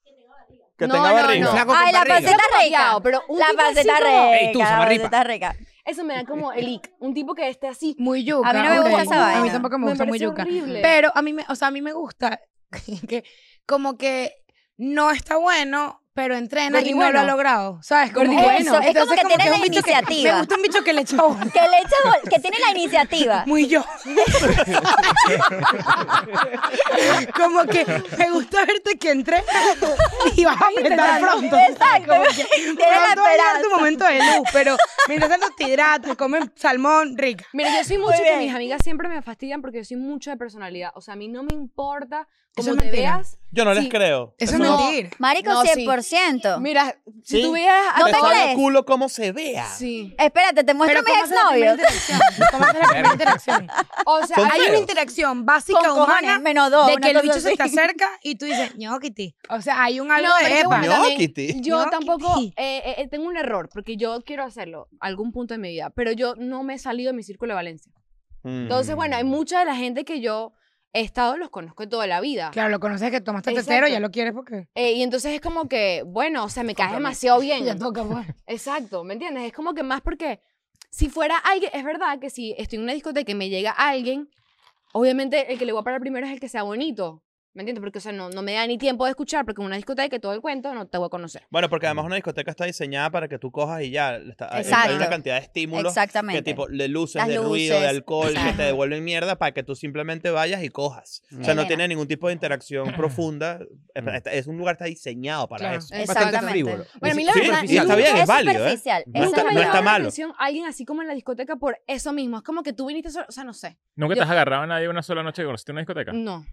Speaker 7: que
Speaker 2: No,
Speaker 7: tenga
Speaker 2: no,
Speaker 7: barriga.
Speaker 2: no.
Speaker 4: Flaco
Speaker 1: Ay,
Speaker 4: con
Speaker 1: la
Speaker 4: barriga.
Speaker 1: panceta
Speaker 2: Flaco
Speaker 1: rica.
Speaker 2: paqueado, pero un
Speaker 1: la
Speaker 2: tipo así
Speaker 1: panceta
Speaker 2: como-
Speaker 1: rica.
Speaker 4: Ey, tú,
Speaker 1: la
Speaker 4: zamarripa.
Speaker 1: panceta rica.
Speaker 2: Eso me da como el ic. Un tipo que esté así.
Speaker 3: Muy yuca.
Speaker 1: A mí no me gusta
Speaker 3: ok.
Speaker 1: esa
Speaker 3: A mí
Speaker 1: vaina.
Speaker 3: tampoco me gusta muy
Speaker 2: parece
Speaker 3: yuca.
Speaker 2: horrible.
Speaker 3: Pero a mí, me, o sea, a mí me gusta que como que no está bueno, pero entrena y no lo
Speaker 2: Gordibueno.
Speaker 3: ha logrado. ¿Sabes? Como
Speaker 2: Gordibueno.
Speaker 3: que-
Speaker 2: Eso, es
Speaker 1: como que tiene
Speaker 3: un
Speaker 1: la
Speaker 3: bicho que-
Speaker 1: iniciativa.
Speaker 3: me gusta un bicho que le echó
Speaker 1: Que le echa bol- que tiene la iniciativa.
Speaker 3: muy yo. como que me gusta verte que entrena y vas a apretar pronto.
Speaker 1: Exacto. Tiene la
Speaker 3: Pronto va a llegar tu
Speaker 1: esperanza.
Speaker 3: momento de luz, pero mientras tanto te hidratas, comes salmón rica.
Speaker 2: Mira, yo soy mucho que
Speaker 1: bien.
Speaker 2: mis amigas siempre me fastidian porque yo soy mucho de personalidad. O sea, a mí no me importa
Speaker 3: Eso
Speaker 2: cómo
Speaker 3: es
Speaker 2: te
Speaker 3: mentira.
Speaker 2: veas.
Speaker 7: Yo no les
Speaker 2: Sí.
Speaker 7: creo.
Speaker 3: Eso es
Speaker 2: No.
Speaker 3: mentira.
Speaker 1: Marico,
Speaker 2: No, sí.
Speaker 1: 100%.
Speaker 2: Mira, si
Speaker 7: Sí.
Speaker 2: tú veas a
Speaker 1: Ah. No
Speaker 7: Te
Speaker 1: te
Speaker 7: sale el
Speaker 1: crees.
Speaker 7: culo como se vea.
Speaker 2: Sí.
Speaker 1: Espérate, te muestro mis
Speaker 3: ¿cómo es la
Speaker 1: exnovios.
Speaker 3: primera interacción? ¿Cómo es la primera interacción?
Speaker 2: O sea,
Speaker 7: Son
Speaker 2: hay
Speaker 3: Hay una
Speaker 7: feos.
Speaker 3: interacción
Speaker 1: Con
Speaker 3: básica
Speaker 1: cojones,
Speaker 3: humana
Speaker 1: menos dos.
Speaker 3: de
Speaker 1: una
Speaker 3: que el
Speaker 1: cosa
Speaker 3: bicho se
Speaker 1: así.
Speaker 3: está cerca y tú dices, ñoquiti. O sea, hay un algo
Speaker 2: No, pero
Speaker 3: de
Speaker 2: es que
Speaker 3: epa.
Speaker 2: bueno, también-
Speaker 7: Ñoquiti.
Speaker 2: yo
Speaker 3: Ñoquiti.
Speaker 2: tampoco eh, eh, eh, tengo un error porque yo quiero hacerlo algún punto de mi vida, pero yo no me he salido de mi círculo de Valencia.
Speaker 4: Mm.
Speaker 7: Mm.
Speaker 2: Entonces, bueno, hay mucha de la gente que yo he estado, los conozco de toda la vida.
Speaker 3: Claro, lo conoces que tomaste
Speaker 2: Exacto.
Speaker 3: tetero, ya lo quieres porque.
Speaker 2: Eh, y entonces es como que, bueno, o sea, me caes demasiado bien.
Speaker 3: Ya toca, pues.
Speaker 2: Exacto, ¿me entiendes? Es como que más porque si fuera alguien, es verdad que si estoy en una discoteca y me llega alguien, obviamente el que le voy a parar primero es el que sea bonito. ¿Me entiendes? Porque, o sea, no, no me da ni tiempo de escuchar, porque en una discoteca todo el cuento no te voy a conocer.
Speaker 7: Bueno, porque además una discoteca está diseñada para que tú cojas y ya. está- hay- Hay
Speaker 1: Exacto.
Speaker 7: una cantidad de estímulos.
Speaker 1: Exactamente.
Speaker 7: Que tipo, de luces,
Speaker 1: Las
Speaker 7: de ruido, de
Speaker 1: luces,
Speaker 7: alcohol, que
Speaker 1: exacto.
Speaker 7: te devuelven mierda para que tú simplemente vayas y cojas. O sea, no
Speaker 1: Elena.
Speaker 7: tiene ningún tipo de interacción profunda. Es-
Speaker 4: Mm.
Speaker 7: Es un lugar que está diseñado para
Speaker 3: Claro.
Speaker 7: eso.
Speaker 4: Bastante
Speaker 1: Exactamente.
Speaker 4: frívolo.
Speaker 2: Bueno, a mí
Speaker 4: Es
Speaker 2: la
Speaker 7: Sí,
Speaker 2: verdad,
Speaker 7: y está
Speaker 2: nunca-
Speaker 7: bien, es válido, ¿eh?
Speaker 1: superficial,
Speaker 7: No
Speaker 1: esa
Speaker 7: está-
Speaker 1: es la
Speaker 7: no está
Speaker 1: verdad.
Speaker 7: mal. malo.
Speaker 2: Atención, alguien así como en la discoteca por eso mismo. Es como que tú viniste solo, o sea, no sé.
Speaker 5: ¿Nunca te
Speaker 2: Yo-
Speaker 5: has agarrado a nadie una sola noche que conociste en una discoteca?
Speaker 1: Mm.
Speaker 2: No.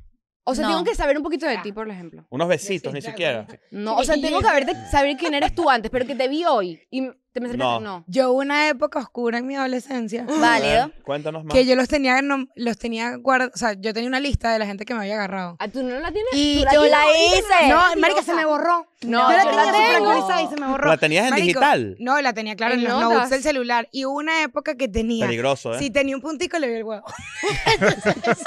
Speaker 2: O sea,
Speaker 1: No.
Speaker 2: tengo que saber un poquito de ti, por ejemplo.
Speaker 7: Unos besitos, ni
Speaker 3: Besito,
Speaker 7: siquiera.
Speaker 2: No, o sea, tengo que haberte- saber quién eres tú antes, pero que te vi hoy. Y ¿Te me
Speaker 7: No.
Speaker 2: acercaste? No.
Speaker 3: Yo hubo una época oscura en mi adolescencia.
Speaker 1: Válido.
Speaker 7: Cuéntanos más.
Speaker 3: Que yo los tenía, nom- los tenía guardados. O sea, yo tenía una lista de la gente que me había agarrado.
Speaker 2: ¿Ah, ¿Tú no la tienes?
Speaker 3: Y
Speaker 2: ¿Tú
Speaker 1: yo
Speaker 2: tienes
Speaker 1: la
Speaker 2: ahorita?
Speaker 1: hice.
Speaker 3: No,
Speaker 2: Mentirosa.
Speaker 3: marica, se me borró.
Speaker 2: No,
Speaker 3: yo la
Speaker 2: yo
Speaker 3: tenía
Speaker 2: la
Speaker 3: súper
Speaker 2: tengo.
Speaker 3: actualizada y se me borró.
Speaker 7: ¿La tenías en
Speaker 3: Marico,
Speaker 7: digital?
Speaker 3: No, la tenía claro en,
Speaker 2: En
Speaker 3: los
Speaker 2: notas.
Speaker 3: notes del celular. Y hubo una época que tenía.
Speaker 7: Peligroso, ¿eh?
Speaker 3: Si tenía un puntico, le vi el huevo. decía,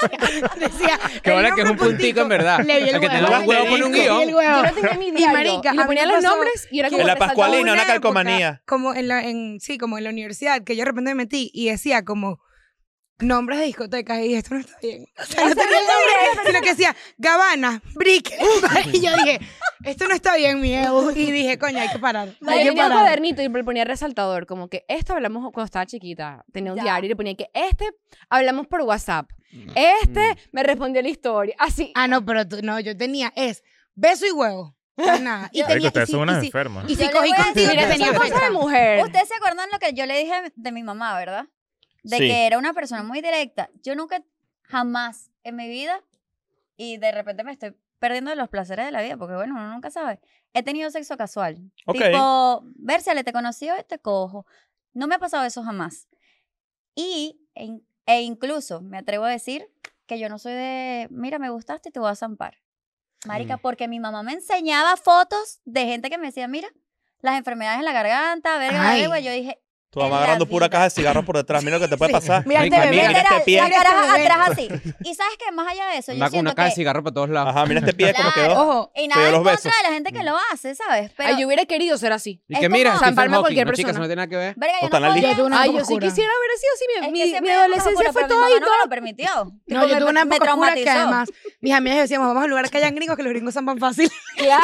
Speaker 3: decía,
Speaker 4: Que ahora
Speaker 3: tenía
Speaker 4: que es un puntico, en verdad.
Speaker 3: Le vi el
Speaker 4: El que
Speaker 3: huevo.
Speaker 4: tenga un huevo pone un
Speaker 3: Le vi
Speaker 4: guión.
Speaker 3: el huevo.
Speaker 2: Yo la tenía en mi
Speaker 3: Y
Speaker 2: diario.
Speaker 3: marica,
Speaker 2: y le
Speaker 3: a mí
Speaker 2: ponía
Speaker 3: me
Speaker 2: los
Speaker 3: pasó
Speaker 2: nombres y era
Speaker 7: que
Speaker 2: como...
Speaker 7: la
Speaker 2: resaltaba
Speaker 7: Pascualina,
Speaker 2: una-
Speaker 7: una
Speaker 3: época,
Speaker 7: calcomanía.
Speaker 3: Como en la, en, sí, como en la universidad, que yo de repente me metí y decía como nombres de discotecas y dije, esto no está bien. O sea, no tenía el nombre, sino que decía Gabana, Brick. y yo dije, esto no está bien, mi Evo. Y dije, coño, hay que parar.
Speaker 2: Yo
Speaker 3: Hay que
Speaker 2: tenía un
Speaker 3: parar.
Speaker 2: cuadernito y le ponía resaltador, como que esto hablamos cuando estaba chiquita, tenía un
Speaker 1: Ya.
Speaker 2: diario y le ponía que este hablamos por WhatsApp,
Speaker 7: Mm.
Speaker 2: este me respondió la historia, así.
Speaker 3: Ah, no, pero tú, no, yo tenía es beso y huevo. Más Nada. Y
Speaker 5: Marico,
Speaker 3: tenía, y
Speaker 5: ustedes
Speaker 3: si-
Speaker 5: son unas
Speaker 3: y si-
Speaker 5: enfermas.
Speaker 3: Y
Speaker 1: Yo
Speaker 3: si
Speaker 1: le
Speaker 3: cogí
Speaker 1: voy a
Speaker 3: contigo,
Speaker 1: decir
Speaker 2: Mira,
Speaker 3: te
Speaker 1: una
Speaker 3: tenía
Speaker 2: tenía cosas de
Speaker 3: fecha.
Speaker 2: mujer.
Speaker 1: Ustedes se acuerdan lo que yo le dije de mi mamá, ¿verdad? De
Speaker 7: Sí.
Speaker 1: que era una persona muy directa. Yo nunca, jamás en mi vida, y de repente me estoy perdiendo de los placeres de la vida, porque bueno, uno nunca sabe. He tenido sexo casual.
Speaker 7: Ok.
Speaker 1: Tipo, Versale, te conocí hoy, te cojo. No me ha pasado eso jamás. Y, e, in- e incluso, me atrevo a decir que yo no soy de, mira, me gustaste y te voy a zampar. Marica,
Speaker 4: Mm.
Speaker 1: porque mi mamá me enseñaba fotos de gente que me decía, mira, las enfermedades en la garganta, verga,
Speaker 3: Ay.
Speaker 1: verga, güey. Yo dije,
Speaker 7: Tú vas
Speaker 1: en la
Speaker 7: agarrando pura
Speaker 1: vida.
Speaker 7: caja de cigarros por detrás. Mira lo que te puede
Speaker 3: Sí.
Speaker 7: pasar.
Speaker 3: Mira
Speaker 4: Marico,
Speaker 3: este
Speaker 4: a mí-
Speaker 3: bebé.
Speaker 4: mira
Speaker 1: literal,
Speaker 7: este
Speaker 1: la
Speaker 3: pie.
Speaker 1: caraja
Speaker 3: Mira este
Speaker 1: atrás así. Y sabes que más allá de eso, yo
Speaker 4: Anda con
Speaker 1: siento
Speaker 4: una caja de
Speaker 1: que...
Speaker 4: cigarro para todos lados.
Speaker 7: Ajá, mira este pie como
Speaker 1: Claro.
Speaker 7: quedó.
Speaker 2: Ojo,
Speaker 1: Y
Speaker 7: Te
Speaker 1: nada
Speaker 7: dio
Speaker 1: en
Speaker 7: los
Speaker 1: contra
Speaker 7: besos.
Speaker 1: de la gente que lo hace, ¿sabes? Pero,
Speaker 2: Ay, yo hubiera querido ser así.
Speaker 4: Y
Speaker 1: Es
Speaker 4: que
Speaker 1: como
Speaker 4: mira, Stephen
Speaker 2: zamparme a
Speaker 4: Hawking,
Speaker 2: cualquier
Speaker 4: no, chicas,
Speaker 2: persona.
Speaker 4: no tiene nada que ver.
Speaker 1: verga,
Speaker 7: O
Speaker 1: yo
Speaker 7: está en la
Speaker 1: no podía...
Speaker 3: Yo tuve una
Speaker 2: Ay,
Speaker 3: época
Speaker 2: yo sí
Speaker 3: oscura.
Speaker 2: quisiera haber sido así, mi,
Speaker 1: Es
Speaker 2: mi-
Speaker 1: que se
Speaker 2: mi
Speaker 1: me dio una
Speaker 2: adolescencia
Speaker 1: locura, pero
Speaker 2: fue
Speaker 1: mi
Speaker 2: toda
Speaker 1: mamá
Speaker 2: y
Speaker 1: No me lo
Speaker 2: toda.
Speaker 1: permitió.
Speaker 3: No, yo
Speaker 1: me-
Speaker 3: tuve una
Speaker 1: me
Speaker 3: época oscura que
Speaker 1: traumatizó.
Speaker 3: además mis amigas decíamos, vamos a un lugar que hayan gringos que los gringos zampan fácil.
Speaker 2: Claro.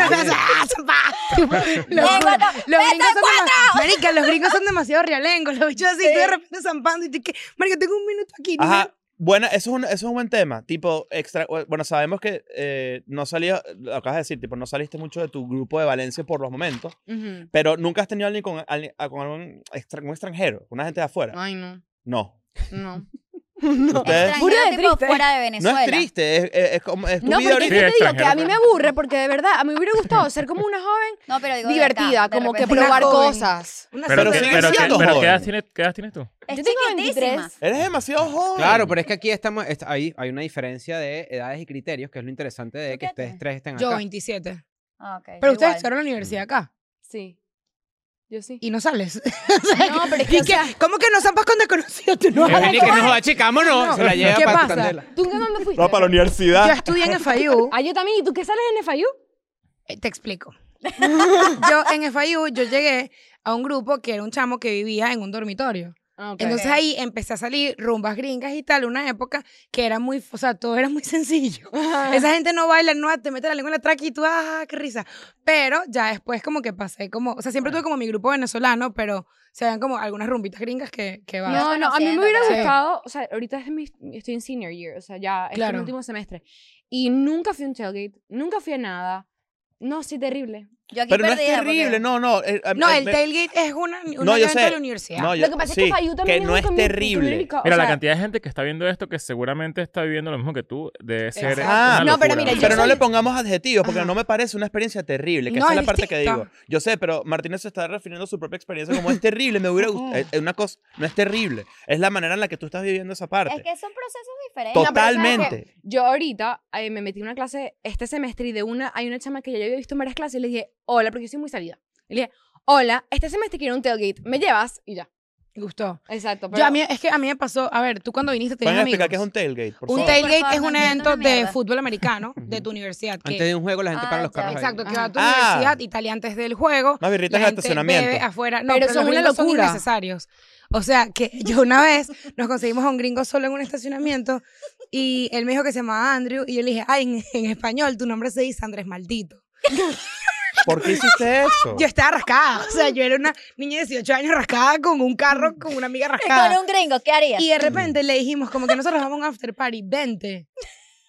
Speaker 3: ¡Ah, zampa! Tipo, los
Speaker 1: Venga,
Speaker 3: gringos-
Speaker 1: no,
Speaker 3: los
Speaker 1: vete
Speaker 3: gringos son dema- Marica, los gringos son demasiado rialengos. Los bichos así, tú de repente zampando y tú que, Marica, tengo un minuto aquí. ni
Speaker 7: Ajá.
Speaker 3: nada".
Speaker 7: Bueno, eso es, un, eso es un buen tema. Tipo, extra, bueno, sabemos que eh, no salía, lo acabas de decir, tipo, no saliste mucho de tu grupo de Valencia por los momentos,
Speaker 2: Ujú.
Speaker 7: pero nunca has tenido alguien con, alguien- a- con algún extra- un extranjero, una gente de afuera.
Speaker 2: Ay, no.
Speaker 7: No.
Speaker 2: No.
Speaker 7: Ustedes-
Speaker 1: Extranjero,
Speaker 2: Puro de
Speaker 1: tipo,
Speaker 2: triste.
Speaker 1: fuera de
Speaker 7: No
Speaker 1: Venezuela.
Speaker 7: es triste, es, es, es como. Es tu
Speaker 2: No,
Speaker 7: vida
Speaker 2: pero es que yo
Speaker 7: ahorita.
Speaker 5: Sí,
Speaker 2: te digo que
Speaker 5: extranjero.
Speaker 2: a mí me aburre porque de verdad, a mí me hubiera gustado ser como una joven
Speaker 1: No, pero digo de acá,
Speaker 2: divertida,
Speaker 1: de
Speaker 2: como que
Speaker 1: repente-
Speaker 3: Una
Speaker 2: probar
Speaker 3: joven.
Speaker 2: cosas.
Speaker 3: Una
Speaker 5: Pero,
Speaker 7: Pero
Speaker 5: ¿qué-
Speaker 3: sorpresa.
Speaker 7: siguen
Speaker 5: pero ¿qué-
Speaker 7: siendo
Speaker 5: pero ¿qué, edad
Speaker 7: jóvenes.
Speaker 5: tienes, qué edad tienes tú?
Speaker 1: Es
Speaker 2: Yo tengo
Speaker 1: chiquitísima.
Speaker 2: 23.
Speaker 7: Eres demasiado joven.
Speaker 4: Claro, pero es que aquí estamos, est- ahí hay una diferencia de edades y criterios, que es lo interesante de
Speaker 1: ¿Tú
Speaker 4: que
Speaker 1: qué
Speaker 4: ustedes
Speaker 1: tienes?
Speaker 4: tres estén acá.
Speaker 3: Yo, 27.
Speaker 1: Ah, ok,
Speaker 3: Pero
Speaker 1: yo
Speaker 3: ustedes
Speaker 1: igual.
Speaker 3: estudiaron en la universidad acá
Speaker 2: Sí. Yo sí.
Speaker 3: y no sales. O sea,
Speaker 2: No, pero es
Speaker 3: ¿y
Speaker 2: que, o
Speaker 3: qué?
Speaker 2: sea,
Speaker 3: ¿Cómo que no zampas con desconocidos? Tú no
Speaker 4: Que
Speaker 3: hablas
Speaker 4: Jenny,
Speaker 3: con
Speaker 4: que no
Speaker 3: nadie.
Speaker 4: joda, chica, vámonos.
Speaker 3: No.
Speaker 4: Se la lleva
Speaker 3: ¿Qué
Speaker 4: para tu
Speaker 3: pasa?
Speaker 4: candela.
Speaker 2: ¿Tú qué dónde fuiste?
Speaker 7: No, para la universidad.
Speaker 3: Yo estudié en FIU.
Speaker 2: Ah, yo también. ¿Y tú qué sales en FIU?
Speaker 3: Eh, Te explico. yo en FIU yo llegué a un grupo que era un chamo que vivía en un dormitorio.
Speaker 2: Ah, ok.
Speaker 3: Entonces ahí empecé a salir rumbas gringas y tal, una época que era muy, o sea, todo era muy sencillo. Esa gente no baila, no te mete la lengua en la traca y tú, ah, qué risa. Pero ya después como que pasé como, o sea, siempre tuve como mi grupo venezolano, pero se dan como algunas rumbitas gringas que, que va.
Speaker 2: No, no, a mí me hubiera
Speaker 3: Ah, Sí.
Speaker 2: gustado, o sea, ahorita es mi- estoy en senior year, o sea, ya es
Speaker 3: Claro.
Speaker 2: mi último semestre. Y nunca fui a un tailgate, nunca fui a nada. No, sí, terrible.
Speaker 1: Yo aquí
Speaker 7: Pero no es
Speaker 1: perdida, porque-
Speaker 7: terrible, no, no. eh, a-
Speaker 3: No,
Speaker 7: a-
Speaker 3: el
Speaker 7: me-
Speaker 3: tailgate es una, un
Speaker 7: No, yo
Speaker 3: evento
Speaker 7: sé.
Speaker 3: de la universidad.
Speaker 7: No, yo-
Speaker 2: Lo que pasa
Speaker 7: sí,
Speaker 2: es que FIU también
Speaker 7: no es
Speaker 2: un commu- un community
Speaker 7: terrible.
Speaker 2: co- o
Speaker 5: Mira, la
Speaker 2: sea,
Speaker 5: cantidad de gente que está viendo esto que seguramente está viviendo lo mismo que tú, de ser.
Speaker 2: Exacto.
Speaker 7: Ah,
Speaker 5: una
Speaker 2: no, pero
Speaker 5: locura.
Speaker 2: mira, yo
Speaker 7: Pero no
Speaker 2: soy-
Speaker 7: le pongamos adjetivos porque
Speaker 3: Ajá.
Speaker 7: no me parece una experiencia terrible, que
Speaker 3: No,
Speaker 7: esa es
Speaker 3: es
Speaker 7: la parte que
Speaker 3: distinta.
Speaker 7: digo. Yo sé, pero Martínez se está refiriendo a su propia experiencia como es terrible, me hubiera gustado. Es- es Una cosa, no es terrible, es la manera en la que tú estás viviendo esa parte.
Speaker 1: Es que son procesos diferentes.
Speaker 2: pero ¿sabes qué?
Speaker 7: Totalmente.
Speaker 2: Yo ahorita eh, me metí en una clase este semestre y de una hay una chama que ya yo había visto en varias clases y le dije, hola, porque yo soy muy salida. Y le dije, hola, este semestre quiero un tailgate, ¿me llevas? Y ya.
Speaker 3: Me gustó.
Speaker 2: Exacto.
Speaker 3: Yo, a mí, es que a mí me pasó, a ver, tú cuando viniste tenías
Speaker 7: Pueden
Speaker 3: amigos.
Speaker 7: explicar qué es un tailgate, por
Speaker 3: Un
Speaker 7: favor.
Speaker 1: Por
Speaker 3: tailgate
Speaker 1: favor,
Speaker 3: es un
Speaker 1: no entiendo
Speaker 3: evento
Speaker 1: una
Speaker 3: de
Speaker 1: mierda.
Speaker 3: fútbol americano de tu universidad. que-
Speaker 4: Antes de un juego la gente
Speaker 1: Ah,
Speaker 4: para los
Speaker 1: ya.
Speaker 4: carros ahí.
Speaker 3: exacto, que
Speaker 2: Ajá.
Speaker 3: va a tu
Speaker 7: Ah.
Speaker 3: universidad y tal, y antes del juego.
Speaker 7: Unas birritas en
Speaker 3: la
Speaker 7: el
Speaker 3: gente bebe
Speaker 7: estacionamiento.
Speaker 3: afuera. No,
Speaker 2: Pero
Speaker 3: pero,
Speaker 2: son
Speaker 3: son
Speaker 2: una locura.
Speaker 3: Son innecesarios. O sea, que yo una vez nos conseguimos a un gringo solo en un estacionamiento y él me dijo que se llamaba Andrew y yo le dije, ay, en, en español tu nombre se dice Andrés Maldito.
Speaker 7: ¿Por qué hiciste eso?
Speaker 3: Yo estaba rascada. O sea, yo era una niña de 18 años rascada con un carro, con una amiga rascada.
Speaker 1: Con un gringo, ¿qué harías?
Speaker 3: Y de repente le dijimos, como que nosotros vamos a un after party, vente.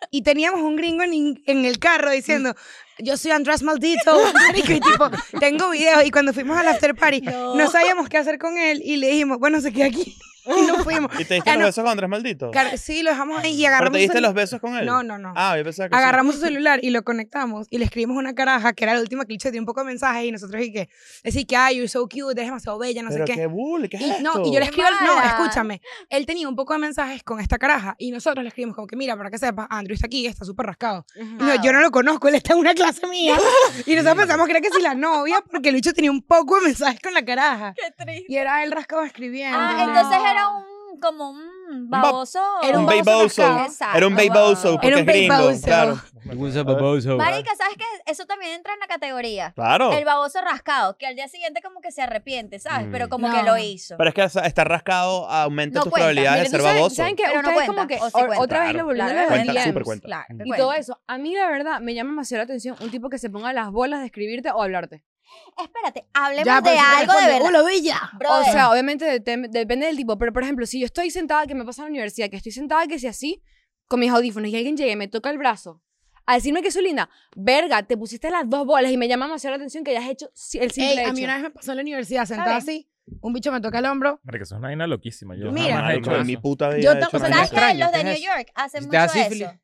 Speaker 3: Y teníamos un gringo en, in- en el carro diciendo, yo soy Andrés Maldito, marico, y tipo, tengo videos. Y cuando fuimos al after party, no. sabíamos qué hacer con él y le dijimos, bueno, se queda aquí. y nos fuimos.
Speaker 7: ¿Y te diste
Speaker 3: Ya
Speaker 7: los
Speaker 3: Ah, no-
Speaker 7: besos con Andrés Maldito?
Speaker 3: Car- Sí, lo dejamos ahí y
Speaker 7: ¿Pero
Speaker 3: agarramos.
Speaker 7: te
Speaker 3: su
Speaker 7: diste
Speaker 3: celu-
Speaker 7: los besos con él?
Speaker 3: No, no, no.
Speaker 7: Ah, yo pensaba que sí.
Speaker 3: Agarramos su celular y lo conectamos y le escribimos una caraja que era la última cliché de un poco de mensajes y nosotros y que así que ay you're so cute eres demasiado bella no
Speaker 7: Pero
Speaker 3: sé qué,
Speaker 7: qué bull, ¿qué es
Speaker 3: Y, no
Speaker 7: esto?
Speaker 3: y yo le escribo al- no
Speaker 1: mala.
Speaker 3: escúchame él tenía un poco de mensajes con esta caraja y nosotros le escribimos como que mira para que sepas Andrew está aquí está súper rascado no, yo no lo conozco, él está en una clase mía. Y nosotros pensamos que era que si la novia, porque el bicho tenía un poco de mensajes con la caraja.
Speaker 1: Qué triste.
Speaker 3: Y era él rascado escribiendo.
Speaker 1: Ah, entonces era un, como un
Speaker 7: ba-
Speaker 1: baboso.
Speaker 3: Era
Speaker 7: un
Speaker 3: un baboso
Speaker 7: baboso.
Speaker 3: rascado.
Speaker 1: Exacto.
Speaker 7: Era un baboso, porque
Speaker 3: Era un
Speaker 7: es gringo.
Speaker 3: baboso.
Speaker 7: Claro.
Speaker 1: Marica, ¿sabes qué? Eso también entra en la categoría.
Speaker 7: Claro.
Speaker 1: El baboso rascado, que al día siguiente como que se arrepiente, ¿sabes?
Speaker 4: Mm.
Speaker 1: Pero como
Speaker 3: No.
Speaker 1: que lo hizo.
Speaker 7: Pero es que esa- estar rascado aumenta
Speaker 1: No
Speaker 7: tus
Speaker 1: cuenta.
Speaker 7: probabilidades de
Speaker 2: Miren,
Speaker 7: ser
Speaker 2: ¿tú saben-
Speaker 7: baboso.
Speaker 2: ¿Saben que
Speaker 1: Pero no
Speaker 2: ustedes como
Speaker 1: cuenta,
Speaker 2: que
Speaker 1: o sí
Speaker 2: o-
Speaker 1: cuenta.
Speaker 2: otra vez lo
Speaker 7: Claro.
Speaker 2: volvieron a
Speaker 1: Claro,
Speaker 2: los
Speaker 7: Cuenta,
Speaker 2: DMs.
Speaker 7: súper cuenta.
Speaker 1: Claro,
Speaker 2: Y
Speaker 1: cuenta.
Speaker 2: todo eso. A mí, la verdad, me llama demasiado la atención un tipo que se ponga las bolas de escribirte o hablarte.
Speaker 1: Espérate, hablemos
Speaker 3: Ya,
Speaker 1: de
Speaker 3: pero si te
Speaker 1: algo de
Speaker 3: responde,
Speaker 1: verdad.
Speaker 3: "Hola, bella.
Speaker 1: Brother,
Speaker 2: O sea, obviamente de- tem- depende del tipo, pero por ejemplo, si yo estoy sentada, que me pasa en la universidad, que estoy sentada, que sea así, con mis audífonos, y alguien llegue y me toca el brazo, a decirme que soy linda, verga, te pusiste las dos bolas y me llama demasiado la atención que hayas hecho si- el simple
Speaker 3: Ey,
Speaker 2: hecho.
Speaker 3: a mí una vez me pasó en la universidad, sentada
Speaker 2: bien.
Speaker 3: así, un bicho me toca el hombro.
Speaker 5: Marica, eso es una vaina loquísima. Yo
Speaker 3: Mira.
Speaker 5: jamás he hecho
Speaker 7: Marico, en
Speaker 5: eso.
Speaker 7: mi puta vida
Speaker 3: Yo
Speaker 7: he
Speaker 3: ta-
Speaker 7: hecho
Speaker 3: o sea,
Speaker 7: nada.
Speaker 1: ¿sabes
Speaker 4: extraño,
Speaker 1: qué? Los
Speaker 4: ¿qué
Speaker 1: de
Speaker 4: es
Speaker 1: New
Speaker 4: eso?
Speaker 1: York hacen
Speaker 4: Si te da
Speaker 1: mucho
Speaker 4: sífilis.
Speaker 1: eso.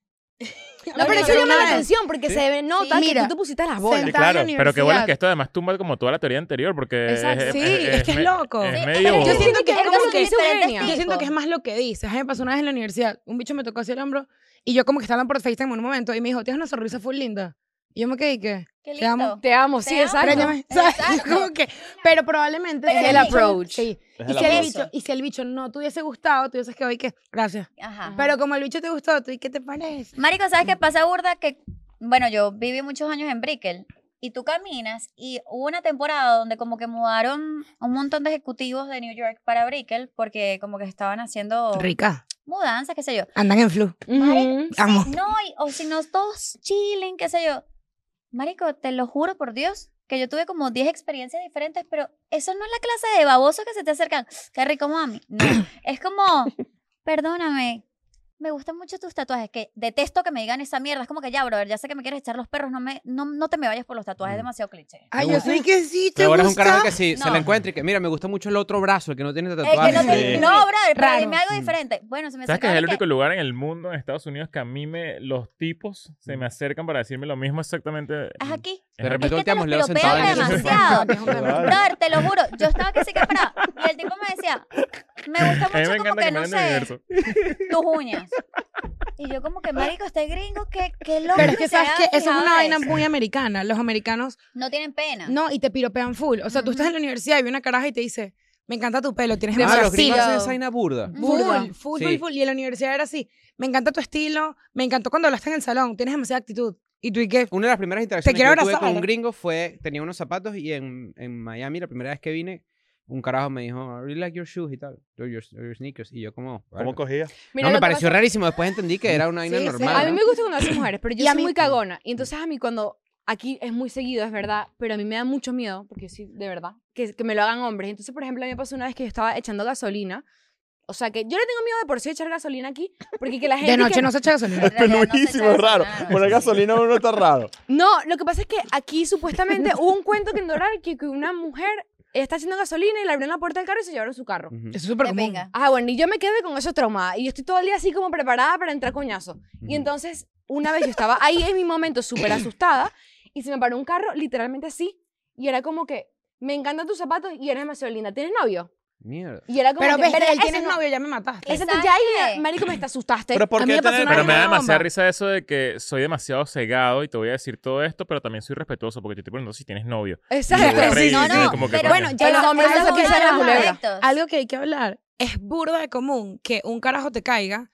Speaker 2: No, pero eso
Speaker 3: Pero
Speaker 2: llama
Speaker 3: una
Speaker 2: la
Speaker 3: vez-
Speaker 2: atención porque
Speaker 4: Sí.
Speaker 2: se nota que
Speaker 3: Mira.
Speaker 2: tú te pusiste las
Speaker 3: Sí,
Speaker 2: bolas.
Speaker 3: está en la
Speaker 7: claro,
Speaker 5: Pero qué bueno
Speaker 3: universidad.
Speaker 5: que esto además tumba como toda la teoría anterior, porque es-
Speaker 2: Exacto.
Speaker 5: es,
Speaker 3: Sí,
Speaker 5: es-
Speaker 3: es que es
Speaker 5: me-
Speaker 3: loco.
Speaker 5: Es
Speaker 1: Sí,
Speaker 5: medio...
Speaker 1: pero
Speaker 3: Yo siento que es
Speaker 1: Pero
Speaker 3: como
Speaker 1: son
Speaker 3: que
Speaker 2: dice
Speaker 1: diferentes
Speaker 2: Eugenia.
Speaker 3: Yo
Speaker 1: tipos.
Speaker 3: siento que es más lo que dices. A mí me pasó una vez en la universidad, un bicho me tocó así el hombro y yo como que estaba por FaceTime en un momento y me dijo, tienes una sonrisa full linda. Y yo me quedé que...
Speaker 1: Qué
Speaker 3: Te amo.
Speaker 1: lindo.
Speaker 2: Te amo, sí,
Speaker 1: Te amo.
Speaker 2: exacto.
Speaker 3: Pero,
Speaker 1: Exacto.
Speaker 3: como que, pero probablemente...
Speaker 1: Pero
Speaker 3: si
Speaker 1: el
Speaker 3: bicho-
Speaker 2: approach.
Speaker 3: Sí.
Speaker 7: Es
Speaker 3: Y
Speaker 7: el
Speaker 3: si, el
Speaker 7: aplauso.
Speaker 1: voz.
Speaker 3: bicho, y si el bicho no te hubiese gustado, tú hubieses que hoy que... Gracias.
Speaker 1: Ajá.
Speaker 3: Pero como el bicho te gustó, tú, ¿y qué te parece?
Speaker 1: Marico, ¿sabes qué pasa, burda? Que, bueno, yo viví muchos años en Brickell y tú caminas y hubo una temporada donde como que mudaron un montón de ejecutivos de New York para Brickell porque como que estaban haciendo
Speaker 3: Rica.
Speaker 1: mudanzas, qué sé yo.
Speaker 3: Andan en flu.
Speaker 2: Ujú.
Speaker 3: Amo.
Speaker 1: No, y- o si no, todos chilling, qué sé yo. Marico, te lo juro por Dios que yo tuve como 10 experiencias diferentes, pero eso no es la clase de babosos que se te acercan. Qué rico, mami. No, es como, perdóname, me gustan mucho tus tatuajes, que detesto que me digan esa mierda. Es como que ya, brother, ya sé que me quieres echar los perros, no, me, no, no te me vayas por los tatuajes, es
Speaker 5: Mm.
Speaker 1: demasiado cliché.
Speaker 3: Ay,
Speaker 4: Me
Speaker 3: yo
Speaker 4: gusta.
Speaker 3: sé que sí, te
Speaker 4: Pero ahora es un
Speaker 3: gusta.
Speaker 4: carajo que si se
Speaker 1: No.
Speaker 4: la encuentra y que, mira, me gusta mucho el otro brazo, el que no tiene
Speaker 1: Eh, que
Speaker 4: tatuaje.
Speaker 1: no, te-
Speaker 7: Sí.
Speaker 1: no, brother, pero
Speaker 3: Raro.
Speaker 1: dime algo diferente. Bueno, se me
Speaker 5: Mm. ¿Sabes que es
Speaker 1: acercaron
Speaker 5: el
Speaker 1: y que-
Speaker 5: único lugar en el mundo, en Estados Unidos, que a mí me, los tipos se
Speaker 7: Mm.
Speaker 5: me acercan para decirme lo mismo exactamente?
Speaker 1: Es aquí.
Speaker 5: Es
Speaker 4: De repente
Speaker 1: Es que te
Speaker 4: volteamos
Speaker 1: los
Speaker 4: Leo sentado en
Speaker 1: piropean
Speaker 4: el sofá.
Speaker 1: demasiado.
Speaker 7: Claro.
Speaker 1: Brother, te lo juro, yo estaba que sí que parada. Y el tipo me decía, me gusta
Speaker 5: A mí me
Speaker 1: mucho como
Speaker 5: encanta que
Speaker 1: que,
Speaker 5: me
Speaker 1: no
Speaker 5: den
Speaker 1: sé,
Speaker 5: el universo.
Speaker 1: tus uñas. Y yo como que, marico, este gringo, qué, qué loco.
Speaker 3: Pero es que
Speaker 1: se
Speaker 3: sabes
Speaker 1: haya
Speaker 3: que eso es
Speaker 1: fijado
Speaker 3: una
Speaker 1: en
Speaker 3: vaina
Speaker 1: eso.
Speaker 3: muy americana. Los americanos
Speaker 1: No tienen pena.
Speaker 3: no, y te piropean full. O sea, tú estás en la universidad y ve una caraja y te dice, me encanta tu pelo, tienes
Speaker 4: Ah,
Speaker 3: demasiado Mm.
Speaker 4: los gringos
Speaker 3: estilo.
Speaker 4: hacen esa vaina burda.
Speaker 2: burda.
Speaker 3: Full, full,
Speaker 4: Sí.
Speaker 3: full, full. Y en la universidad era así, me encanta tu estilo, me encantó cuando hablaste en el salón, tienes demasiada actitud. Y tú y qué,
Speaker 4: Una de las primeras interacciones que
Speaker 3: quiero
Speaker 4: yo tuve
Speaker 3: abrazar.
Speaker 4: con un gringo fue, tenía unos zapatos y en, en Miami, la primera vez que vine, un carajo me dijo, I really like your shoes y tal, or your, or your sneakers. Y yo como,
Speaker 7: ¿Cómo
Speaker 4: "Verga".
Speaker 7: cogía?
Speaker 2: Mira,
Speaker 4: no,
Speaker 2: lo
Speaker 4: me
Speaker 2: que
Speaker 4: pareció
Speaker 2: pasa-
Speaker 4: rarísimo. Después entendí que era una vaina
Speaker 3: Sí, sí.
Speaker 4: normal.
Speaker 2: A mí
Speaker 4: ¿no?
Speaker 2: me gusta cuando hacen mujeres, pero yo
Speaker 3: Y a
Speaker 2: soy
Speaker 3: mí-
Speaker 2: muy cagona. Y entonces a mí cuando, aquí es muy seguido, es verdad, pero a mí me da mucho miedo, porque sí, de verdad, que, que me lo hagan hombres. Entonces, por ejemplo, a mí me pasó una vez que yo estaba echando gasolina. O sea, que yo le tengo miedo de por sí echar gasolina aquí, porque que la gente...
Speaker 3: de noche
Speaker 2: que-
Speaker 3: no se echa gasolina.
Speaker 1: En realidad no se echa gasolina, no.
Speaker 7: uno está raro.
Speaker 2: No, lo que pasa es que aquí supuestamente hubo un cuento que en Doral que, que una mujer está echando gasolina y le abrieron la puerta del carro y se llevaron su carro.
Speaker 4: Ujú.
Speaker 3: Eso es súper
Speaker 1: Qué
Speaker 3: común.
Speaker 1: pinga.
Speaker 2: Ah, bueno, y yo me quedé con eso traumada. Y yo estoy todo el día así como preparada para entrar coñazo. Y
Speaker 4: Ujú.
Speaker 2: entonces, una vez yo estaba ahí en mi momento súper asustada y se me paró un carro literalmente así. Y era como que, me encantan tus zapatos y eres demasiado linda. ¿Tienes novio?
Speaker 4: Mierda.
Speaker 2: Y era como
Speaker 3: Pero
Speaker 2: que,
Speaker 3: ves,
Speaker 2: "Verga,
Speaker 3: él
Speaker 2: ese
Speaker 3: tiene
Speaker 2: no-
Speaker 3: novio, ya me mataste.
Speaker 2: ese
Speaker 1: ¿Y sabes
Speaker 2: ya,
Speaker 1: qué?
Speaker 2: ya, marico, me está asustaste.
Speaker 7: Pero ¿por
Speaker 3: A mí
Speaker 7: qué
Speaker 3: me pasó
Speaker 7: tener-
Speaker 3: una
Speaker 5: Pero me da
Speaker 3: Una
Speaker 5: demasiada
Speaker 3: bomba.
Speaker 5: risa eso de que soy demasiado cegado y te voy a decir todo esto, pero también soy respetuoso porque te estoy preguntando si tienes novio.
Speaker 2: Exacto.
Speaker 5: Pero
Speaker 1: Sí, no,
Speaker 5: sí, sí,
Speaker 1: no,
Speaker 5: como que
Speaker 1: pero
Speaker 5: coño.
Speaker 2: Bueno, ya los
Speaker 1: eso-
Speaker 2: hombres
Speaker 1: eso
Speaker 2: no
Speaker 1: es
Speaker 2: se
Speaker 1: uno de
Speaker 2: la
Speaker 1: los
Speaker 2: culebra.
Speaker 1: adeptos.
Speaker 3: Algo que hay que hablar, es burda de común que un carajo te caiga,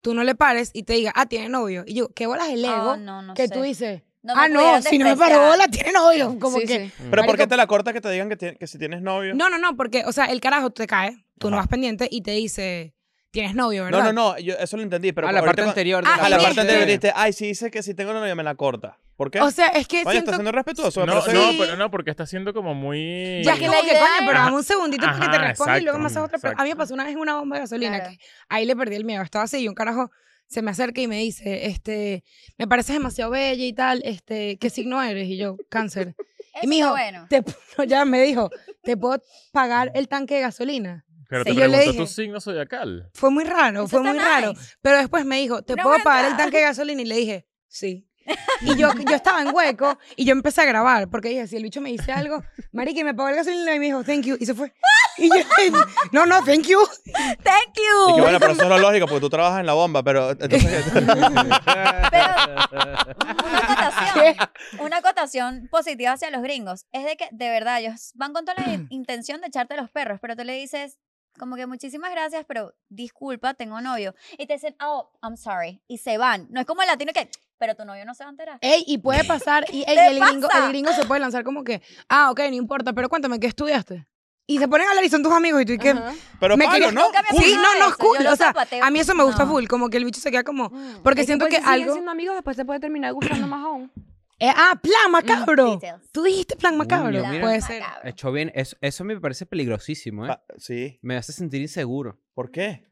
Speaker 3: tú no le pares y te diga, ah, tiene novio. Y yo, ¿qué bolas el ego?
Speaker 1: Ah, no, no
Speaker 3: que
Speaker 1: sé.
Speaker 3: tú dices,
Speaker 1: No me
Speaker 3: ah, no,
Speaker 1: pudieron
Speaker 3: si no me
Speaker 1: despreciar.
Speaker 3: paró bola, tiene novio. Como
Speaker 2: Sí,
Speaker 3: que...
Speaker 2: sí.
Speaker 7: ¿Pero por qué
Speaker 3: Marico.
Speaker 7: te la corta que te digan que, ti- que si tienes novio?
Speaker 3: No, no, no, porque, o sea, el carajo te cae, tú no
Speaker 7: Ajá.
Speaker 3: vas pendiente y te dice, tienes novio, ¿verdad?
Speaker 7: no, no, no, yo eso lo entendí. Pero
Speaker 4: a la
Speaker 7: ahorita
Speaker 4: parte
Speaker 7: cuando-
Speaker 4: anterior. de
Speaker 3: Ah,
Speaker 7: A la
Speaker 3: Sí,
Speaker 7: parte
Speaker 3: sí.
Speaker 7: anterior dijiste, ay, si dice que si tengo novio me la corta. ¿Por qué?
Speaker 3: O sea, es que
Speaker 7: Oye,
Speaker 3: siento...
Speaker 7: estás siendo respetuoso. me
Speaker 5: No,
Speaker 7: parece
Speaker 5: no,
Speaker 7: bien.
Speaker 5: pero no, porque está siendo como muy...
Speaker 3: Ya es
Speaker 1: Sí.
Speaker 3: como que,
Speaker 1: La idea
Speaker 3: coño, pero
Speaker 5: era-
Speaker 3: dame un segundito porque te
Speaker 5: Ajá,
Speaker 3: respondo y luego me haces
Speaker 5: exacto,
Speaker 3: otra pregunta. A mí me
Speaker 5: exacto.
Speaker 3: pasó una vez en una bomba de gasolina
Speaker 1: Claro.
Speaker 3: que ahí le perdí el miedo. Estaba así y un carajo se me acerca y me dice, este, me pareces demasiado bella y tal, este, ¿qué signo eres? Y yo, cáncer.
Speaker 1: Eso
Speaker 3: mijo,
Speaker 1: está bueno.
Speaker 3: Te, pu- ya me dijo, ¿te puedo pagar el tanque de gasolina?
Speaker 5: Pero
Speaker 1: Sí,
Speaker 5: te
Speaker 3: yo le
Speaker 5: pregunto tu
Speaker 3: dije.
Speaker 5: signo zodiacal.
Speaker 3: Fue muy raro,
Speaker 1: Eso
Speaker 3: fue
Speaker 1: está
Speaker 3: muy raro.
Speaker 1: nice.
Speaker 3: Pero después me dijo, ¿te
Speaker 1: Una
Speaker 3: puedo
Speaker 1: buena
Speaker 3: pagar el
Speaker 1: entrada.
Speaker 3: tanque de gasolina? Y le dije, sí. Y yo, yo estaba en hueco y yo empecé a grabar porque dije, si el bicho me dice algo, marica, y me pagó el gasolina y me dijo, thank you, y se fue. Y yo, no, no, thank you.
Speaker 1: Thank
Speaker 7: Y que
Speaker 1: you.
Speaker 7: bueno, pero eso no es lógico porque tú trabajas en la bomba, pero entonces...
Speaker 1: este- Una acotación, una acotación positiva hacia los gringos es de que, de verdad, ellos van con toda la in- intención de echarte los perros, pero tú le dices, como que muchísimas gracias, pero disculpa, tengo novio. Y te dicen, oh, I'm sorry. Y se van. No es como el latino que, pero tu novio no se va a enterar.
Speaker 3: Ey, y puede pasar, y ey,
Speaker 1: ¿Te
Speaker 3: el, gringo,
Speaker 1: pasa?
Speaker 3: el gringo se puede lanzar como que, ah, ok, no importa, pero cuéntame, ¿qué estudiaste? Y se ponen a hablar y son tus amigos y tú, ¿y qué?
Speaker 2: Ajá.
Speaker 7: pero
Speaker 3: Me
Speaker 7: palo,
Speaker 3: quería-
Speaker 7: ¿no?
Speaker 1: Nunca me
Speaker 7: Cool.
Speaker 3: Sí, no, no, es
Speaker 1: Yo
Speaker 3: cool.
Speaker 1: lo
Speaker 3: O sea,
Speaker 1: zapateo.
Speaker 3: a mí eso me gusta
Speaker 1: No.
Speaker 3: full, como que el bicho se queda como, porque
Speaker 2: Es
Speaker 3: siento
Speaker 2: pues,
Speaker 3: que
Speaker 2: si siguen
Speaker 3: algo-
Speaker 2: siendo amigos, después te puede terminar gustando más aún.
Speaker 3: eh, ah, plan macabro.
Speaker 1: Details.
Speaker 3: Tú dijiste plan macabro.
Speaker 4: mira.
Speaker 3: Puede ser.
Speaker 4: Hecho bien. Eso, eso me parece peligrosísimo, ¿eh?
Speaker 7: Pa- Sí.
Speaker 4: Me hace sentir inseguro.
Speaker 7: ¿Por qué?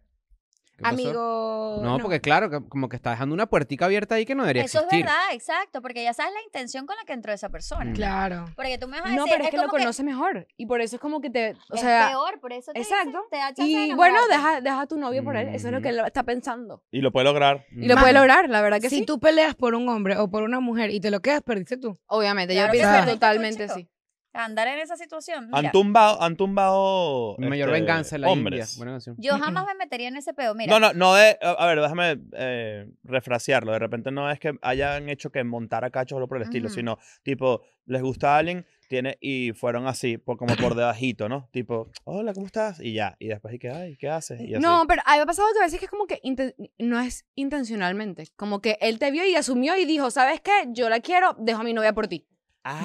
Speaker 4: ¿Qué pasó?
Speaker 3: Amigo.
Speaker 4: No, porque claro, que- como que está dejando una puertica abierta ahí que no debería
Speaker 1: Eso es
Speaker 4: existir.
Speaker 1: verdad, exacto, porque ya sabes la intención con la que entró esa persona.
Speaker 4: Mm.
Speaker 3: Claro.
Speaker 1: Porque tú me vas a decir,
Speaker 2: No, pero es que lo
Speaker 1: como que
Speaker 2: conoces mejor. Y por eso es como que te. O
Speaker 1: es
Speaker 2: sea.
Speaker 1: peor, por eso te dice,
Speaker 2: Exacto.
Speaker 1: te da chance de
Speaker 2: Y bueno,
Speaker 1: enamorarte.
Speaker 2: deja, deja a tu novio por él. Eso es lo que él está pensando.
Speaker 7: Y lo puede lograr.
Speaker 2: Mm. Y lo
Speaker 4: Mm.
Speaker 2: puede lograr, la verdad que
Speaker 3: si
Speaker 2: sí.
Speaker 3: tú peleas por un hombre o por una mujer y te lo quedas, perdiste tú.
Speaker 2: Obviamente,
Speaker 1: Claro
Speaker 2: yo
Speaker 1: que
Speaker 2: pienso
Speaker 3: perdiste
Speaker 1: tú,
Speaker 2: totalmente
Speaker 1: chico.
Speaker 2: sí.
Speaker 1: andar en esa situación.
Speaker 7: Han
Speaker 1: Mira,
Speaker 7: tumbado, han tumbado.
Speaker 4: Mi Mayor
Speaker 7: este,
Speaker 4: venganza en la
Speaker 7: hombres.
Speaker 4: India. Buena canción.
Speaker 1: yo jamás me metería en ese peo, mira.
Speaker 7: No, no, no de. A a ver, déjame eh, refrasearlo. De repente no es que hayan hecho que montara cachos o algo por el estilo,
Speaker 1: Ujú.
Speaker 7: sino tipo, les gusta a alguien tiene, y fueron así, por, como por debajito, ¿no? Tipo, hola, ¿cómo estás? Y ya. Y después, ¿y qué, ay, ¿qué haces? Y así.
Speaker 2: No, pero a mí me ha pasado que a veces que es como que inten- no es intencionalmente. Como que él te vio y asumió y dijo, ¿sabes qué? Yo la quiero, dejo a mi novia por ti.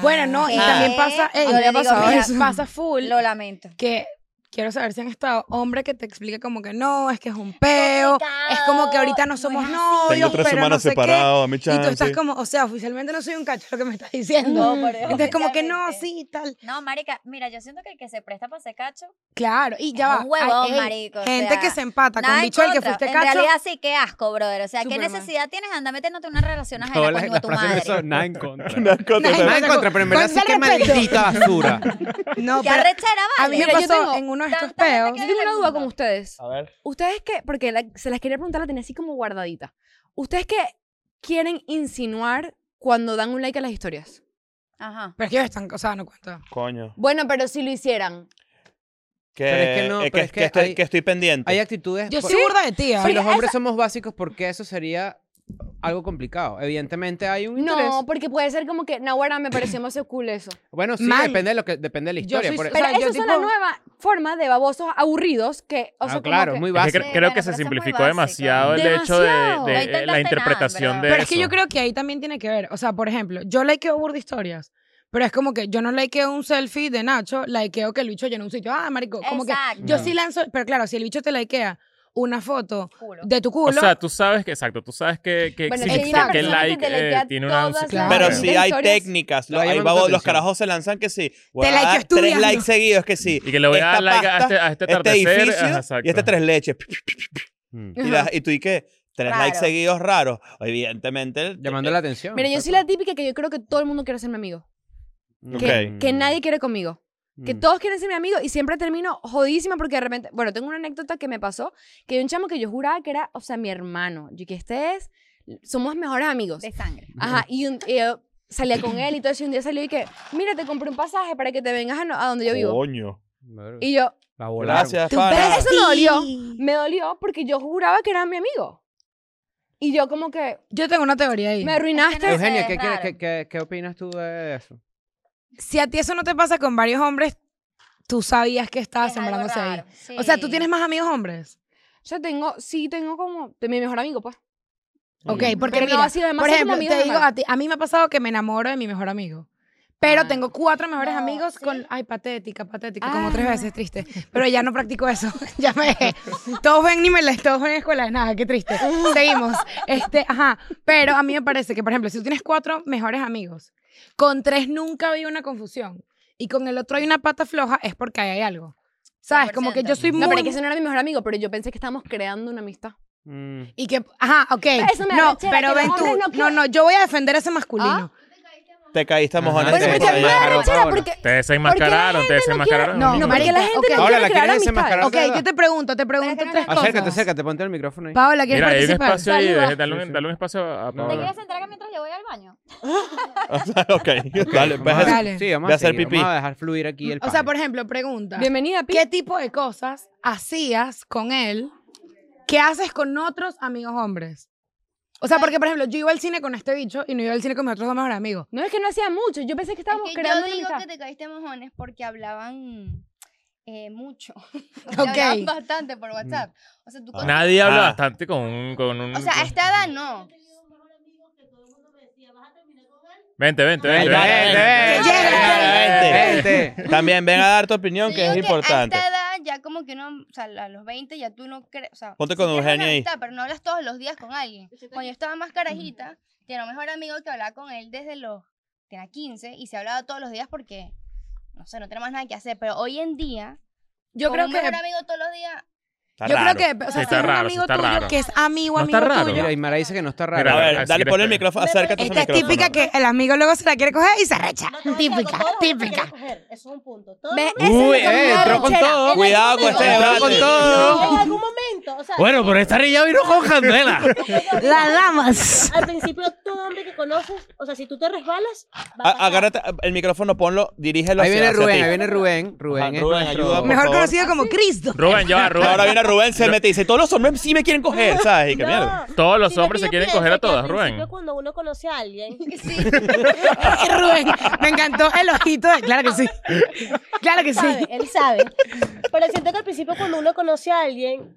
Speaker 3: bueno, no, y
Speaker 1: Ah.
Speaker 3: también pasa,
Speaker 1: Eh,
Speaker 3: ey,
Speaker 1: yo le digo,
Speaker 3: pasa-
Speaker 1: mira,
Speaker 3: eso pasa full
Speaker 1: Lo lamento.
Speaker 3: que quiero saber si han estado hombre que te explica como que no, es que es un peo, es como que ahorita no somos
Speaker 1: no
Speaker 3: novios,
Speaker 7: Tengo tres
Speaker 3: pero no
Speaker 7: semanas
Speaker 3: sé
Speaker 7: separado, a mi
Speaker 3: qué. Y tú
Speaker 7: chance.
Speaker 3: estás como, o sea, oficialmente no soy un cacho lo que me estás diciendo.
Speaker 1: No, por eso,
Speaker 3: Entonces como que no,
Speaker 1: oficialmente.
Speaker 3: sí, tal.
Speaker 1: No, marica, mira, yo siento que el que se presta para ese cacho
Speaker 3: Claro, y ya
Speaker 1: Es
Speaker 3: va.
Speaker 1: un huevón,
Speaker 3: ay, ey,
Speaker 1: marico, o
Speaker 3: Gente
Speaker 1: sea,
Speaker 3: que se empata con
Speaker 1: nada en
Speaker 3: bicho al que
Speaker 1: contra.
Speaker 3: fuiste
Speaker 1: En
Speaker 3: cacho.
Speaker 1: realidad sí, qué asco, brother. O sea, ¿qué
Speaker 2: Superman.
Speaker 1: necesidad tienes? Anda, metiéndote en una relación ajena,
Speaker 4: Todas
Speaker 1: coño,
Speaker 4: las-
Speaker 1: de
Speaker 4: las
Speaker 1: tu
Speaker 4: frases
Speaker 1: madre.
Speaker 4: de eso, nada en contra.
Speaker 7: Una cosa-
Speaker 3: Nada en
Speaker 4: Nada en contra, pero en verdad sí
Speaker 3: Con
Speaker 4: que
Speaker 3: respeto.
Speaker 4: maldita basura.
Speaker 3: No,
Speaker 1: Qué
Speaker 3: pero
Speaker 1: arrechera,
Speaker 3: a
Speaker 1: vale.
Speaker 3: mí me
Speaker 2: Mira, yo
Speaker 3: pasó
Speaker 2: tengo
Speaker 3: en uno de estos
Speaker 1: tanta gente
Speaker 3: peos.
Speaker 1: que
Speaker 2: Yo tengo
Speaker 1: en
Speaker 2: una
Speaker 1: el
Speaker 2: duda
Speaker 1: mundo.
Speaker 2: con ustedes.
Speaker 7: A ver.
Speaker 2: Ustedes que, porque la- se las quería preguntar, la tenía así como guardadita. ¿Ustedes que quieren insinuar cuando dan un like a las historias?
Speaker 1: Ajá.
Speaker 3: Pero es que ellos están, o sea, no cuento.
Speaker 7: Coño.
Speaker 2: Bueno, pero si lo hicieran.
Speaker 7: Que,
Speaker 4: Pero es que no,
Speaker 7: eh,
Speaker 4: pero
Speaker 7: que,
Speaker 4: es que
Speaker 7: que estoy,
Speaker 4: hay-
Speaker 7: que estoy pendiente.
Speaker 4: Hay actitudes.
Speaker 3: Yo
Speaker 4: por-
Speaker 3: soy Pues burda de tía.
Speaker 4: Si
Speaker 2: Pero
Speaker 4: los hombres somos básicos, ¿por qué eso sería algo complicado? Evidentemente hay un interés.
Speaker 2: No, porque puede ser como que, Nahuara, me pareció más cool eso.
Speaker 4: Bueno, sí,
Speaker 3: Man.
Speaker 4: depende de lo que depende de la
Speaker 3: Yo
Speaker 4: historia.
Speaker 3: soy
Speaker 4: por- e-,
Speaker 3: O
Speaker 2: Pero
Speaker 3: sea, yo
Speaker 2: eso es una
Speaker 3: tipo-
Speaker 2: nueva forma de babosos aburridos que, o
Speaker 4: Ah,
Speaker 2: sea, como
Speaker 4: claro,
Speaker 2: que-
Speaker 4: muy
Speaker 5: Es que
Speaker 4: básico.
Speaker 5: cre-
Speaker 1: Sí,
Speaker 5: creo
Speaker 1: bueno, pero
Speaker 5: que se
Speaker 1: eso es muy
Speaker 5: simplificó
Speaker 1: básico.
Speaker 5: demasiado el hecho de,
Speaker 2: Demasiado.
Speaker 1: No
Speaker 5: de- eh,
Speaker 1: intentaste
Speaker 5: la
Speaker 1: nada,
Speaker 5: interpretación
Speaker 1: ¿verdad?
Speaker 5: de
Speaker 3: Pero
Speaker 5: eso.
Speaker 3: es que yo creo que ahí también tiene que ver. O sea, por ejemplo, yo likeo burda historias. Pero es como que yo no likeo un selfie de Nacho, likeo que el bicho llenó un sitio. Ah, marico, como
Speaker 1: Exacto.
Speaker 3: que yo
Speaker 4: No.
Speaker 3: sí lanzo. Pero claro, si el bicho te likea una foto
Speaker 1: Culo.
Speaker 3: de tu culo.
Speaker 5: O sea, tú sabes que, exacto, tú sabes que, que
Speaker 2: Bueno,
Speaker 5: existe,
Speaker 3: es que hay una
Speaker 5: que el
Speaker 2: persona que
Speaker 5: like
Speaker 2: te le
Speaker 5: eh,
Speaker 2: queda
Speaker 5: tiene
Speaker 2: todas
Speaker 5: una...
Speaker 2: las-
Speaker 3: Ah,
Speaker 5: claro.
Speaker 7: Pero
Speaker 2: Claro.
Speaker 7: sí
Speaker 2: De
Speaker 7: hay
Speaker 2: historias.
Speaker 7: técnicas.
Speaker 4: Lo
Speaker 7: Hay
Speaker 4: llaman
Speaker 7: babos- los
Speaker 4: atención.
Speaker 7: carajos se lanzan que sí. Voy a
Speaker 3: Te like
Speaker 7: dar
Speaker 3: yo
Speaker 7: tres
Speaker 3: estudiando.
Speaker 7: likes seguidos que sí.
Speaker 5: Y que le voy
Speaker 7: Esta
Speaker 5: a dar like a
Speaker 7: pasta,
Speaker 5: este, a este
Speaker 7: este
Speaker 5: atardecer.
Speaker 7: edificio
Speaker 5: ajá, exacto.
Speaker 7: y este tres leches.
Speaker 4: Mm.
Speaker 7: Y, la- y tú y qué, tres
Speaker 1: Raro.
Speaker 7: likes seguidos raros. Evidentemente.
Speaker 4: Llamando la atención.
Speaker 2: Mira, yo soy la típica que yo creo que todo el mundo quiere ser mi amigo.
Speaker 4: Mm.
Speaker 2: Que,
Speaker 7: Ok.
Speaker 2: que nadie quiere conmigo. Que
Speaker 4: Mm.
Speaker 2: todos quieren ser mi amigo y siempre termino jodidísima porque de repente, bueno, tengo una anécdota que me pasó, que hay un chamo que yo juraba que era, o sea, mi hermano. Yo que este es, somos mejores amigos.
Speaker 1: De sangre.
Speaker 2: Ajá, y, un- y yo salía con él y todo eso, y un día salió y que, mira, te compré un pasaje para que te vengas a, no- a donde yo vivo.
Speaker 7: Coño.
Speaker 4: Madre-
Speaker 2: Y yo,
Speaker 4: La volaron.
Speaker 7: Gracias,
Speaker 3: Tu
Speaker 7: pana.
Speaker 2: eso me dolió.
Speaker 3: bestie.
Speaker 2: me dolió porque yo juraba que era mi amigo. Y yo como que,
Speaker 3: Yo tengo una teoría ahí.
Speaker 2: me arruinaste.
Speaker 1: Es que no-
Speaker 4: Eugenia,
Speaker 1: Es
Speaker 4: ¿qué, quieres-
Speaker 1: raro.
Speaker 4: qué- qué- qué opinas tú de eso?
Speaker 3: Si a ti eso no te pasa con varios hombres, tú sabías que estaba
Speaker 1: Es algo
Speaker 3: sembrándose ahí.
Speaker 1: raro,
Speaker 3: O sea, tú
Speaker 1: sí.
Speaker 3: tienes más amigos hombres.
Speaker 2: Yo tengo, sí, tengo como, de mi mejor amigo, pues.
Speaker 3: Ok,
Speaker 4: Mm.
Speaker 3: porque
Speaker 2: Pero no,
Speaker 3: mira,
Speaker 2: así además
Speaker 3: por
Speaker 2: son como
Speaker 3: ejemplo,
Speaker 2: amigos
Speaker 3: te digo,
Speaker 2: hermanos.
Speaker 3: a, ti- a mí me ha pasado que me enamoro de mi mejor amigo. Pero
Speaker 2: Ah.
Speaker 3: tengo cuatro mejores
Speaker 1: No,
Speaker 3: amigos
Speaker 1: ¿sí?
Speaker 3: con... Ay, patética, patética, como
Speaker 2: Ah.
Speaker 3: tres veces, triste. Pero ya no practico eso. ya me dejé. Todos ven niveles, todos ven escuela de nada, qué triste. Seguimos. Este, ajá. Pero a mí me parece que, por ejemplo, si tú tienes cuatro mejores amigos, con tres nunca había una confusión y con el otro hay una pata floja, es porque ahí hay algo. ¿Sabes? Como que yo soy
Speaker 1: 100%.
Speaker 3: muy...
Speaker 2: No, pero es que ese no era mi mejor amigo, pero yo pensé que estábamos creando una amistad.
Speaker 4: Mm.
Speaker 3: Y que, ajá, ok.
Speaker 2: Eso me da
Speaker 3: no,
Speaker 2: rechera, que
Speaker 3: pero
Speaker 2: los
Speaker 3: ven tú.
Speaker 2: hombres no Ah.
Speaker 3: No, no, yo voy a defender a ese masculino.
Speaker 7: Te caíste a
Speaker 4: Ajá.
Speaker 7: mojones.
Speaker 3: Pues
Speaker 4: Bueno,
Speaker 7: de
Speaker 4: pero
Speaker 7: por
Speaker 4: ya-
Speaker 7: allá.
Speaker 4: Claro,
Speaker 8: Chera,
Speaker 4: bueno.
Speaker 8: porque
Speaker 5: Te desenmascararon, te desenmascararon.
Speaker 8: No, no,
Speaker 2: porque
Speaker 8: marica,
Speaker 2: la gente
Speaker 8: ok.
Speaker 2: no
Speaker 4: Ahora,
Speaker 2: quiere
Speaker 4: ¿la
Speaker 2: crear
Speaker 4: quieres
Speaker 2: amistades.
Speaker 4: desenmascarar?
Speaker 8: Ok, yo te pregunto, te pregunto
Speaker 1: no
Speaker 8: tres
Speaker 1: la-
Speaker 8: cosas.
Speaker 4: Acércate, acércate, ponte el micrófono ahí.
Speaker 8: Paola, ¿quieres
Speaker 5: Mira, hay un
Speaker 8: participar?
Speaker 5: espacio ahí,
Speaker 1: Saluda.
Speaker 5: deje- dale
Speaker 4: Sí, sí.
Speaker 5: un, dale un espacio a,
Speaker 4: ¿Te
Speaker 5: a
Speaker 1: ¿Te
Speaker 5: Paola.
Speaker 1: quieres entrar acá mientras yo voy al baño?
Speaker 7: ok, dale, pues,
Speaker 4: Vamos a-
Speaker 3: Dale.
Speaker 4: Sí, vamos
Speaker 7: Voy
Speaker 4: a,
Speaker 7: a hacer
Speaker 4: seguir,
Speaker 7: pipí.
Speaker 4: Vamos a dejar fluir aquí el
Speaker 3: O sea,
Speaker 4: pan.
Speaker 3: por ejemplo, pregunta.
Speaker 2: Bienvenida, Pi.
Speaker 3: ¿Qué tipo de cosas hacías con él que haces con otros amigos hombres? O sea, porque, por ejemplo, yo iba al cine con este bicho y no iba al cine con mis otros dos mejores amigos.
Speaker 2: No es que no hacía mucho, yo pensé que estábamos
Speaker 8: que yo
Speaker 2: creando una
Speaker 8: digo
Speaker 2: amistad.
Speaker 8: que
Speaker 9: te caíste mojones porque hablaban eh, mucho.
Speaker 3: Ok.
Speaker 9: Hablaban bastante por WhatsApp. O sea, tú con-
Speaker 5: Nadie habla
Speaker 7: Mm. Ah.
Speaker 5: bastante con un... Con un
Speaker 9: O sea, este a esta edad no.
Speaker 5: Vente, vente, vente.
Speaker 4: Vente,
Speaker 5: vente.
Speaker 4: vente,
Speaker 7: vente.
Speaker 4: vente. Vente.
Speaker 7: También ven a dar tu opinión,
Speaker 9: Yo
Speaker 7: que es
Speaker 9: digo
Speaker 7: importante.
Speaker 9: A esta edad ya como que uno, o sea, a los 20 ya tú no crees, o sea,
Speaker 7: Ponte con
Speaker 9: crees una
Speaker 7: Eugenia ahí.
Speaker 9: amistad, pero no hablas todos los días con alguien. Cuando yo estaba más carajita, tenía un mejor amigo que hablaba con él desde los, tenía 15 y se hablaba todos los días porque, no sé, no tenemos nada que hacer, pero hoy en día,
Speaker 3: Yo
Speaker 9: con
Speaker 3: creo
Speaker 9: un
Speaker 3: que.
Speaker 9: mejor amigo todos los días,
Speaker 7: Está
Speaker 3: yo
Speaker 7: raro.
Speaker 3: creo que. O sea, si
Speaker 5: Está
Speaker 3: es un
Speaker 5: raro,
Speaker 3: amigo
Speaker 5: está
Speaker 3: tuyo
Speaker 5: raro.
Speaker 3: que es amigo,
Speaker 5: No
Speaker 3: amigo
Speaker 5: está raro.
Speaker 3: tuyo.
Speaker 4: Mira, Aymara dice que no está raro.
Speaker 5: Mira,
Speaker 7: A
Speaker 5: a ver,
Speaker 7: ver,
Speaker 5: si
Speaker 7: dale,
Speaker 5: quieres
Speaker 7: pon el
Speaker 5: espera.
Speaker 7: micrófono, acércate al
Speaker 3: Esta es
Speaker 7: micrófono.
Speaker 3: típica que el amigo luego se la quiere coger y se recha. Típica, típica.
Speaker 10: es un punto.
Speaker 4: Uy, eh, entró con todo.
Speaker 7: Cuidado con este
Speaker 4: Entró
Speaker 7: debate.
Speaker 4: con todo.
Speaker 10: en algún momento, o sea,
Speaker 11: Bueno, pero esta niña vino con candela.
Speaker 3: Las damas.
Speaker 10: al principio todo hombre que conoces, o sea, si tú te resbalas, va a
Speaker 7: A-
Speaker 10: pasar.
Speaker 7: Agárrate el micrófono, ponlo, dirígelo
Speaker 4: Ahí
Speaker 7: hacia-
Speaker 4: viene
Speaker 7: hacia
Speaker 4: Rubén,
Speaker 7: ti.
Speaker 4: ahí viene Rubén. Rubén
Speaker 7: Ajá,
Speaker 4: es
Speaker 7: Rubén,
Speaker 4: nuestro-
Speaker 7: ayuda, por
Speaker 3: Mejor
Speaker 7: favor.
Speaker 3: conocido como Cristo.
Speaker 5: Rubén, ya va, Rubén.
Speaker 7: Ahora viene Rubén, se mete y dice, todos los hombres sí me quieren coger, ¿sabes? Y que
Speaker 10: No,
Speaker 7: mierda.
Speaker 5: Todos los
Speaker 10: sino que
Speaker 5: hombres se
Speaker 10: yo
Speaker 5: quieren
Speaker 10: pienso
Speaker 5: coger a
Speaker 10: que al
Speaker 5: todas, Rubén.
Speaker 10: principio cuando uno conoce a alguien,
Speaker 3: Y Rubén, me encantó el ojito. de- Claro que sí. Claro que
Speaker 10: sabe,
Speaker 3: sí.
Speaker 10: él sabe. Pero siento que al principio cuando uno conoce a alguien,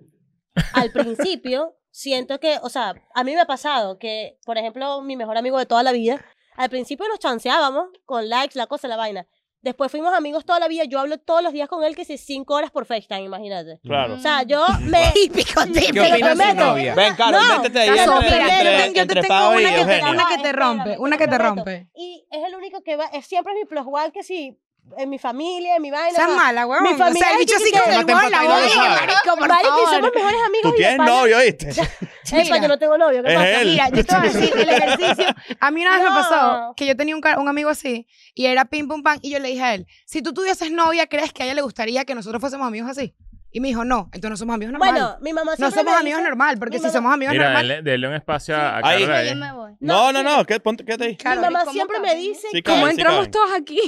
Speaker 10: al principio siento que, o sea, a mí me ha pasado que, por ejemplo, mi mejor amigo de toda la vida, al principio nos chanceábamos con likes, la cosa, la vaina. Después fuimos amigos toda la vida. Yo hablo todos los días con él, que si cinco horas por FaceTime, imagínate.
Speaker 7: Claro.
Speaker 10: O sea, yo
Speaker 1: Mm.
Speaker 10: me...
Speaker 3: Típico,
Speaker 4: ¿Qué
Speaker 3: típico.
Speaker 10: Te lo
Speaker 4: opina su
Speaker 10: prometo.
Speaker 4: novia?
Speaker 7: Ven, Carol,
Speaker 10: No,
Speaker 7: métete ahí
Speaker 3: Yo
Speaker 10: Carol,
Speaker 7: entre,
Speaker 10: pero
Speaker 3: te-
Speaker 7: entre-
Speaker 3: yo te
Speaker 7: entre
Speaker 3: tengo
Speaker 7: Pau y
Speaker 3: una que te-
Speaker 7: Eugenio.
Speaker 3: una que te
Speaker 10: Espérame,
Speaker 3: rompe,
Speaker 10: espérame,
Speaker 3: una que te
Speaker 10: prometo.
Speaker 3: rompe.
Speaker 10: Y es el único que va, es siempre es mi plus one que si en mi familia, en mi vaina.
Speaker 3: Seas
Speaker 10: o sea,
Speaker 3: mala, huevón.
Speaker 10: Mi
Speaker 3: o sea,
Speaker 10: familia
Speaker 3: el bicho
Speaker 10: dice
Speaker 3: así
Speaker 10: que-
Speaker 3: con
Speaker 10: que
Speaker 3: el
Speaker 10: mate
Speaker 3: huevo en
Speaker 7: pata
Speaker 3: la
Speaker 7: y no lo
Speaker 3: boca.
Speaker 7: sabe.
Speaker 3: Marico, por
Speaker 10: Marico, y
Speaker 3: favor.
Speaker 10: somos mejores amigos.
Speaker 7: Tú
Speaker 10: y de
Speaker 7: tienes
Speaker 10: pana-
Speaker 7: novio, ¿viste?
Speaker 10: Epa, yo no tengo novio. ¿qué
Speaker 7: Es
Speaker 10: pasa?
Speaker 7: él.
Speaker 10: Mira,
Speaker 3: Mira, yo te voy a decir, el ejercicio. A mí una vez me pasó
Speaker 10: No.
Speaker 3: que yo tenía un, ca- un amigo así y era pim pum pam. Y yo le dije a él: Si tú tuvieses novia, ¿crees que a ella le gustaría que nosotros fuésemos amigos así? Y me dijo: No, entonces no somos amigos normal.
Speaker 10: bueno, mi mamá
Speaker 3: no
Speaker 10: siempre
Speaker 3: somos
Speaker 10: me
Speaker 3: amigos
Speaker 10: dice-
Speaker 3: normal, porque
Speaker 10: mi
Speaker 3: si
Speaker 10: mamá-
Speaker 3: somos amigos
Speaker 5: Mira,
Speaker 3: normal.
Speaker 5: denle, denle un espacio a, a
Speaker 7: Ahí.
Speaker 5: Carol ahí.
Speaker 9: yo me voy.
Speaker 7: No, no, no, ¿qué? Ponte, quédate ahí.
Speaker 3: Claro.
Speaker 10: Mi mamá
Speaker 9: ¿cómo
Speaker 10: siempre me
Speaker 9: caben,
Speaker 10: dice
Speaker 7: Sí,
Speaker 10: que
Speaker 7: caben,
Speaker 2: ¿Cómo
Speaker 7: sí,
Speaker 2: entramos
Speaker 7: caben.
Speaker 2: todos aquí?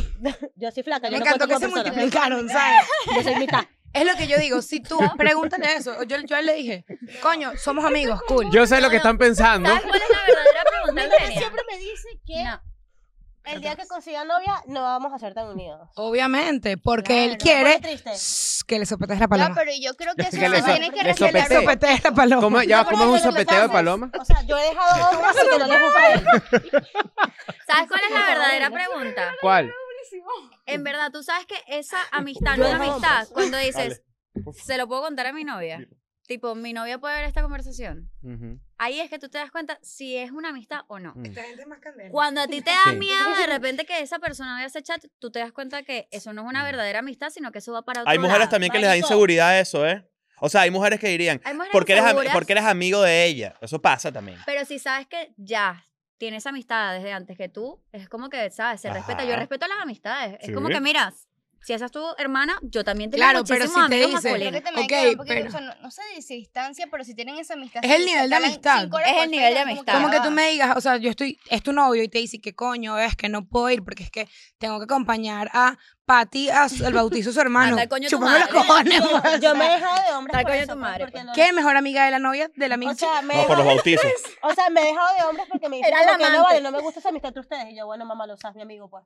Speaker 10: yo soy flaca, yo
Speaker 3: Me
Speaker 10: no
Speaker 3: encantó
Speaker 10: cuento
Speaker 3: que
Speaker 10: como
Speaker 3: se
Speaker 10: persona.
Speaker 3: multiplicaron, ¿sabes?
Speaker 10: Yo soy mitad.
Speaker 3: Es lo que yo digo. Si tú pregúntale eso, yo, yo a él le dije: Coño, somos amigos, cool.
Speaker 4: Yo sé lo que están pensando.
Speaker 1: ¿Sabes cuál es la verdadera pregunta,
Speaker 10: Mi mamá
Speaker 1: Eugenia?
Speaker 10: siempre me dice que
Speaker 1: No.
Speaker 10: el día que consiga novia no vamos a ser tan unidos.
Speaker 3: Obviamente, porque él
Speaker 10: Claro, me
Speaker 3: quiere
Speaker 10: pone triste.
Speaker 3: shh, que le sopetees la
Speaker 9: Ya,
Speaker 3: paloma.
Speaker 9: pero yo creo que eso
Speaker 4: Que le
Speaker 9: se
Speaker 4: so-
Speaker 9: tiene que
Speaker 4: le
Speaker 9: respetar.
Speaker 4: sopeteo.
Speaker 3: Sopetees la paloma.
Speaker 4: ¿Cómo, ya, va, ¿cómo es un sopeteo de paloma?
Speaker 10: O sea, yo he dejado hombres y que no les gusta a él.
Speaker 1: ¿Sabes cuál es la verdadera pregunta?
Speaker 4: ¿Cuál?
Speaker 1: En verdad, tú sabes que esa amistad no es amistad
Speaker 7: pues,
Speaker 1: cuando dices, se lo puedo contar a mi novia. Tipo, mi novia puede ver esta conversación.
Speaker 4: Ujú.
Speaker 1: Ahí es que tú te das cuenta si es una amistad o no.
Speaker 4: Mm.
Speaker 1: Cuando a ti te da
Speaker 4: Sí.
Speaker 1: miedo de repente que esa persona vea ese chat, tú te das cuenta que eso no es una verdadera amistad, sino que eso va para otro
Speaker 7: Mm. Hay mujeres
Speaker 1: lado.
Speaker 7: también que les da
Speaker 10: marico.
Speaker 7: inseguridad eso, ¿eh? O sea, hay mujeres que dirían,
Speaker 1: Hay mujeres
Speaker 7: porque eres, am-
Speaker 1: inseguras,
Speaker 7: porque eres amigo de ella. Eso pasa también.
Speaker 1: Pero si sabes que ya tienes amistad desde antes que tú, es como que, ¿sabes? Se respeta. Yo
Speaker 7: Ajá.
Speaker 1: respeto las amistades.
Speaker 7: Sí.
Speaker 1: Es como que, mira, si esa es tu hermana, yo también tengo
Speaker 3: Claro, pero
Speaker 1: muchísimos
Speaker 3: si te
Speaker 1: amigos
Speaker 3: dice-
Speaker 9: Creo que
Speaker 1: masculinos.
Speaker 9: también hay
Speaker 3: Ok,
Speaker 9: que ver un poquito,
Speaker 3: pero-
Speaker 9: o sea, no, no sé si distancia, pero si tienen esa amistad.
Speaker 3: Es el
Speaker 9: sí,
Speaker 3: nivel de
Speaker 9: se hablan
Speaker 3: amistad.
Speaker 9: cinco horas
Speaker 1: Es
Speaker 9: por
Speaker 1: el nivel de
Speaker 9: FaceTime,
Speaker 1: amistad.
Speaker 3: Como que
Speaker 9: va.
Speaker 3: tú me digas, o sea, yo estoy, es tu novio y te dice que coño es que no puedo ir porque es que tengo que acompañar a Patty a su- al bautizo de su hermano.
Speaker 1: Anda, coño, tu
Speaker 3: Chúpame los
Speaker 1: madre.
Speaker 3: cojones.
Speaker 10: Yo,
Speaker 3: pues.
Speaker 10: yo me he dejado de hombres
Speaker 1: Tal
Speaker 10: por
Speaker 1: coño
Speaker 10: eso,
Speaker 1: tu
Speaker 10: pues,
Speaker 1: madre,
Speaker 10: porque
Speaker 1: pues.
Speaker 10: no-
Speaker 3: ¿Qué mejor amiga de la novia de la amiga?
Speaker 10: O sea, me he
Speaker 7: No, por los
Speaker 10: dejado-
Speaker 7: bautizos.
Speaker 10: o sea, me he dejado de hombres porque me dicen
Speaker 1: Era la
Speaker 10: como que no
Speaker 1: amante.
Speaker 10: vale, no me gusta esa amistad entre ustedes. Y yo, bueno, mamá, lo sabes, mi amigo, pues.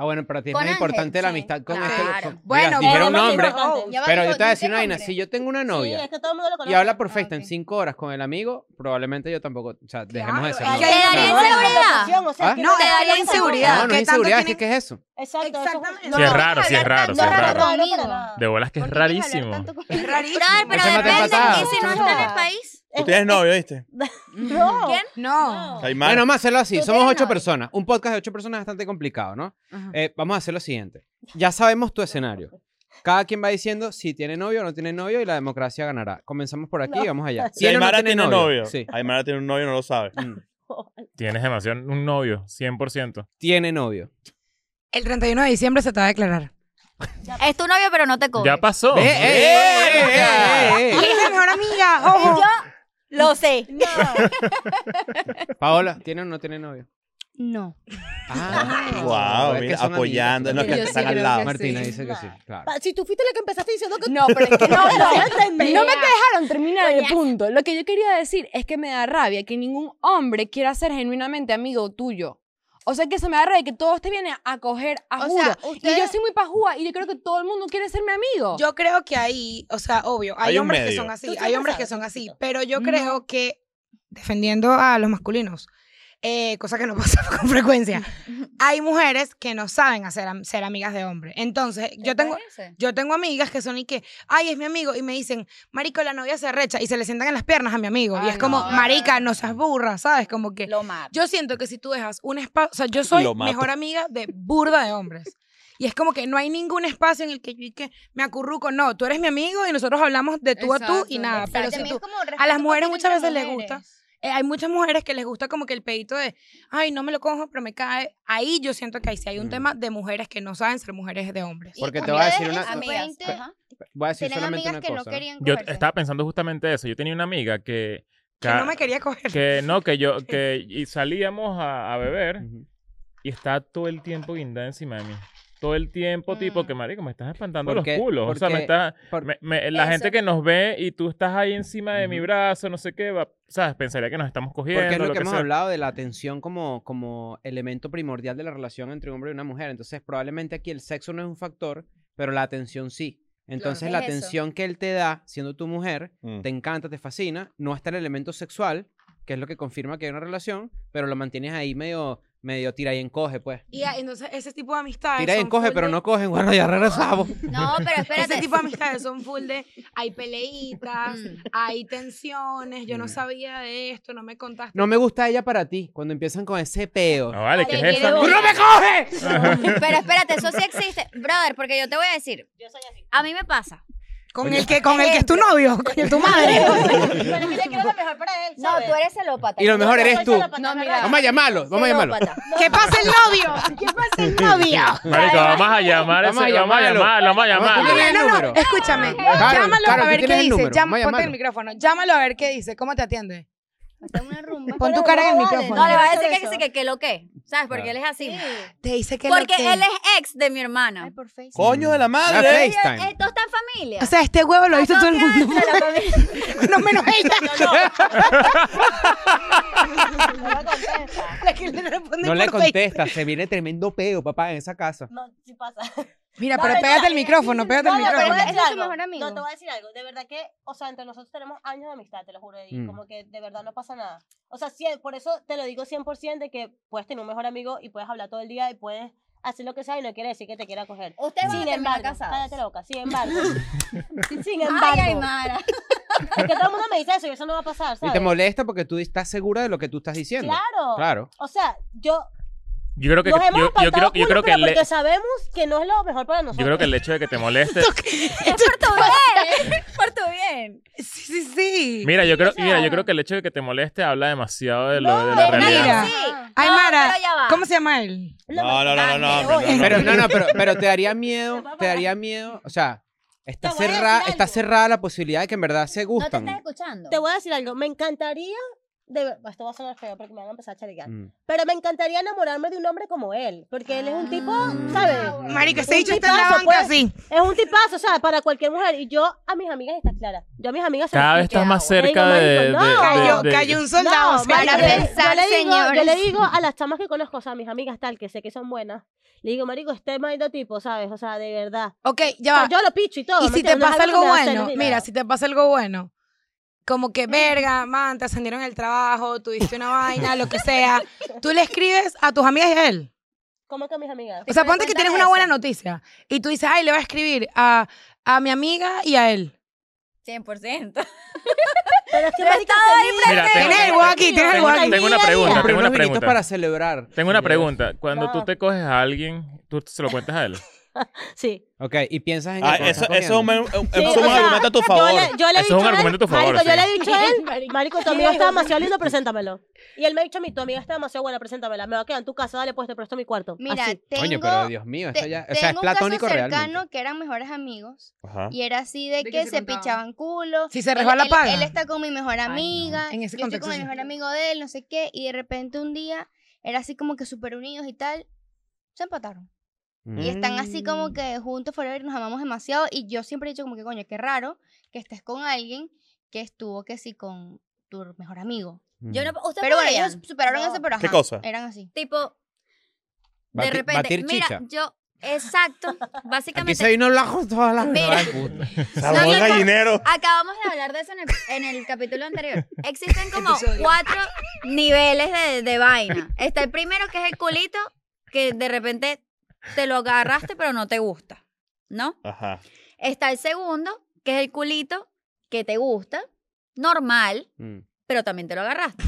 Speaker 4: Ah, bueno, para ti es
Speaker 9: Con
Speaker 4: más
Speaker 9: Ángel,
Speaker 4: importante la
Speaker 9: sí,
Speaker 4: amistad con
Speaker 1: claro.
Speaker 4: este. con- mira,
Speaker 3: Bueno,
Speaker 4: dijeron
Speaker 10: además,
Speaker 4: nombre.
Speaker 10: importante.
Speaker 9: Ya va,
Speaker 4: Pero
Speaker 9: dijo,
Speaker 4: yo te voy a decir
Speaker 9: ¿dice
Speaker 4: una vaina.
Speaker 9: nombre?
Speaker 4: Si yo tengo una
Speaker 10: Sí,
Speaker 4: novia
Speaker 10: es que todo el mundo lo conoce.
Speaker 4: y habla por
Speaker 9: Ah,
Speaker 4: FaceTime
Speaker 9: ok.
Speaker 4: cinco horas con el amigo, probablemente yo tampoco. O sea, dejemos de ser
Speaker 3: Claro,
Speaker 1: ¿Te
Speaker 4: novios.
Speaker 3: hay
Speaker 1: daría
Speaker 3: que-
Speaker 1: inseguridad?
Speaker 10: O sea,
Speaker 4: ¿Ah?
Speaker 10: es que
Speaker 3: No,
Speaker 1: te
Speaker 10: es
Speaker 1: daría
Speaker 10: que
Speaker 1: inseguridad.
Speaker 3: Ah, ¿Qué
Speaker 4: No, no es
Speaker 3: tanto
Speaker 4: inseguridad,
Speaker 3: tienen-
Speaker 4: ¿qué, qué es eso?
Speaker 10: Exacto,
Speaker 3: Exactamente.
Speaker 10: Exactamente.
Speaker 5: Sí, es raro, sí, es raro, sí,
Speaker 9: No
Speaker 5: es
Speaker 9: es raro
Speaker 5: raro.
Speaker 9: conmigo.
Speaker 5: De bolas que es
Speaker 9: ¿Por qué quieres hablar
Speaker 5: rarísimo.
Speaker 9: tanto con-
Speaker 3: Es rarísimo.
Speaker 1: Brother, pero
Speaker 4: Eso no te ha
Speaker 1: depende.
Speaker 4: pasado.
Speaker 1: ¿Y si no está en el país?
Speaker 7: Tú tienes novio, ¿viste?
Speaker 10: No.
Speaker 1: ¿Quién?
Speaker 3: No.
Speaker 7: Hay más.
Speaker 4: Bueno, vamos a hacerlo así.
Speaker 9: Tú
Speaker 4: Somos
Speaker 9: tienes
Speaker 4: ocho
Speaker 9: novio.
Speaker 4: personas. Un podcast de ocho personas es bastante complicado, ¿no?
Speaker 3: Ah.
Speaker 4: Eh, vamos a hacer lo siguiente. Ya sabemos tu escenario. Cada quien va diciendo si tiene novio o no tiene novio y la democracia ganará. Comenzamos por aquí y vamos allá.
Speaker 7: si
Speaker 4: o no
Speaker 7: Aymara tiene novio.
Speaker 4: Sí.
Speaker 7: Aymara tiene un novio, no lo sabe.
Speaker 4: Mm.
Speaker 5: Tienes demasiado un novio, 100%.
Speaker 4: Tiene novio.
Speaker 3: El 31 de diciembre se te va a declarar.
Speaker 1: Es tu novio, pero no te cobre.
Speaker 5: Ya pasó.
Speaker 4: ¡Eh, eh, eh,
Speaker 7: Mm.
Speaker 4: eh, eh, eh!
Speaker 3: ¡Es la mejor amiga! ¡Ojo!
Speaker 1: Lo sé.
Speaker 4: eh! Paola, ¿tiene o no tiene novio?
Speaker 9: No.
Speaker 4: Ah,
Speaker 7: Wow,
Speaker 4: es que
Speaker 7: mira,
Speaker 4: son
Speaker 7: apoyando, no
Speaker 4: amiguitas.
Speaker 7: es que
Speaker 2: Yo sí
Speaker 7: están al
Speaker 2: creo
Speaker 7: lado.
Speaker 2: que
Speaker 4: Martina
Speaker 2: sí.
Speaker 4: dice que sí, claro.
Speaker 10: Pa- Si tú fuiste la que empezaste diciendo que
Speaker 2: No, pero es que no, no. No me
Speaker 9: pelea.
Speaker 2: dejaron terminar el
Speaker 9: Coñazo.
Speaker 2: punto. Lo que yo quería decir es que me da rabia que ningún hombre quiera ser genuinamente amigo tuyo. O sea, que se me da rabia que todos te vienen a coger a
Speaker 9: O
Speaker 2: juro.
Speaker 9: sea,
Speaker 2: Y yo
Speaker 9: ustedes-
Speaker 2: soy muy pajúa y yo creo que todo el mundo quiere ser mi amigo.
Speaker 3: Yo creo que ahí, o sea, obvio, hay,
Speaker 7: Hay un
Speaker 3: hombres que
Speaker 7: medio.
Speaker 3: son así,
Speaker 10: Tú
Speaker 3: hay
Speaker 10: siempre
Speaker 3: hombres que
Speaker 10: sabes,
Speaker 3: son así,
Speaker 10: chiquito.
Speaker 3: pero yo
Speaker 2: No.
Speaker 3: creo que, defendiendo a los masculinos, eh, cosa que no pasa con frecuencia, hay mujeres que no saben hacer, am- ser amigas de hombres. Entonces, yo tengo, yo tengo amigas que son y que, ay, es mi amigo, y me dicen, marico, la novia se recha, y se le sientan en las piernas a mi amigo. y
Speaker 2: Ah,
Speaker 3: es como,
Speaker 2: no.
Speaker 3: marica, no seas burra, ¿sabes? Como que...
Speaker 1: Lo mato.
Speaker 3: Yo siento que si tú dejas un espacio, o sea, yo soy
Speaker 7: Lo mato.
Speaker 3: mejor amiga de burda de hombres. Y es como que no hay ningún espacio en el que yo y que me acurruco. No, tú eres mi amigo y nosotros hablamos de tú a tú
Speaker 2: Exacto,
Speaker 3: y nada.
Speaker 2: exacto.
Speaker 3: Pero si tú, a las mujeres muchas veces les gusta. eh, hay muchas mujeres que les gusta como que el pedito de, ay, no me lo cojo, pero me cae. Ahí yo siento que ahí sí hay un
Speaker 4: Mm.
Speaker 3: tema de mujeres que no saben ser mujeres de hombres.
Speaker 4: Porque te voy a decir una-
Speaker 1: Amigas.
Speaker 9: Amigas.
Speaker 1: ajá.
Speaker 4: Voy a decir
Speaker 9: Tienen
Speaker 4: solamente
Speaker 9: amigas
Speaker 4: una
Speaker 9: que no
Speaker 4: cosa.
Speaker 9: querían
Speaker 5: Yo
Speaker 9: cogerse.
Speaker 5: estaba pensando justamente eso. Yo tenía una amiga que...
Speaker 3: Que no me quería coger.
Speaker 5: que no, que yo, que y salíamos a, a beber
Speaker 4: Ujú.
Speaker 5: y estaba todo el tiempo guindada encima de mí. Todo el tiempo, tipo,
Speaker 9: Mm.
Speaker 5: que marico, me estás espantando
Speaker 4: ¿Por
Speaker 5: los
Speaker 4: qué?
Speaker 5: culos. O sea, me
Speaker 4: Porque-
Speaker 5: estás,
Speaker 4: Por-
Speaker 5: me- me- la
Speaker 1: Eso.
Speaker 5: gente que nos ve y tú estás ahí encima de mi
Speaker 4: Ujú.
Speaker 5: brazo, no sé qué, va, ¿sabes? Pensaría que nos estamos cogiendo.
Speaker 4: Porque es lo,
Speaker 5: lo
Speaker 4: que, hemos
Speaker 5: sea.
Speaker 4: hablado de la atención como, como elemento primordial de la relación entre un hombre y una mujer. Entonces, probablemente aquí el sexo no es un factor, pero la atención sí. Entonces, la
Speaker 1: Es eso.
Speaker 4: atención que él te da, siendo tu mujer,
Speaker 7: Mm.
Speaker 4: te encanta, te fascina, no está el elemento sexual, que es lo que confirma que hay una relación, pero lo mantienes ahí medio, medio tira y encoge, pues.
Speaker 3: Y ah, entonces ese tipo de amistades.
Speaker 4: Tira y
Speaker 3: son
Speaker 4: encoge,
Speaker 3: full
Speaker 4: pero
Speaker 3: de-
Speaker 4: no cogen. Bueno, ya regresamos.
Speaker 1: No, pero espérate.
Speaker 3: Ese tipo de amistades son full de, hay peleitas,
Speaker 1: Mm.
Speaker 3: hay tensiones, yo no
Speaker 4: Mm.
Speaker 3: sabía de esto, no me contaste.
Speaker 4: No me gusta ella para ti, cuando empiezan con ese peo.
Speaker 5: No, vale, ¿qué
Speaker 9: Te
Speaker 5: es eso?
Speaker 9: quiero-
Speaker 5: ¡No me co-
Speaker 1: Pero espérate, eso sí existe. Brother, porque yo te voy a decir,
Speaker 10: Yo soy así.
Speaker 1: a mí me pasa.
Speaker 3: Con el que, con el que es tu novio, con tu madre.
Speaker 10: Pero es que yo quiero lo mejor para él.
Speaker 1: No, tú eres celópata.
Speaker 4: Y lo mejor eres tú.
Speaker 10: No, mira.
Speaker 4: Vamos a llamarlo, vamos a llamarlo.
Speaker 3: ¿Qué pasa el novio? ¿Qué pasa el novio?
Speaker 5: Marico, vamos a llamar a
Speaker 4: Vamos a
Speaker 5: ese- vamos a
Speaker 4: llamarlo.
Speaker 5: llamarlo, vamos a
Speaker 4: Vamos a
Speaker 5: llamarlo.
Speaker 4: ponerle el número.
Speaker 3: Escúchame,
Speaker 4: Claro,
Speaker 3: llámalo
Speaker 4: claro,
Speaker 3: a
Speaker 4: tú
Speaker 3: ver qué
Speaker 4: tienes el
Speaker 3: dice.
Speaker 4: número,
Speaker 3: Llam-
Speaker 4: vamos a
Speaker 3: ponte el
Speaker 4: llamarlo.
Speaker 3: micrófono. Llámalo a ver qué dice. ¿Cómo te atiende?
Speaker 9: Hasta una rumba.
Speaker 3: Pon tu cara en el
Speaker 10: no, dale,
Speaker 3: micrófono.
Speaker 1: No, le voy a
Speaker 10: Hacer
Speaker 1: decir que,
Speaker 10: eso.
Speaker 1: que, que, que lo que, ¿sabes? Porque él es así.
Speaker 3: Te dice que lo
Speaker 1: Porque
Speaker 3: que-
Speaker 1: él es ex de mi hermana.
Speaker 9: Ay, por Facebook.
Speaker 7: ¡Coño de la
Speaker 4: La
Speaker 7: madre!
Speaker 4: FaceTime.
Speaker 1: Eh, Todo está en familia.
Speaker 3: O sea, este huevo lo ha visto todo el mundo. No menos ella. La que le responde
Speaker 4: No le
Speaker 3: por Facebook.
Speaker 4: contesta, se viene tremendo peo, papá, en esa casa.
Speaker 10: No, sí pasa.
Speaker 3: Mira,
Speaker 10: No,
Speaker 3: pero
Speaker 10: no,
Speaker 3: pégate
Speaker 10: no,
Speaker 3: el micrófono, pégate el
Speaker 10: No, no, pero
Speaker 3: micrófono.
Speaker 10: voy a decir
Speaker 9: Ese es tu
Speaker 10: algo.
Speaker 9: mejor amigo.
Speaker 10: No, te voy a decir algo. De verdad que, o sea, entre nosotros tenemos años de amistad, te lo juro. Y
Speaker 4: Mm.
Speaker 10: como que de verdad no pasa nada. O sea, sí, por eso te lo digo 100% de que puedes tener un mejor amigo y puedes hablar todo el día y puedes hacer lo que sea y no quiere decir que te quiera coger.
Speaker 1: Ustedes van a
Speaker 10: Sin
Speaker 1: terminar
Speaker 10: embargo,
Speaker 1: casados.
Speaker 10: cállate la boca, sin embargo. sin
Speaker 1: Ay,
Speaker 10: embargo.
Speaker 1: Aymara.
Speaker 10: es que todo el mundo me dice eso y eso no va a pasar,
Speaker 4: Y
Speaker 10: ¿sabes?
Speaker 4: te molesta porque tú estás segura de lo que tú estás diciendo.
Speaker 10: Claro.
Speaker 4: Claro.
Speaker 10: O sea, yo,
Speaker 5: Yo creo que,
Speaker 10: nos hemos
Speaker 5: yo, yo
Speaker 10: apartado
Speaker 5: creo, yo
Speaker 10: culos,
Speaker 5: creo que
Speaker 10: pero
Speaker 5: le-
Speaker 10: porque sabemos que no es lo mejor para nosotros.
Speaker 5: yo creo que el hecho de que te moleste
Speaker 1: Es por tu bien. Por tu bien.
Speaker 3: Sí, sí, sí.
Speaker 5: Mira, yo creo,
Speaker 1: sea-
Speaker 5: mira, yo creo que el hecho de que te moleste habla demasiado de, lo, de la
Speaker 3: No,
Speaker 5: realidad.
Speaker 3: mira.
Speaker 1: Sí.
Speaker 3: Ay,
Speaker 1: No,
Speaker 3: Mara,
Speaker 1: pero ya va.
Speaker 3: ¿cómo se llama él?
Speaker 7: No, no, no, no, no, hombre,
Speaker 10: Dale, voy.
Speaker 7: no,
Speaker 4: Pero no,
Speaker 7: no.
Speaker 4: no, pero, pero te daría miedo, te daría miedo, o sea, está
Speaker 10: Te voy a decir
Speaker 4: cerrada, está
Speaker 10: algo.
Speaker 4: cerrada la posibilidad de que en verdad se
Speaker 1: No te estás
Speaker 4: gustan.
Speaker 1: escuchando.
Speaker 10: Te voy a decir algo. Me encantaría. De, ver- esto va a sonar feo porque me van a empezar a chalequear.
Speaker 4: Mm.
Speaker 10: Pero me encantaría enamorarme de un hombre como él. Porque él es un tipo,
Speaker 4: Ah.
Speaker 10: ¿sabes?
Speaker 3: Marica, ese este
Speaker 10: Un
Speaker 3: dicho está en la
Speaker 10: tipazo,
Speaker 3: banca
Speaker 10: pues.
Speaker 3: así.
Speaker 10: Es un tipazo, o sea, para cualquier mujer. Y yo a mis amigas está clara. Yo a mis amigas se las
Speaker 5: Cada vez
Speaker 10: expliqué.
Speaker 5: estás más
Speaker 10: Yo
Speaker 5: cerca
Speaker 10: digo,
Speaker 5: de, de,
Speaker 10: "Marico, no".
Speaker 3: Cayó,
Speaker 5: de- de-
Speaker 3: cayó un soldado.
Speaker 10: No,
Speaker 3: o sea,
Speaker 9: van a
Speaker 10: marico, yo-
Speaker 9: pensar,
Speaker 10: yo le digo- Yo le
Speaker 9: señores.
Speaker 10: digo a las chamas que conozco, o sea, a mis amigas tal, que sé que son buenas. Le digo, marico, este maldito tipo, ¿sabes? O sea, de verdad.
Speaker 3: Ok, ya
Speaker 10: O
Speaker 3: va.
Speaker 10: sea, yo lo picho y todo.
Speaker 3: Y
Speaker 10: ¿me
Speaker 3: si te
Speaker 10: entiendes? No es
Speaker 3: pasa
Speaker 10: algo
Speaker 3: algo
Speaker 10: que me va a hacer,
Speaker 3: bueno,
Speaker 10: ni nada.
Speaker 3: mira, si te pasa algo bueno, como que verga, man, te ascendieron el trabajo, tuviste una vaina, lo que sea, tú le escribes a tus amigas y a él.
Speaker 10: ¿Cómo que a mis amigas?
Speaker 3: O sea,
Speaker 1: pero
Speaker 3: ponte que
Speaker 1: cuentas
Speaker 3: tienes una buena
Speaker 1: eso.
Speaker 3: noticia y tú dices, ay, le voy a escribir a, a mi amiga y a él.
Speaker 1: 100%.
Speaker 10: Pero es que
Speaker 1: Pero
Speaker 10: marica,
Speaker 1: estaba ahí
Speaker 10: tenía-
Speaker 5: Mira, tengo-
Speaker 3: Tienes el huevo aquí, tienes el
Speaker 5: Tengo
Speaker 3: huevo
Speaker 5: una,
Speaker 3: aquí.
Speaker 5: tengo una pregunta,
Speaker 4: Pero
Speaker 5: tengo una
Speaker 4: unos vinitos
Speaker 5: pregunta.
Speaker 4: para celebrar.
Speaker 5: Tengo una pregunta. Cuando tú
Speaker 10: No.
Speaker 5: te coges a alguien, tú se lo cuentas a él.
Speaker 10: Sí.
Speaker 4: Ok, y piensas en...
Speaker 7: Ah,
Speaker 4: que cuando
Speaker 7: eso,
Speaker 4: estás
Speaker 7: eso es un,
Speaker 4: comiendo-
Speaker 7: un-
Speaker 10: Sí,
Speaker 7: es
Speaker 10: o
Speaker 7: un
Speaker 10: sea,
Speaker 7: argumento a tu
Speaker 10: Yo
Speaker 7: favor.
Speaker 10: le, yo le he
Speaker 5: Eso es
Speaker 10: dicho
Speaker 5: un
Speaker 10: a él,
Speaker 5: argumento a tu favor,
Speaker 10: Marico, yo
Speaker 5: sí.
Speaker 10: le he dicho a él, Marico, tu amiga está demasiado linda, preséntamelo. Y él me ha dicho a mí, tu amiga está demasiado buena, preséntamela. Me va a quedar en tu casa, dale, pues te presto mi cuarto.
Speaker 9: Mira,
Speaker 10: Así.
Speaker 9: tengo,
Speaker 4: Coño, pero Dios mío, eso
Speaker 9: te-
Speaker 4: ya... O sea, es
Speaker 9: tengo un caso
Speaker 4: platónico
Speaker 9: cercano
Speaker 4: realmente.
Speaker 9: que eran mejores amigos.
Speaker 7: Ajá.
Speaker 9: Y era así de,
Speaker 2: De
Speaker 9: que,
Speaker 2: que se
Speaker 9: se,
Speaker 2: contaban.
Speaker 9: pichaban culo.
Speaker 3: Si se
Speaker 9: él-
Speaker 3: resbala,
Speaker 9: él,
Speaker 3: paga.
Speaker 9: Él, está con mi mejor
Speaker 2: no.
Speaker 9: amiga.
Speaker 3: En ese
Speaker 9: yo estoy con
Speaker 3: contexto,
Speaker 9: mi
Speaker 3: sí.
Speaker 9: mejor amigo de él, no sé qué. Y de repente un día era así como que súper unidos y tal. Se empataron.
Speaker 4: Mm.
Speaker 9: Y están así
Speaker 1: Mm.
Speaker 9: como que juntos forever, nos amamos demasiado. Y yo siempre he dicho como que, coño, qué raro que estés con alguien que estuvo que sí con tu mejor amigo.
Speaker 1: Yo
Speaker 4: Mm.
Speaker 1: no, ¿ustedes
Speaker 9: Pero bueno,
Speaker 1: podrían?
Speaker 9: ellos superaron
Speaker 1: No.
Speaker 9: eso, pero
Speaker 7: ¿Qué
Speaker 9: ajá,
Speaker 7: cosa?
Speaker 9: eran así.
Speaker 1: Tipo, de
Speaker 4: Bati-
Speaker 1: repente,
Speaker 4: batir
Speaker 1: mira,
Speaker 4: chicha.
Speaker 1: yo, exacto,
Speaker 4: Aquí
Speaker 1: básicamente,
Speaker 4: se vino la todas las...
Speaker 1: Mira.
Speaker 7: Sabor
Speaker 1: No, no, no.
Speaker 7: gallinero.
Speaker 1: acabamos de hablar de eso en el, en el capítulo anterior. Existen como cuatro niveles de, de vaina. Está el primero que es el culito, que de repente te lo agarraste pero no te gusta, ¿no?
Speaker 7: Ajá.
Speaker 1: Está el segundo, que es el culito que te gusta, normal,
Speaker 4: Mm.
Speaker 1: pero también te lo agarraste.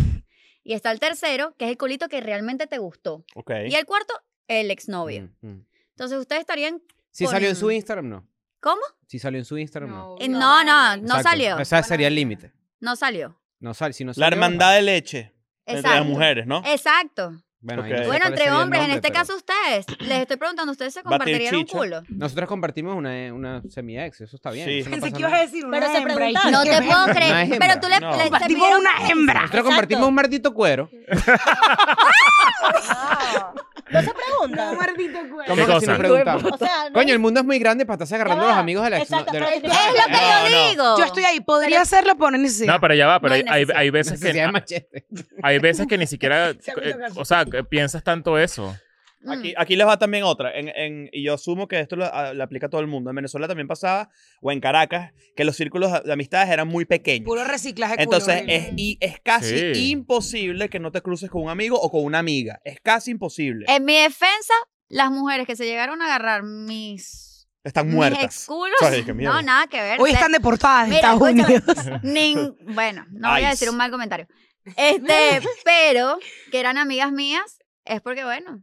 Speaker 1: Y está el tercero, que es el culito que realmente te gustó.
Speaker 7: Ok.
Speaker 1: Y el cuarto, el exnovio.
Speaker 4: Mm, mm.
Speaker 1: Entonces ustedes estarían...
Speaker 4: Si
Speaker 1: Con-
Speaker 4: salió en su Instagram, no.
Speaker 1: ¿Cómo?
Speaker 4: Si salió en su Instagram, no.
Speaker 1: Eh, No, no, no
Speaker 4: Exacto.
Speaker 1: salió.
Speaker 4: O sea, sería el límite.
Speaker 1: No salió.
Speaker 4: No sal, si no
Speaker 7: La
Speaker 4: salió,
Speaker 7: hermandad de leche. Entre las
Speaker 1: Exacto. Eh,
Speaker 7: mujeres, ¿no?
Speaker 1: Exacto.
Speaker 4: Bueno, ahí
Speaker 7: Ok.
Speaker 4: no sé
Speaker 1: Bueno,
Speaker 4: cuál
Speaker 1: entre
Speaker 4: sería el
Speaker 1: hombres, en
Speaker 4: nombre,
Speaker 1: este
Speaker 4: pero
Speaker 1: caso ustedes, les estoy preguntando, ¿ustedes se
Speaker 7: Batir
Speaker 1: compartirían un
Speaker 7: chicha.
Speaker 1: culo?
Speaker 4: Nosotros compartimos una, una semi-ex, eso está bien.
Speaker 7: Sí.
Speaker 4: eso no
Speaker 3: Pensé
Speaker 4: pasa
Speaker 3: que ibas
Speaker 4: nada.
Speaker 3: a decir una
Speaker 10: Pero se
Speaker 3: hembra y
Speaker 10: preguntaba.
Speaker 3: yo,
Speaker 1: No
Speaker 3: ¿qué
Speaker 1: te
Speaker 3: hembra?
Speaker 1: puedo
Speaker 4: Una
Speaker 1: creer,
Speaker 4: hembra.
Speaker 1: pero tú le,
Speaker 7: No.
Speaker 1: le- te
Speaker 3: Compartimos
Speaker 1: pidieron-
Speaker 3: una hembra.
Speaker 4: Nosotros compartimos un mardito cuero.
Speaker 10: No se pregunta.
Speaker 4: Como que si
Speaker 5: cosa?
Speaker 4: nos preguntamos.
Speaker 10: O sea, no
Speaker 4: Coño, el mundo es muy grande para estarse agarrando
Speaker 10: Ya
Speaker 4: a los
Speaker 10: va.
Speaker 4: amigos de la ex.
Speaker 10: Exacto,
Speaker 4: de
Speaker 10: pero
Speaker 4: la-
Speaker 10: es que-
Speaker 1: Es lo que
Speaker 7: No,
Speaker 1: yo
Speaker 7: no.
Speaker 1: digo.
Speaker 3: Yo estoy ahí, podría
Speaker 1: Pero-
Speaker 3: hacerlo, pero no hay necesidad.
Speaker 5: No, pero ya va, pero
Speaker 1: No hay
Speaker 5: hay,
Speaker 1: necesidad.
Speaker 4: No sé
Speaker 5: hay, hay veces
Speaker 4: si se
Speaker 5: que,
Speaker 4: llama machete.
Speaker 5: hay veces que ni siquiera,
Speaker 3: Se ha visto
Speaker 5: eh,
Speaker 3: caso.
Speaker 5: o sea, que piensas tanto eso.
Speaker 1: Mm.
Speaker 7: Aquí, aquí les va también otra, en, en- y yo asumo que esto lo, a- lo aplica a todo el mundo. En Venezuela también pasaba, o en Caracas, que los círculos de amistades eran muy pequeños.
Speaker 3: Puro reciclaje culo, eh.
Speaker 7: Entonces
Speaker 3: horrible.
Speaker 7: es, y es casi
Speaker 5: Sí.
Speaker 7: imposible que no te cruces con un amigo o con una amiga. Es casi imposible.
Speaker 1: En mi defensa, las mujeres que se llegaron a agarrar mis,
Speaker 7: Están
Speaker 1: mis
Speaker 7: muertas.
Speaker 1: exculos,
Speaker 7: Ay, qué miedo.
Speaker 1: no, nada que ver.
Speaker 3: Hoy
Speaker 1: O sea,
Speaker 3: están deportadas de
Speaker 1: Mira,
Speaker 3: Estados
Speaker 1: escúchame.
Speaker 3: Unidos.
Speaker 1: nin- bueno, no voy a
Speaker 7: Ice.
Speaker 1: decir un mal comentario. Este, pero que eran amigas mías, es porque, bueno,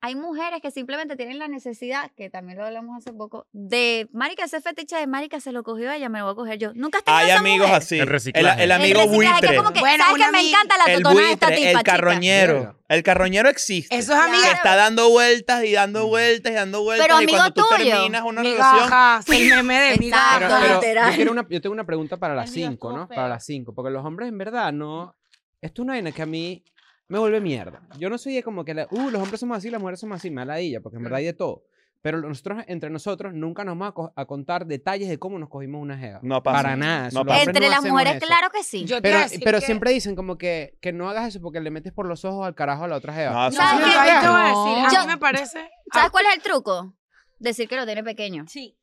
Speaker 1: hay mujeres que simplemente tienen la necesidad, que también lo hablamos hace poco, de, marica, ese fetiche de marica se lo cogió ella, me lo voy a coger yo. Nunca está
Speaker 7: Hay amigos así.
Speaker 5: El
Speaker 7: El,
Speaker 5: reciclaje.
Speaker 7: el
Speaker 5: El
Speaker 7: amigo
Speaker 1: Que
Speaker 7: buitre.
Speaker 1: es como que,
Speaker 3: Bueno,
Speaker 1: ¿sabes
Speaker 3: una
Speaker 1: que me
Speaker 3: amiga-
Speaker 1: encanta la
Speaker 7: el
Speaker 1: totona de esta
Speaker 7: buitre,
Speaker 1: tipa,
Speaker 7: el
Speaker 1: chica?
Speaker 4: Verga.
Speaker 7: carroñero. El carroñero existe.
Speaker 3: Eso es
Speaker 7: Que
Speaker 3: amiga.
Speaker 7: está dando vueltas y dando vueltas y dando vueltas.
Speaker 1: Pero
Speaker 7: y
Speaker 1: amigo
Speaker 7: cuando tú
Speaker 1: tuyo.
Speaker 7: terminas una relación,
Speaker 3: Migajas, el meme de
Speaker 1: Exacto.
Speaker 7: Ah,
Speaker 4: Pero,
Speaker 1: Exacto.
Speaker 3: migajas.
Speaker 4: pero
Speaker 1: literal.
Speaker 4: yo, quiero una- yo tengo una pregunta para las
Speaker 9: El mío
Speaker 4: 5,
Speaker 9: estuvo
Speaker 4: ¿no?
Speaker 9: feo.
Speaker 4: Para las 5. Porque los hombres, en verdad, no. Esto es una vaina que a mí me vuelve mierda. Yo no soy de como que, la- uh, los hombres somos así, las mujeres somos así, maladilla, porque en verdad hay de todo. Pero nosotros, entre nosotros, nunca nos vamos a, co- a contar detalles de cómo nos cogimos una jeva.
Speaker 7: No pasa.
Speaker 4: Para nada. eso,
Speaker 7: No
Speaker 4: los
Speaker 7: pasa.
Speaker 4: hombres
Speaker 1: Entre
Speaker 4: no
Speaker 1: las
Speaker 4: hacemos
Speaker 1: mujeres,
Speaker 4: eso.
Speaker 1: claro que sí.
Speaker 3: Yo te
Speaker 4: Pero,
Speaker 3: iba a decir
Speaker 4: pero
Speaker 3: que-
Speaker 4: siempre dicen como que, que no hagas eso porque le metes por los ojos al carajo a la otra jeva.
Speaker 7: No,
Speaker 3: No,
Speaker 7: sí,
Speaker 1: ¿Sabes
Speaker 7: sí,
Speaker 1: qué?
Speaker 7: sí.
Speaker 3: ahí te voy a
Speaker 2: No.
Speaker 3: decir, a
Speaker 1: Yo-
Speaker 3: mí me parece.
Speaker 1: ¿Sabes cuál es el truco? Decir que lo tiene pequeño.
Speaker 10: Sí.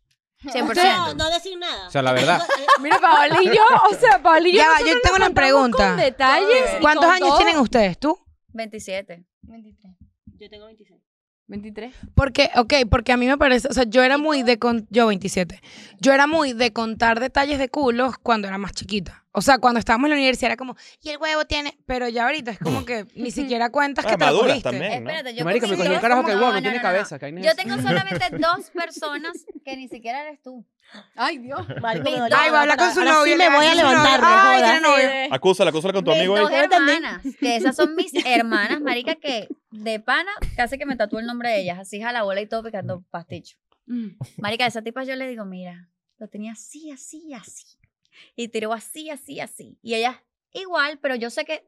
Speaker 1: 100%.
Speaker 10: No, no decir nada.
Speaker 4: O sea, la verdad.
Speaker 2: Mira, Paola y yo, o sea, Paola y yo.
Speaker 3: Ya,
Speaker 2: nosotros
Speaker 3: yo tengo
Speaker 2: nos
Speaker 3: una
Speaker 2: contamos
Speaker 3: pregunta.
Speaker 2: Con detalles. y
Speaker 3: ¿Cuántos
Speaker 2: con
Speaker 3: años
Speaker 2: todo.
Speaker 3: tienen ustedes? ¿Tú?
Speaker 1: 27.
Speaker 9: 23.
Speaker 10: Yo tengo 26.
Speaker 2: 23.
Speaker 3: Porque, ok, porque a mí me parece, o sea, yo era muy de, con, yo 27, yo era muy de contar detalles de culos cuando era más chiquita. O sea, cuando estábamos en la universidad era como, y el huevo tiene, pero ya ahorita es como que ni siquiera cuentas que
Speaker 7: Ah,
Speaker 3: te lo
Speaker 7: maduras
Speaker 3: cogiste.
Speaker 7: también, ¿no?
Speaker 1: Espérate,
Speaker 4: Que
Speaker 1: yo
Speaker 4: marica, me
Speaker 1: conmigo-
Speaker 4: cogió un carajo que el
Speaker 1: No,
Speaker 4: huevo
Speaker 1: no,
Speaker 4: no tiene
Speaker 1: no, no.
Speaker 4: cabeza. que hay
Speaker 1: Yo
Speaker 4: necesidad.
Speaker 1: tengo solamente dos personas que ni siquiera eres tú.
Speaker 2: Ay, Dios.
Speaker 10: Marico, me
Speaker 1: Mis
Speaker 10: dolió.
Speaker 1: Ay,
Speaker 3: Ay, va a hablar con su
Speaker 10: Ahora
Speaker 3: novio.
Speaker 10: Sí me
Speaker 3: le va a
Speaker 10: voy a
Speaker 3: decir su
Speaker 10: levantar,
Speaker 3: novio, Ay,
Speaker 10: no
Speaker 3: tiene
Speaker 10: jodas.
Speaker 3: novio.
Speaker 7: Acúsala, acúsala con eh, tu
Speaker 1: Mis
Speaker 7: amigo ahí.
Speaker 1: dos
Speaker 10: Yo también.
Speaker 1: hermanas, que esas son mis hermanas, marica, que de pana casi que me tatúo el nombre de ellas, así a la bola y todo picando pasticho.
Speaker 7: Mm.
Speaker 1: Marica, a esa tipa yo le digo, mira, lo tenía así, así, así. Y tiró así, así, así. Y ellas, igual, pero yo sé que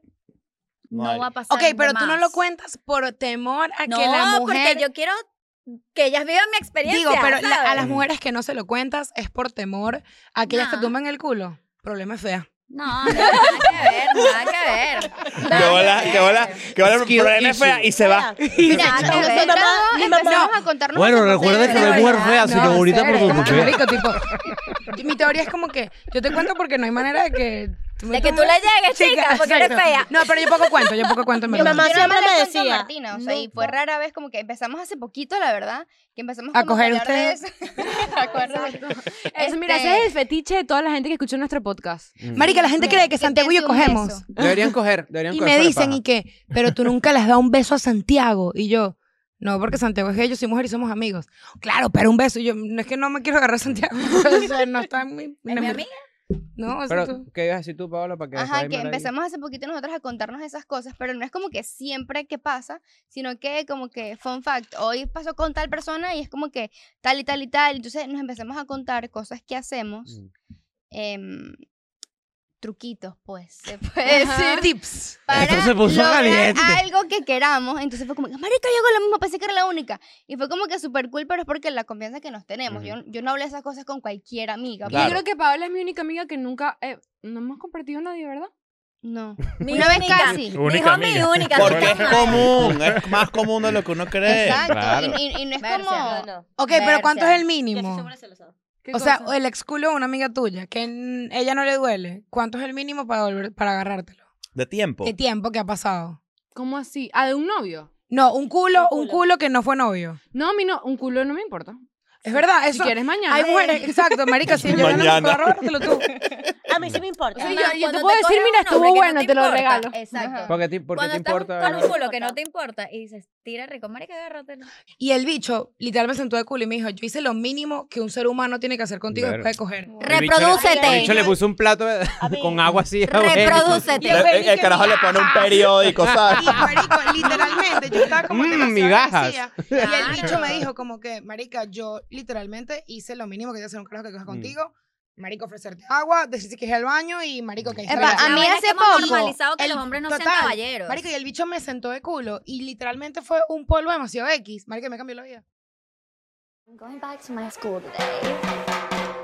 Speaker 1: no
Speaker 7: Vale.
Speaker 1: va a pasar
Speaker 3: Ok, pero
Speaker 1: de
Speaker 3: tú no
Speaker 1: más.
Speaker 3: lo cuentas por temor a
Speaker 1: No,
Speaker 3: que la
Speaker 1: porque
Speaker 3: mujer...
Speaker 1: yo quiero que ellas vivan mi experiencia.
Speaker 3: Digo, pero la- a
Speaker 1: ¿sabes?
Speaker 3: las mujeres que no se lo cuentas es por temor a que ellas te
Speaker 1: No.
Speaker 3: tumben el culo. Problema es fea.
Speaker 1: No, nada que ver, nada que ver.
Speaker 7: Que hola, que hola, que hola,
Speaker 4: Skill
Speaker 7: pero N
Speaker 4: issue.
Speaker 7: fea y se va.
Speaker 1: Mira,
Speaker 10: Nosotros
Speaker 1: que ver.
Speaker 10: mamá- mi mamá-
Speaker 9: Empezamos a contarnos
Speaker 11: Bueno,
Speaker 9: nuestras
Speaker 11: recuerda
Speaker 9: cosas
Speaker 11: que
Speaker 9: de
Speaker 11: no es mujer
Speaker 9: verdad.
Speaker 11: fea,
Speaker 4: Ah,
Speaker 11: sino
Speaker 3: No,
Speaker 11: bonita por
Speaker 3: serio,
Speaker 11: su mujer.
Speaker 3: marico, tipo, mi teoría es como que yo te cuento porque no hay manera de que... me
Speaker 1: De que tú
Speaker 3: tumbes.
Speaker 1: le llegues, chica, porque eres
Speaker 3: exacto.
Speaker 1: fea.
Speaker 3: No, pero yo poco cuento, yo poco cuento en
Speaker 10: Mi
Speaker 3: verdad.
Speaker 10: mamá
Speaker 9: Yo nada más
Speaker 10: siempre
Speaker 9: le
Speaker 10: me
Speaker 9: cuento a
Speaker 10: decía,
Speaker 9: Martina, o sea, y fue rara vez como que empezamos hace poquito, la verdad, que empezamos
Speaker 3: A
Speaker 9: como
Speaker 3: coger
Speaker 9: hablar de
Speaker 3: ustedes.
Speaker 9: eso. A coger.
Speaker 2: Eso, mira,
Speaker 9: Este-
Speaker 2: ese es el fetiche de toda la gente que escucha nuestro podcast.
Speaker 3: Marica, la gente cree que
Speaker 9: Que te
Speaker 3: Santiago y yo
Speaker 9: dé un
Speaker 3: cogemos.
Speaker 9: beso.
Speaker 4: Mm. Deberían coger, deberían
Speaker 3: Y
Speaker 4: coger
Speaker 3: me
Speaker 4: fuera
Speaker 3: dicen,
Speaker 4: paja.
Speaker 3: ¿y qué? Pero tú nunca le has dado un beso a Santiago. Y yo, No, porque Santiago es que yo soy mujer y somos amigos. Claro, pero un beso. Yo, no es que no me quiero agarrar a Santiago. o sea, no está en mi...
Speaker 1: ¿Es
Speaker 3: no,
Speaker 1: mi
Speaker 3: me-
Speaker 1: amiga?
Speaker 3: No, o sea,
Speaker 4: Pero,
Speaker 3: tú-
Speaker 4: ¿qué ibas a decir tú, Paola? Para que
Speaker 9: Ajá,
Speaker 4: después
Speaker 9: que
Speaker 4: Mara diga?
Speaker 9: empezamos hace poquito nosotras a contarnos esas cosas, pero no es como que siempre que pasa, sino que como que, fun fact, hoy pasó con tal persona y es como que tal y tal y tal, entonces nos empezamos a contar cosas que hacemos,
Speaker 4: Mm.
Speaker 9: em, truquitos, pues, se puede decir,
Speaker 3: Eh, tips.
Speaker 9: para
Speaker 11: Esto se puso
Speaker 9: lograr
Speaker 11: caliente.
Speaker 9: algo que queramos, entonces fue como que, marica, yo hago lo mismo, pensé que era la única, y fue como que súper cool, pero es porque la confianza que nos tenemos, yo, yo no hablé esas cosas con cualquier amiga, pues.
Speaker 4: Claro.
Speaker 2: Yo creo que Paola es mi única amiga que nunca... eh, no hemos compartido nadie, ¿verdad?
Speaker 9: no,
Speaker 1: Mi
Speaker 9: una vez
Speaker 1: única.
Speaker 9: casi.
Speaker 5: Única
Speaker 1: Dijo mi
Speaker 5: amiga.
Speaker 1: única.
Speaker 5: Porque
Speaker 1: no
Speaker 5: es
Speaker 1: está mal.
Speaker 7: común, es más común de lo que uno cree.
Speaker 9: Exacto,
Speaker 5: Claro.
Speaker 9: y, y- y no es
Speaker 1: Verse,
Speaker 9: como...
Speaker 1: no,
Speaker 10: no.
Speaker 3: Ok, pero ¿cuánto es el
Speaker 10: Yo soy
Speaker 3: mínimo?
Speaker 10: súper celosa.
Speaker 2: ¿Qué
Speaker 3: O sea, eh
Speaker 2: cosa?
Speaker 3: el ex culo de una amiga tuya, que en- ella no le duele. ¿Cuánto es el mínimo para, volver, para agarrártelo?
Speaker 7: De tiempo.
Speaker 3: ¿Qué tiempo que ha pasado?
Speaker 2: ¿Cómo así? ¿Ah, de un novio?
Speaker 3: No, un culo, un
Speaker 10: culo.
Speaker 3: culo que no fue novio.
Speaker 2: No, mi no, un culo no me importa.
Speaker 3: Es verdad,
Speaker 2: Si
Speaker 3: eso.
Speaker 2: quieres mañana.
Speaker 3: Hay mujeres, exacto, marica, si yo no me puedo
Speaker 7: Mañana.
Speaker 3: agarrártelo tú.
Speaker 10: A mí sí me importa.
Speaker 2: O sea,
Speaker 1: Es
Speaker 2: yo-
Speaker 1: más,
Speaker 2: yo te
Speaker 1: cuando
Speaker 2: puedo decir,
Speaker 1: coge
Speaker 2: mira,
Speaker 1: un
Speaker 2: estuvo
Speaker 1: hombre que
Speaker 2: bueno, te lo
Speaker 1: importa.
Speaker 2: regalo.
Speaker 1: Exacto.
Speaker 4: Porque ti- porque
Speaker 1: Cuando
Speaker 4: te
Speaker 1: estás
Speaker 4: importa.
Speaker 1: con un
Speaker 4: ¿verdad?
Speaker 1: culo que no te importa y dices, tira rico, marica, agárratelo.
Speaker 3: Y el bicho, literal, me sentó de culo y me dijo, yo hice lo mínimo que un ser humano tiene que hacer contigo
Speaker 4: Ver.
Speaker 3: después de coger.
Speaker 4: El bicho le- El
Speaker 1: Reprodúcete.
Speaker 4: bicho le puso un plato de-
Speaker 10: A mí.
Speaker 4: con agua así. a ver.
Speaker 1: Reprodúcete.
Speaker 7: Le- el, el carajo le pone un periódico,
Speaker 3: Y,
Speaker 7: ¿sabes?
Speaker 3: marico, literalmente, yo estaba como
Speaker 4: Mm,
Speaker 3: demasiado
Speaker 4: migajas.
Speaker 3: agradecida. Y el bicho
Speaker 1: Claro.
Speaker 3: me dijo como que, marica, yo literalmente hice lo mínimo que te hacer un carajo que
Speaker 4: Mm.
Speaker 3: coja contigo. Marico, ofrecerte agua, decirte que es al baño y marico, que ahí está
Speaker 9: Epa,
Speaker 3: la
Speaker 9: a
Speaker 3: vaina.
Speaker 9: mí
Speaker 1: La vaina
Speaker 9: hace
Speaker 1: es que hemos
Speaker 9: poco,
Speaker 1: normalizado que
Speaker 3: el-
Speaker 1: los hombres no
Speaker 3: total,
Speaker 1: sean caballeros.
Speaker 3: Marico, y el bicho me sentó de culo y literalmente fue un polvo demasiado X. Marico, me cambió la vida.
Speaker 6: I'm going back to my school today.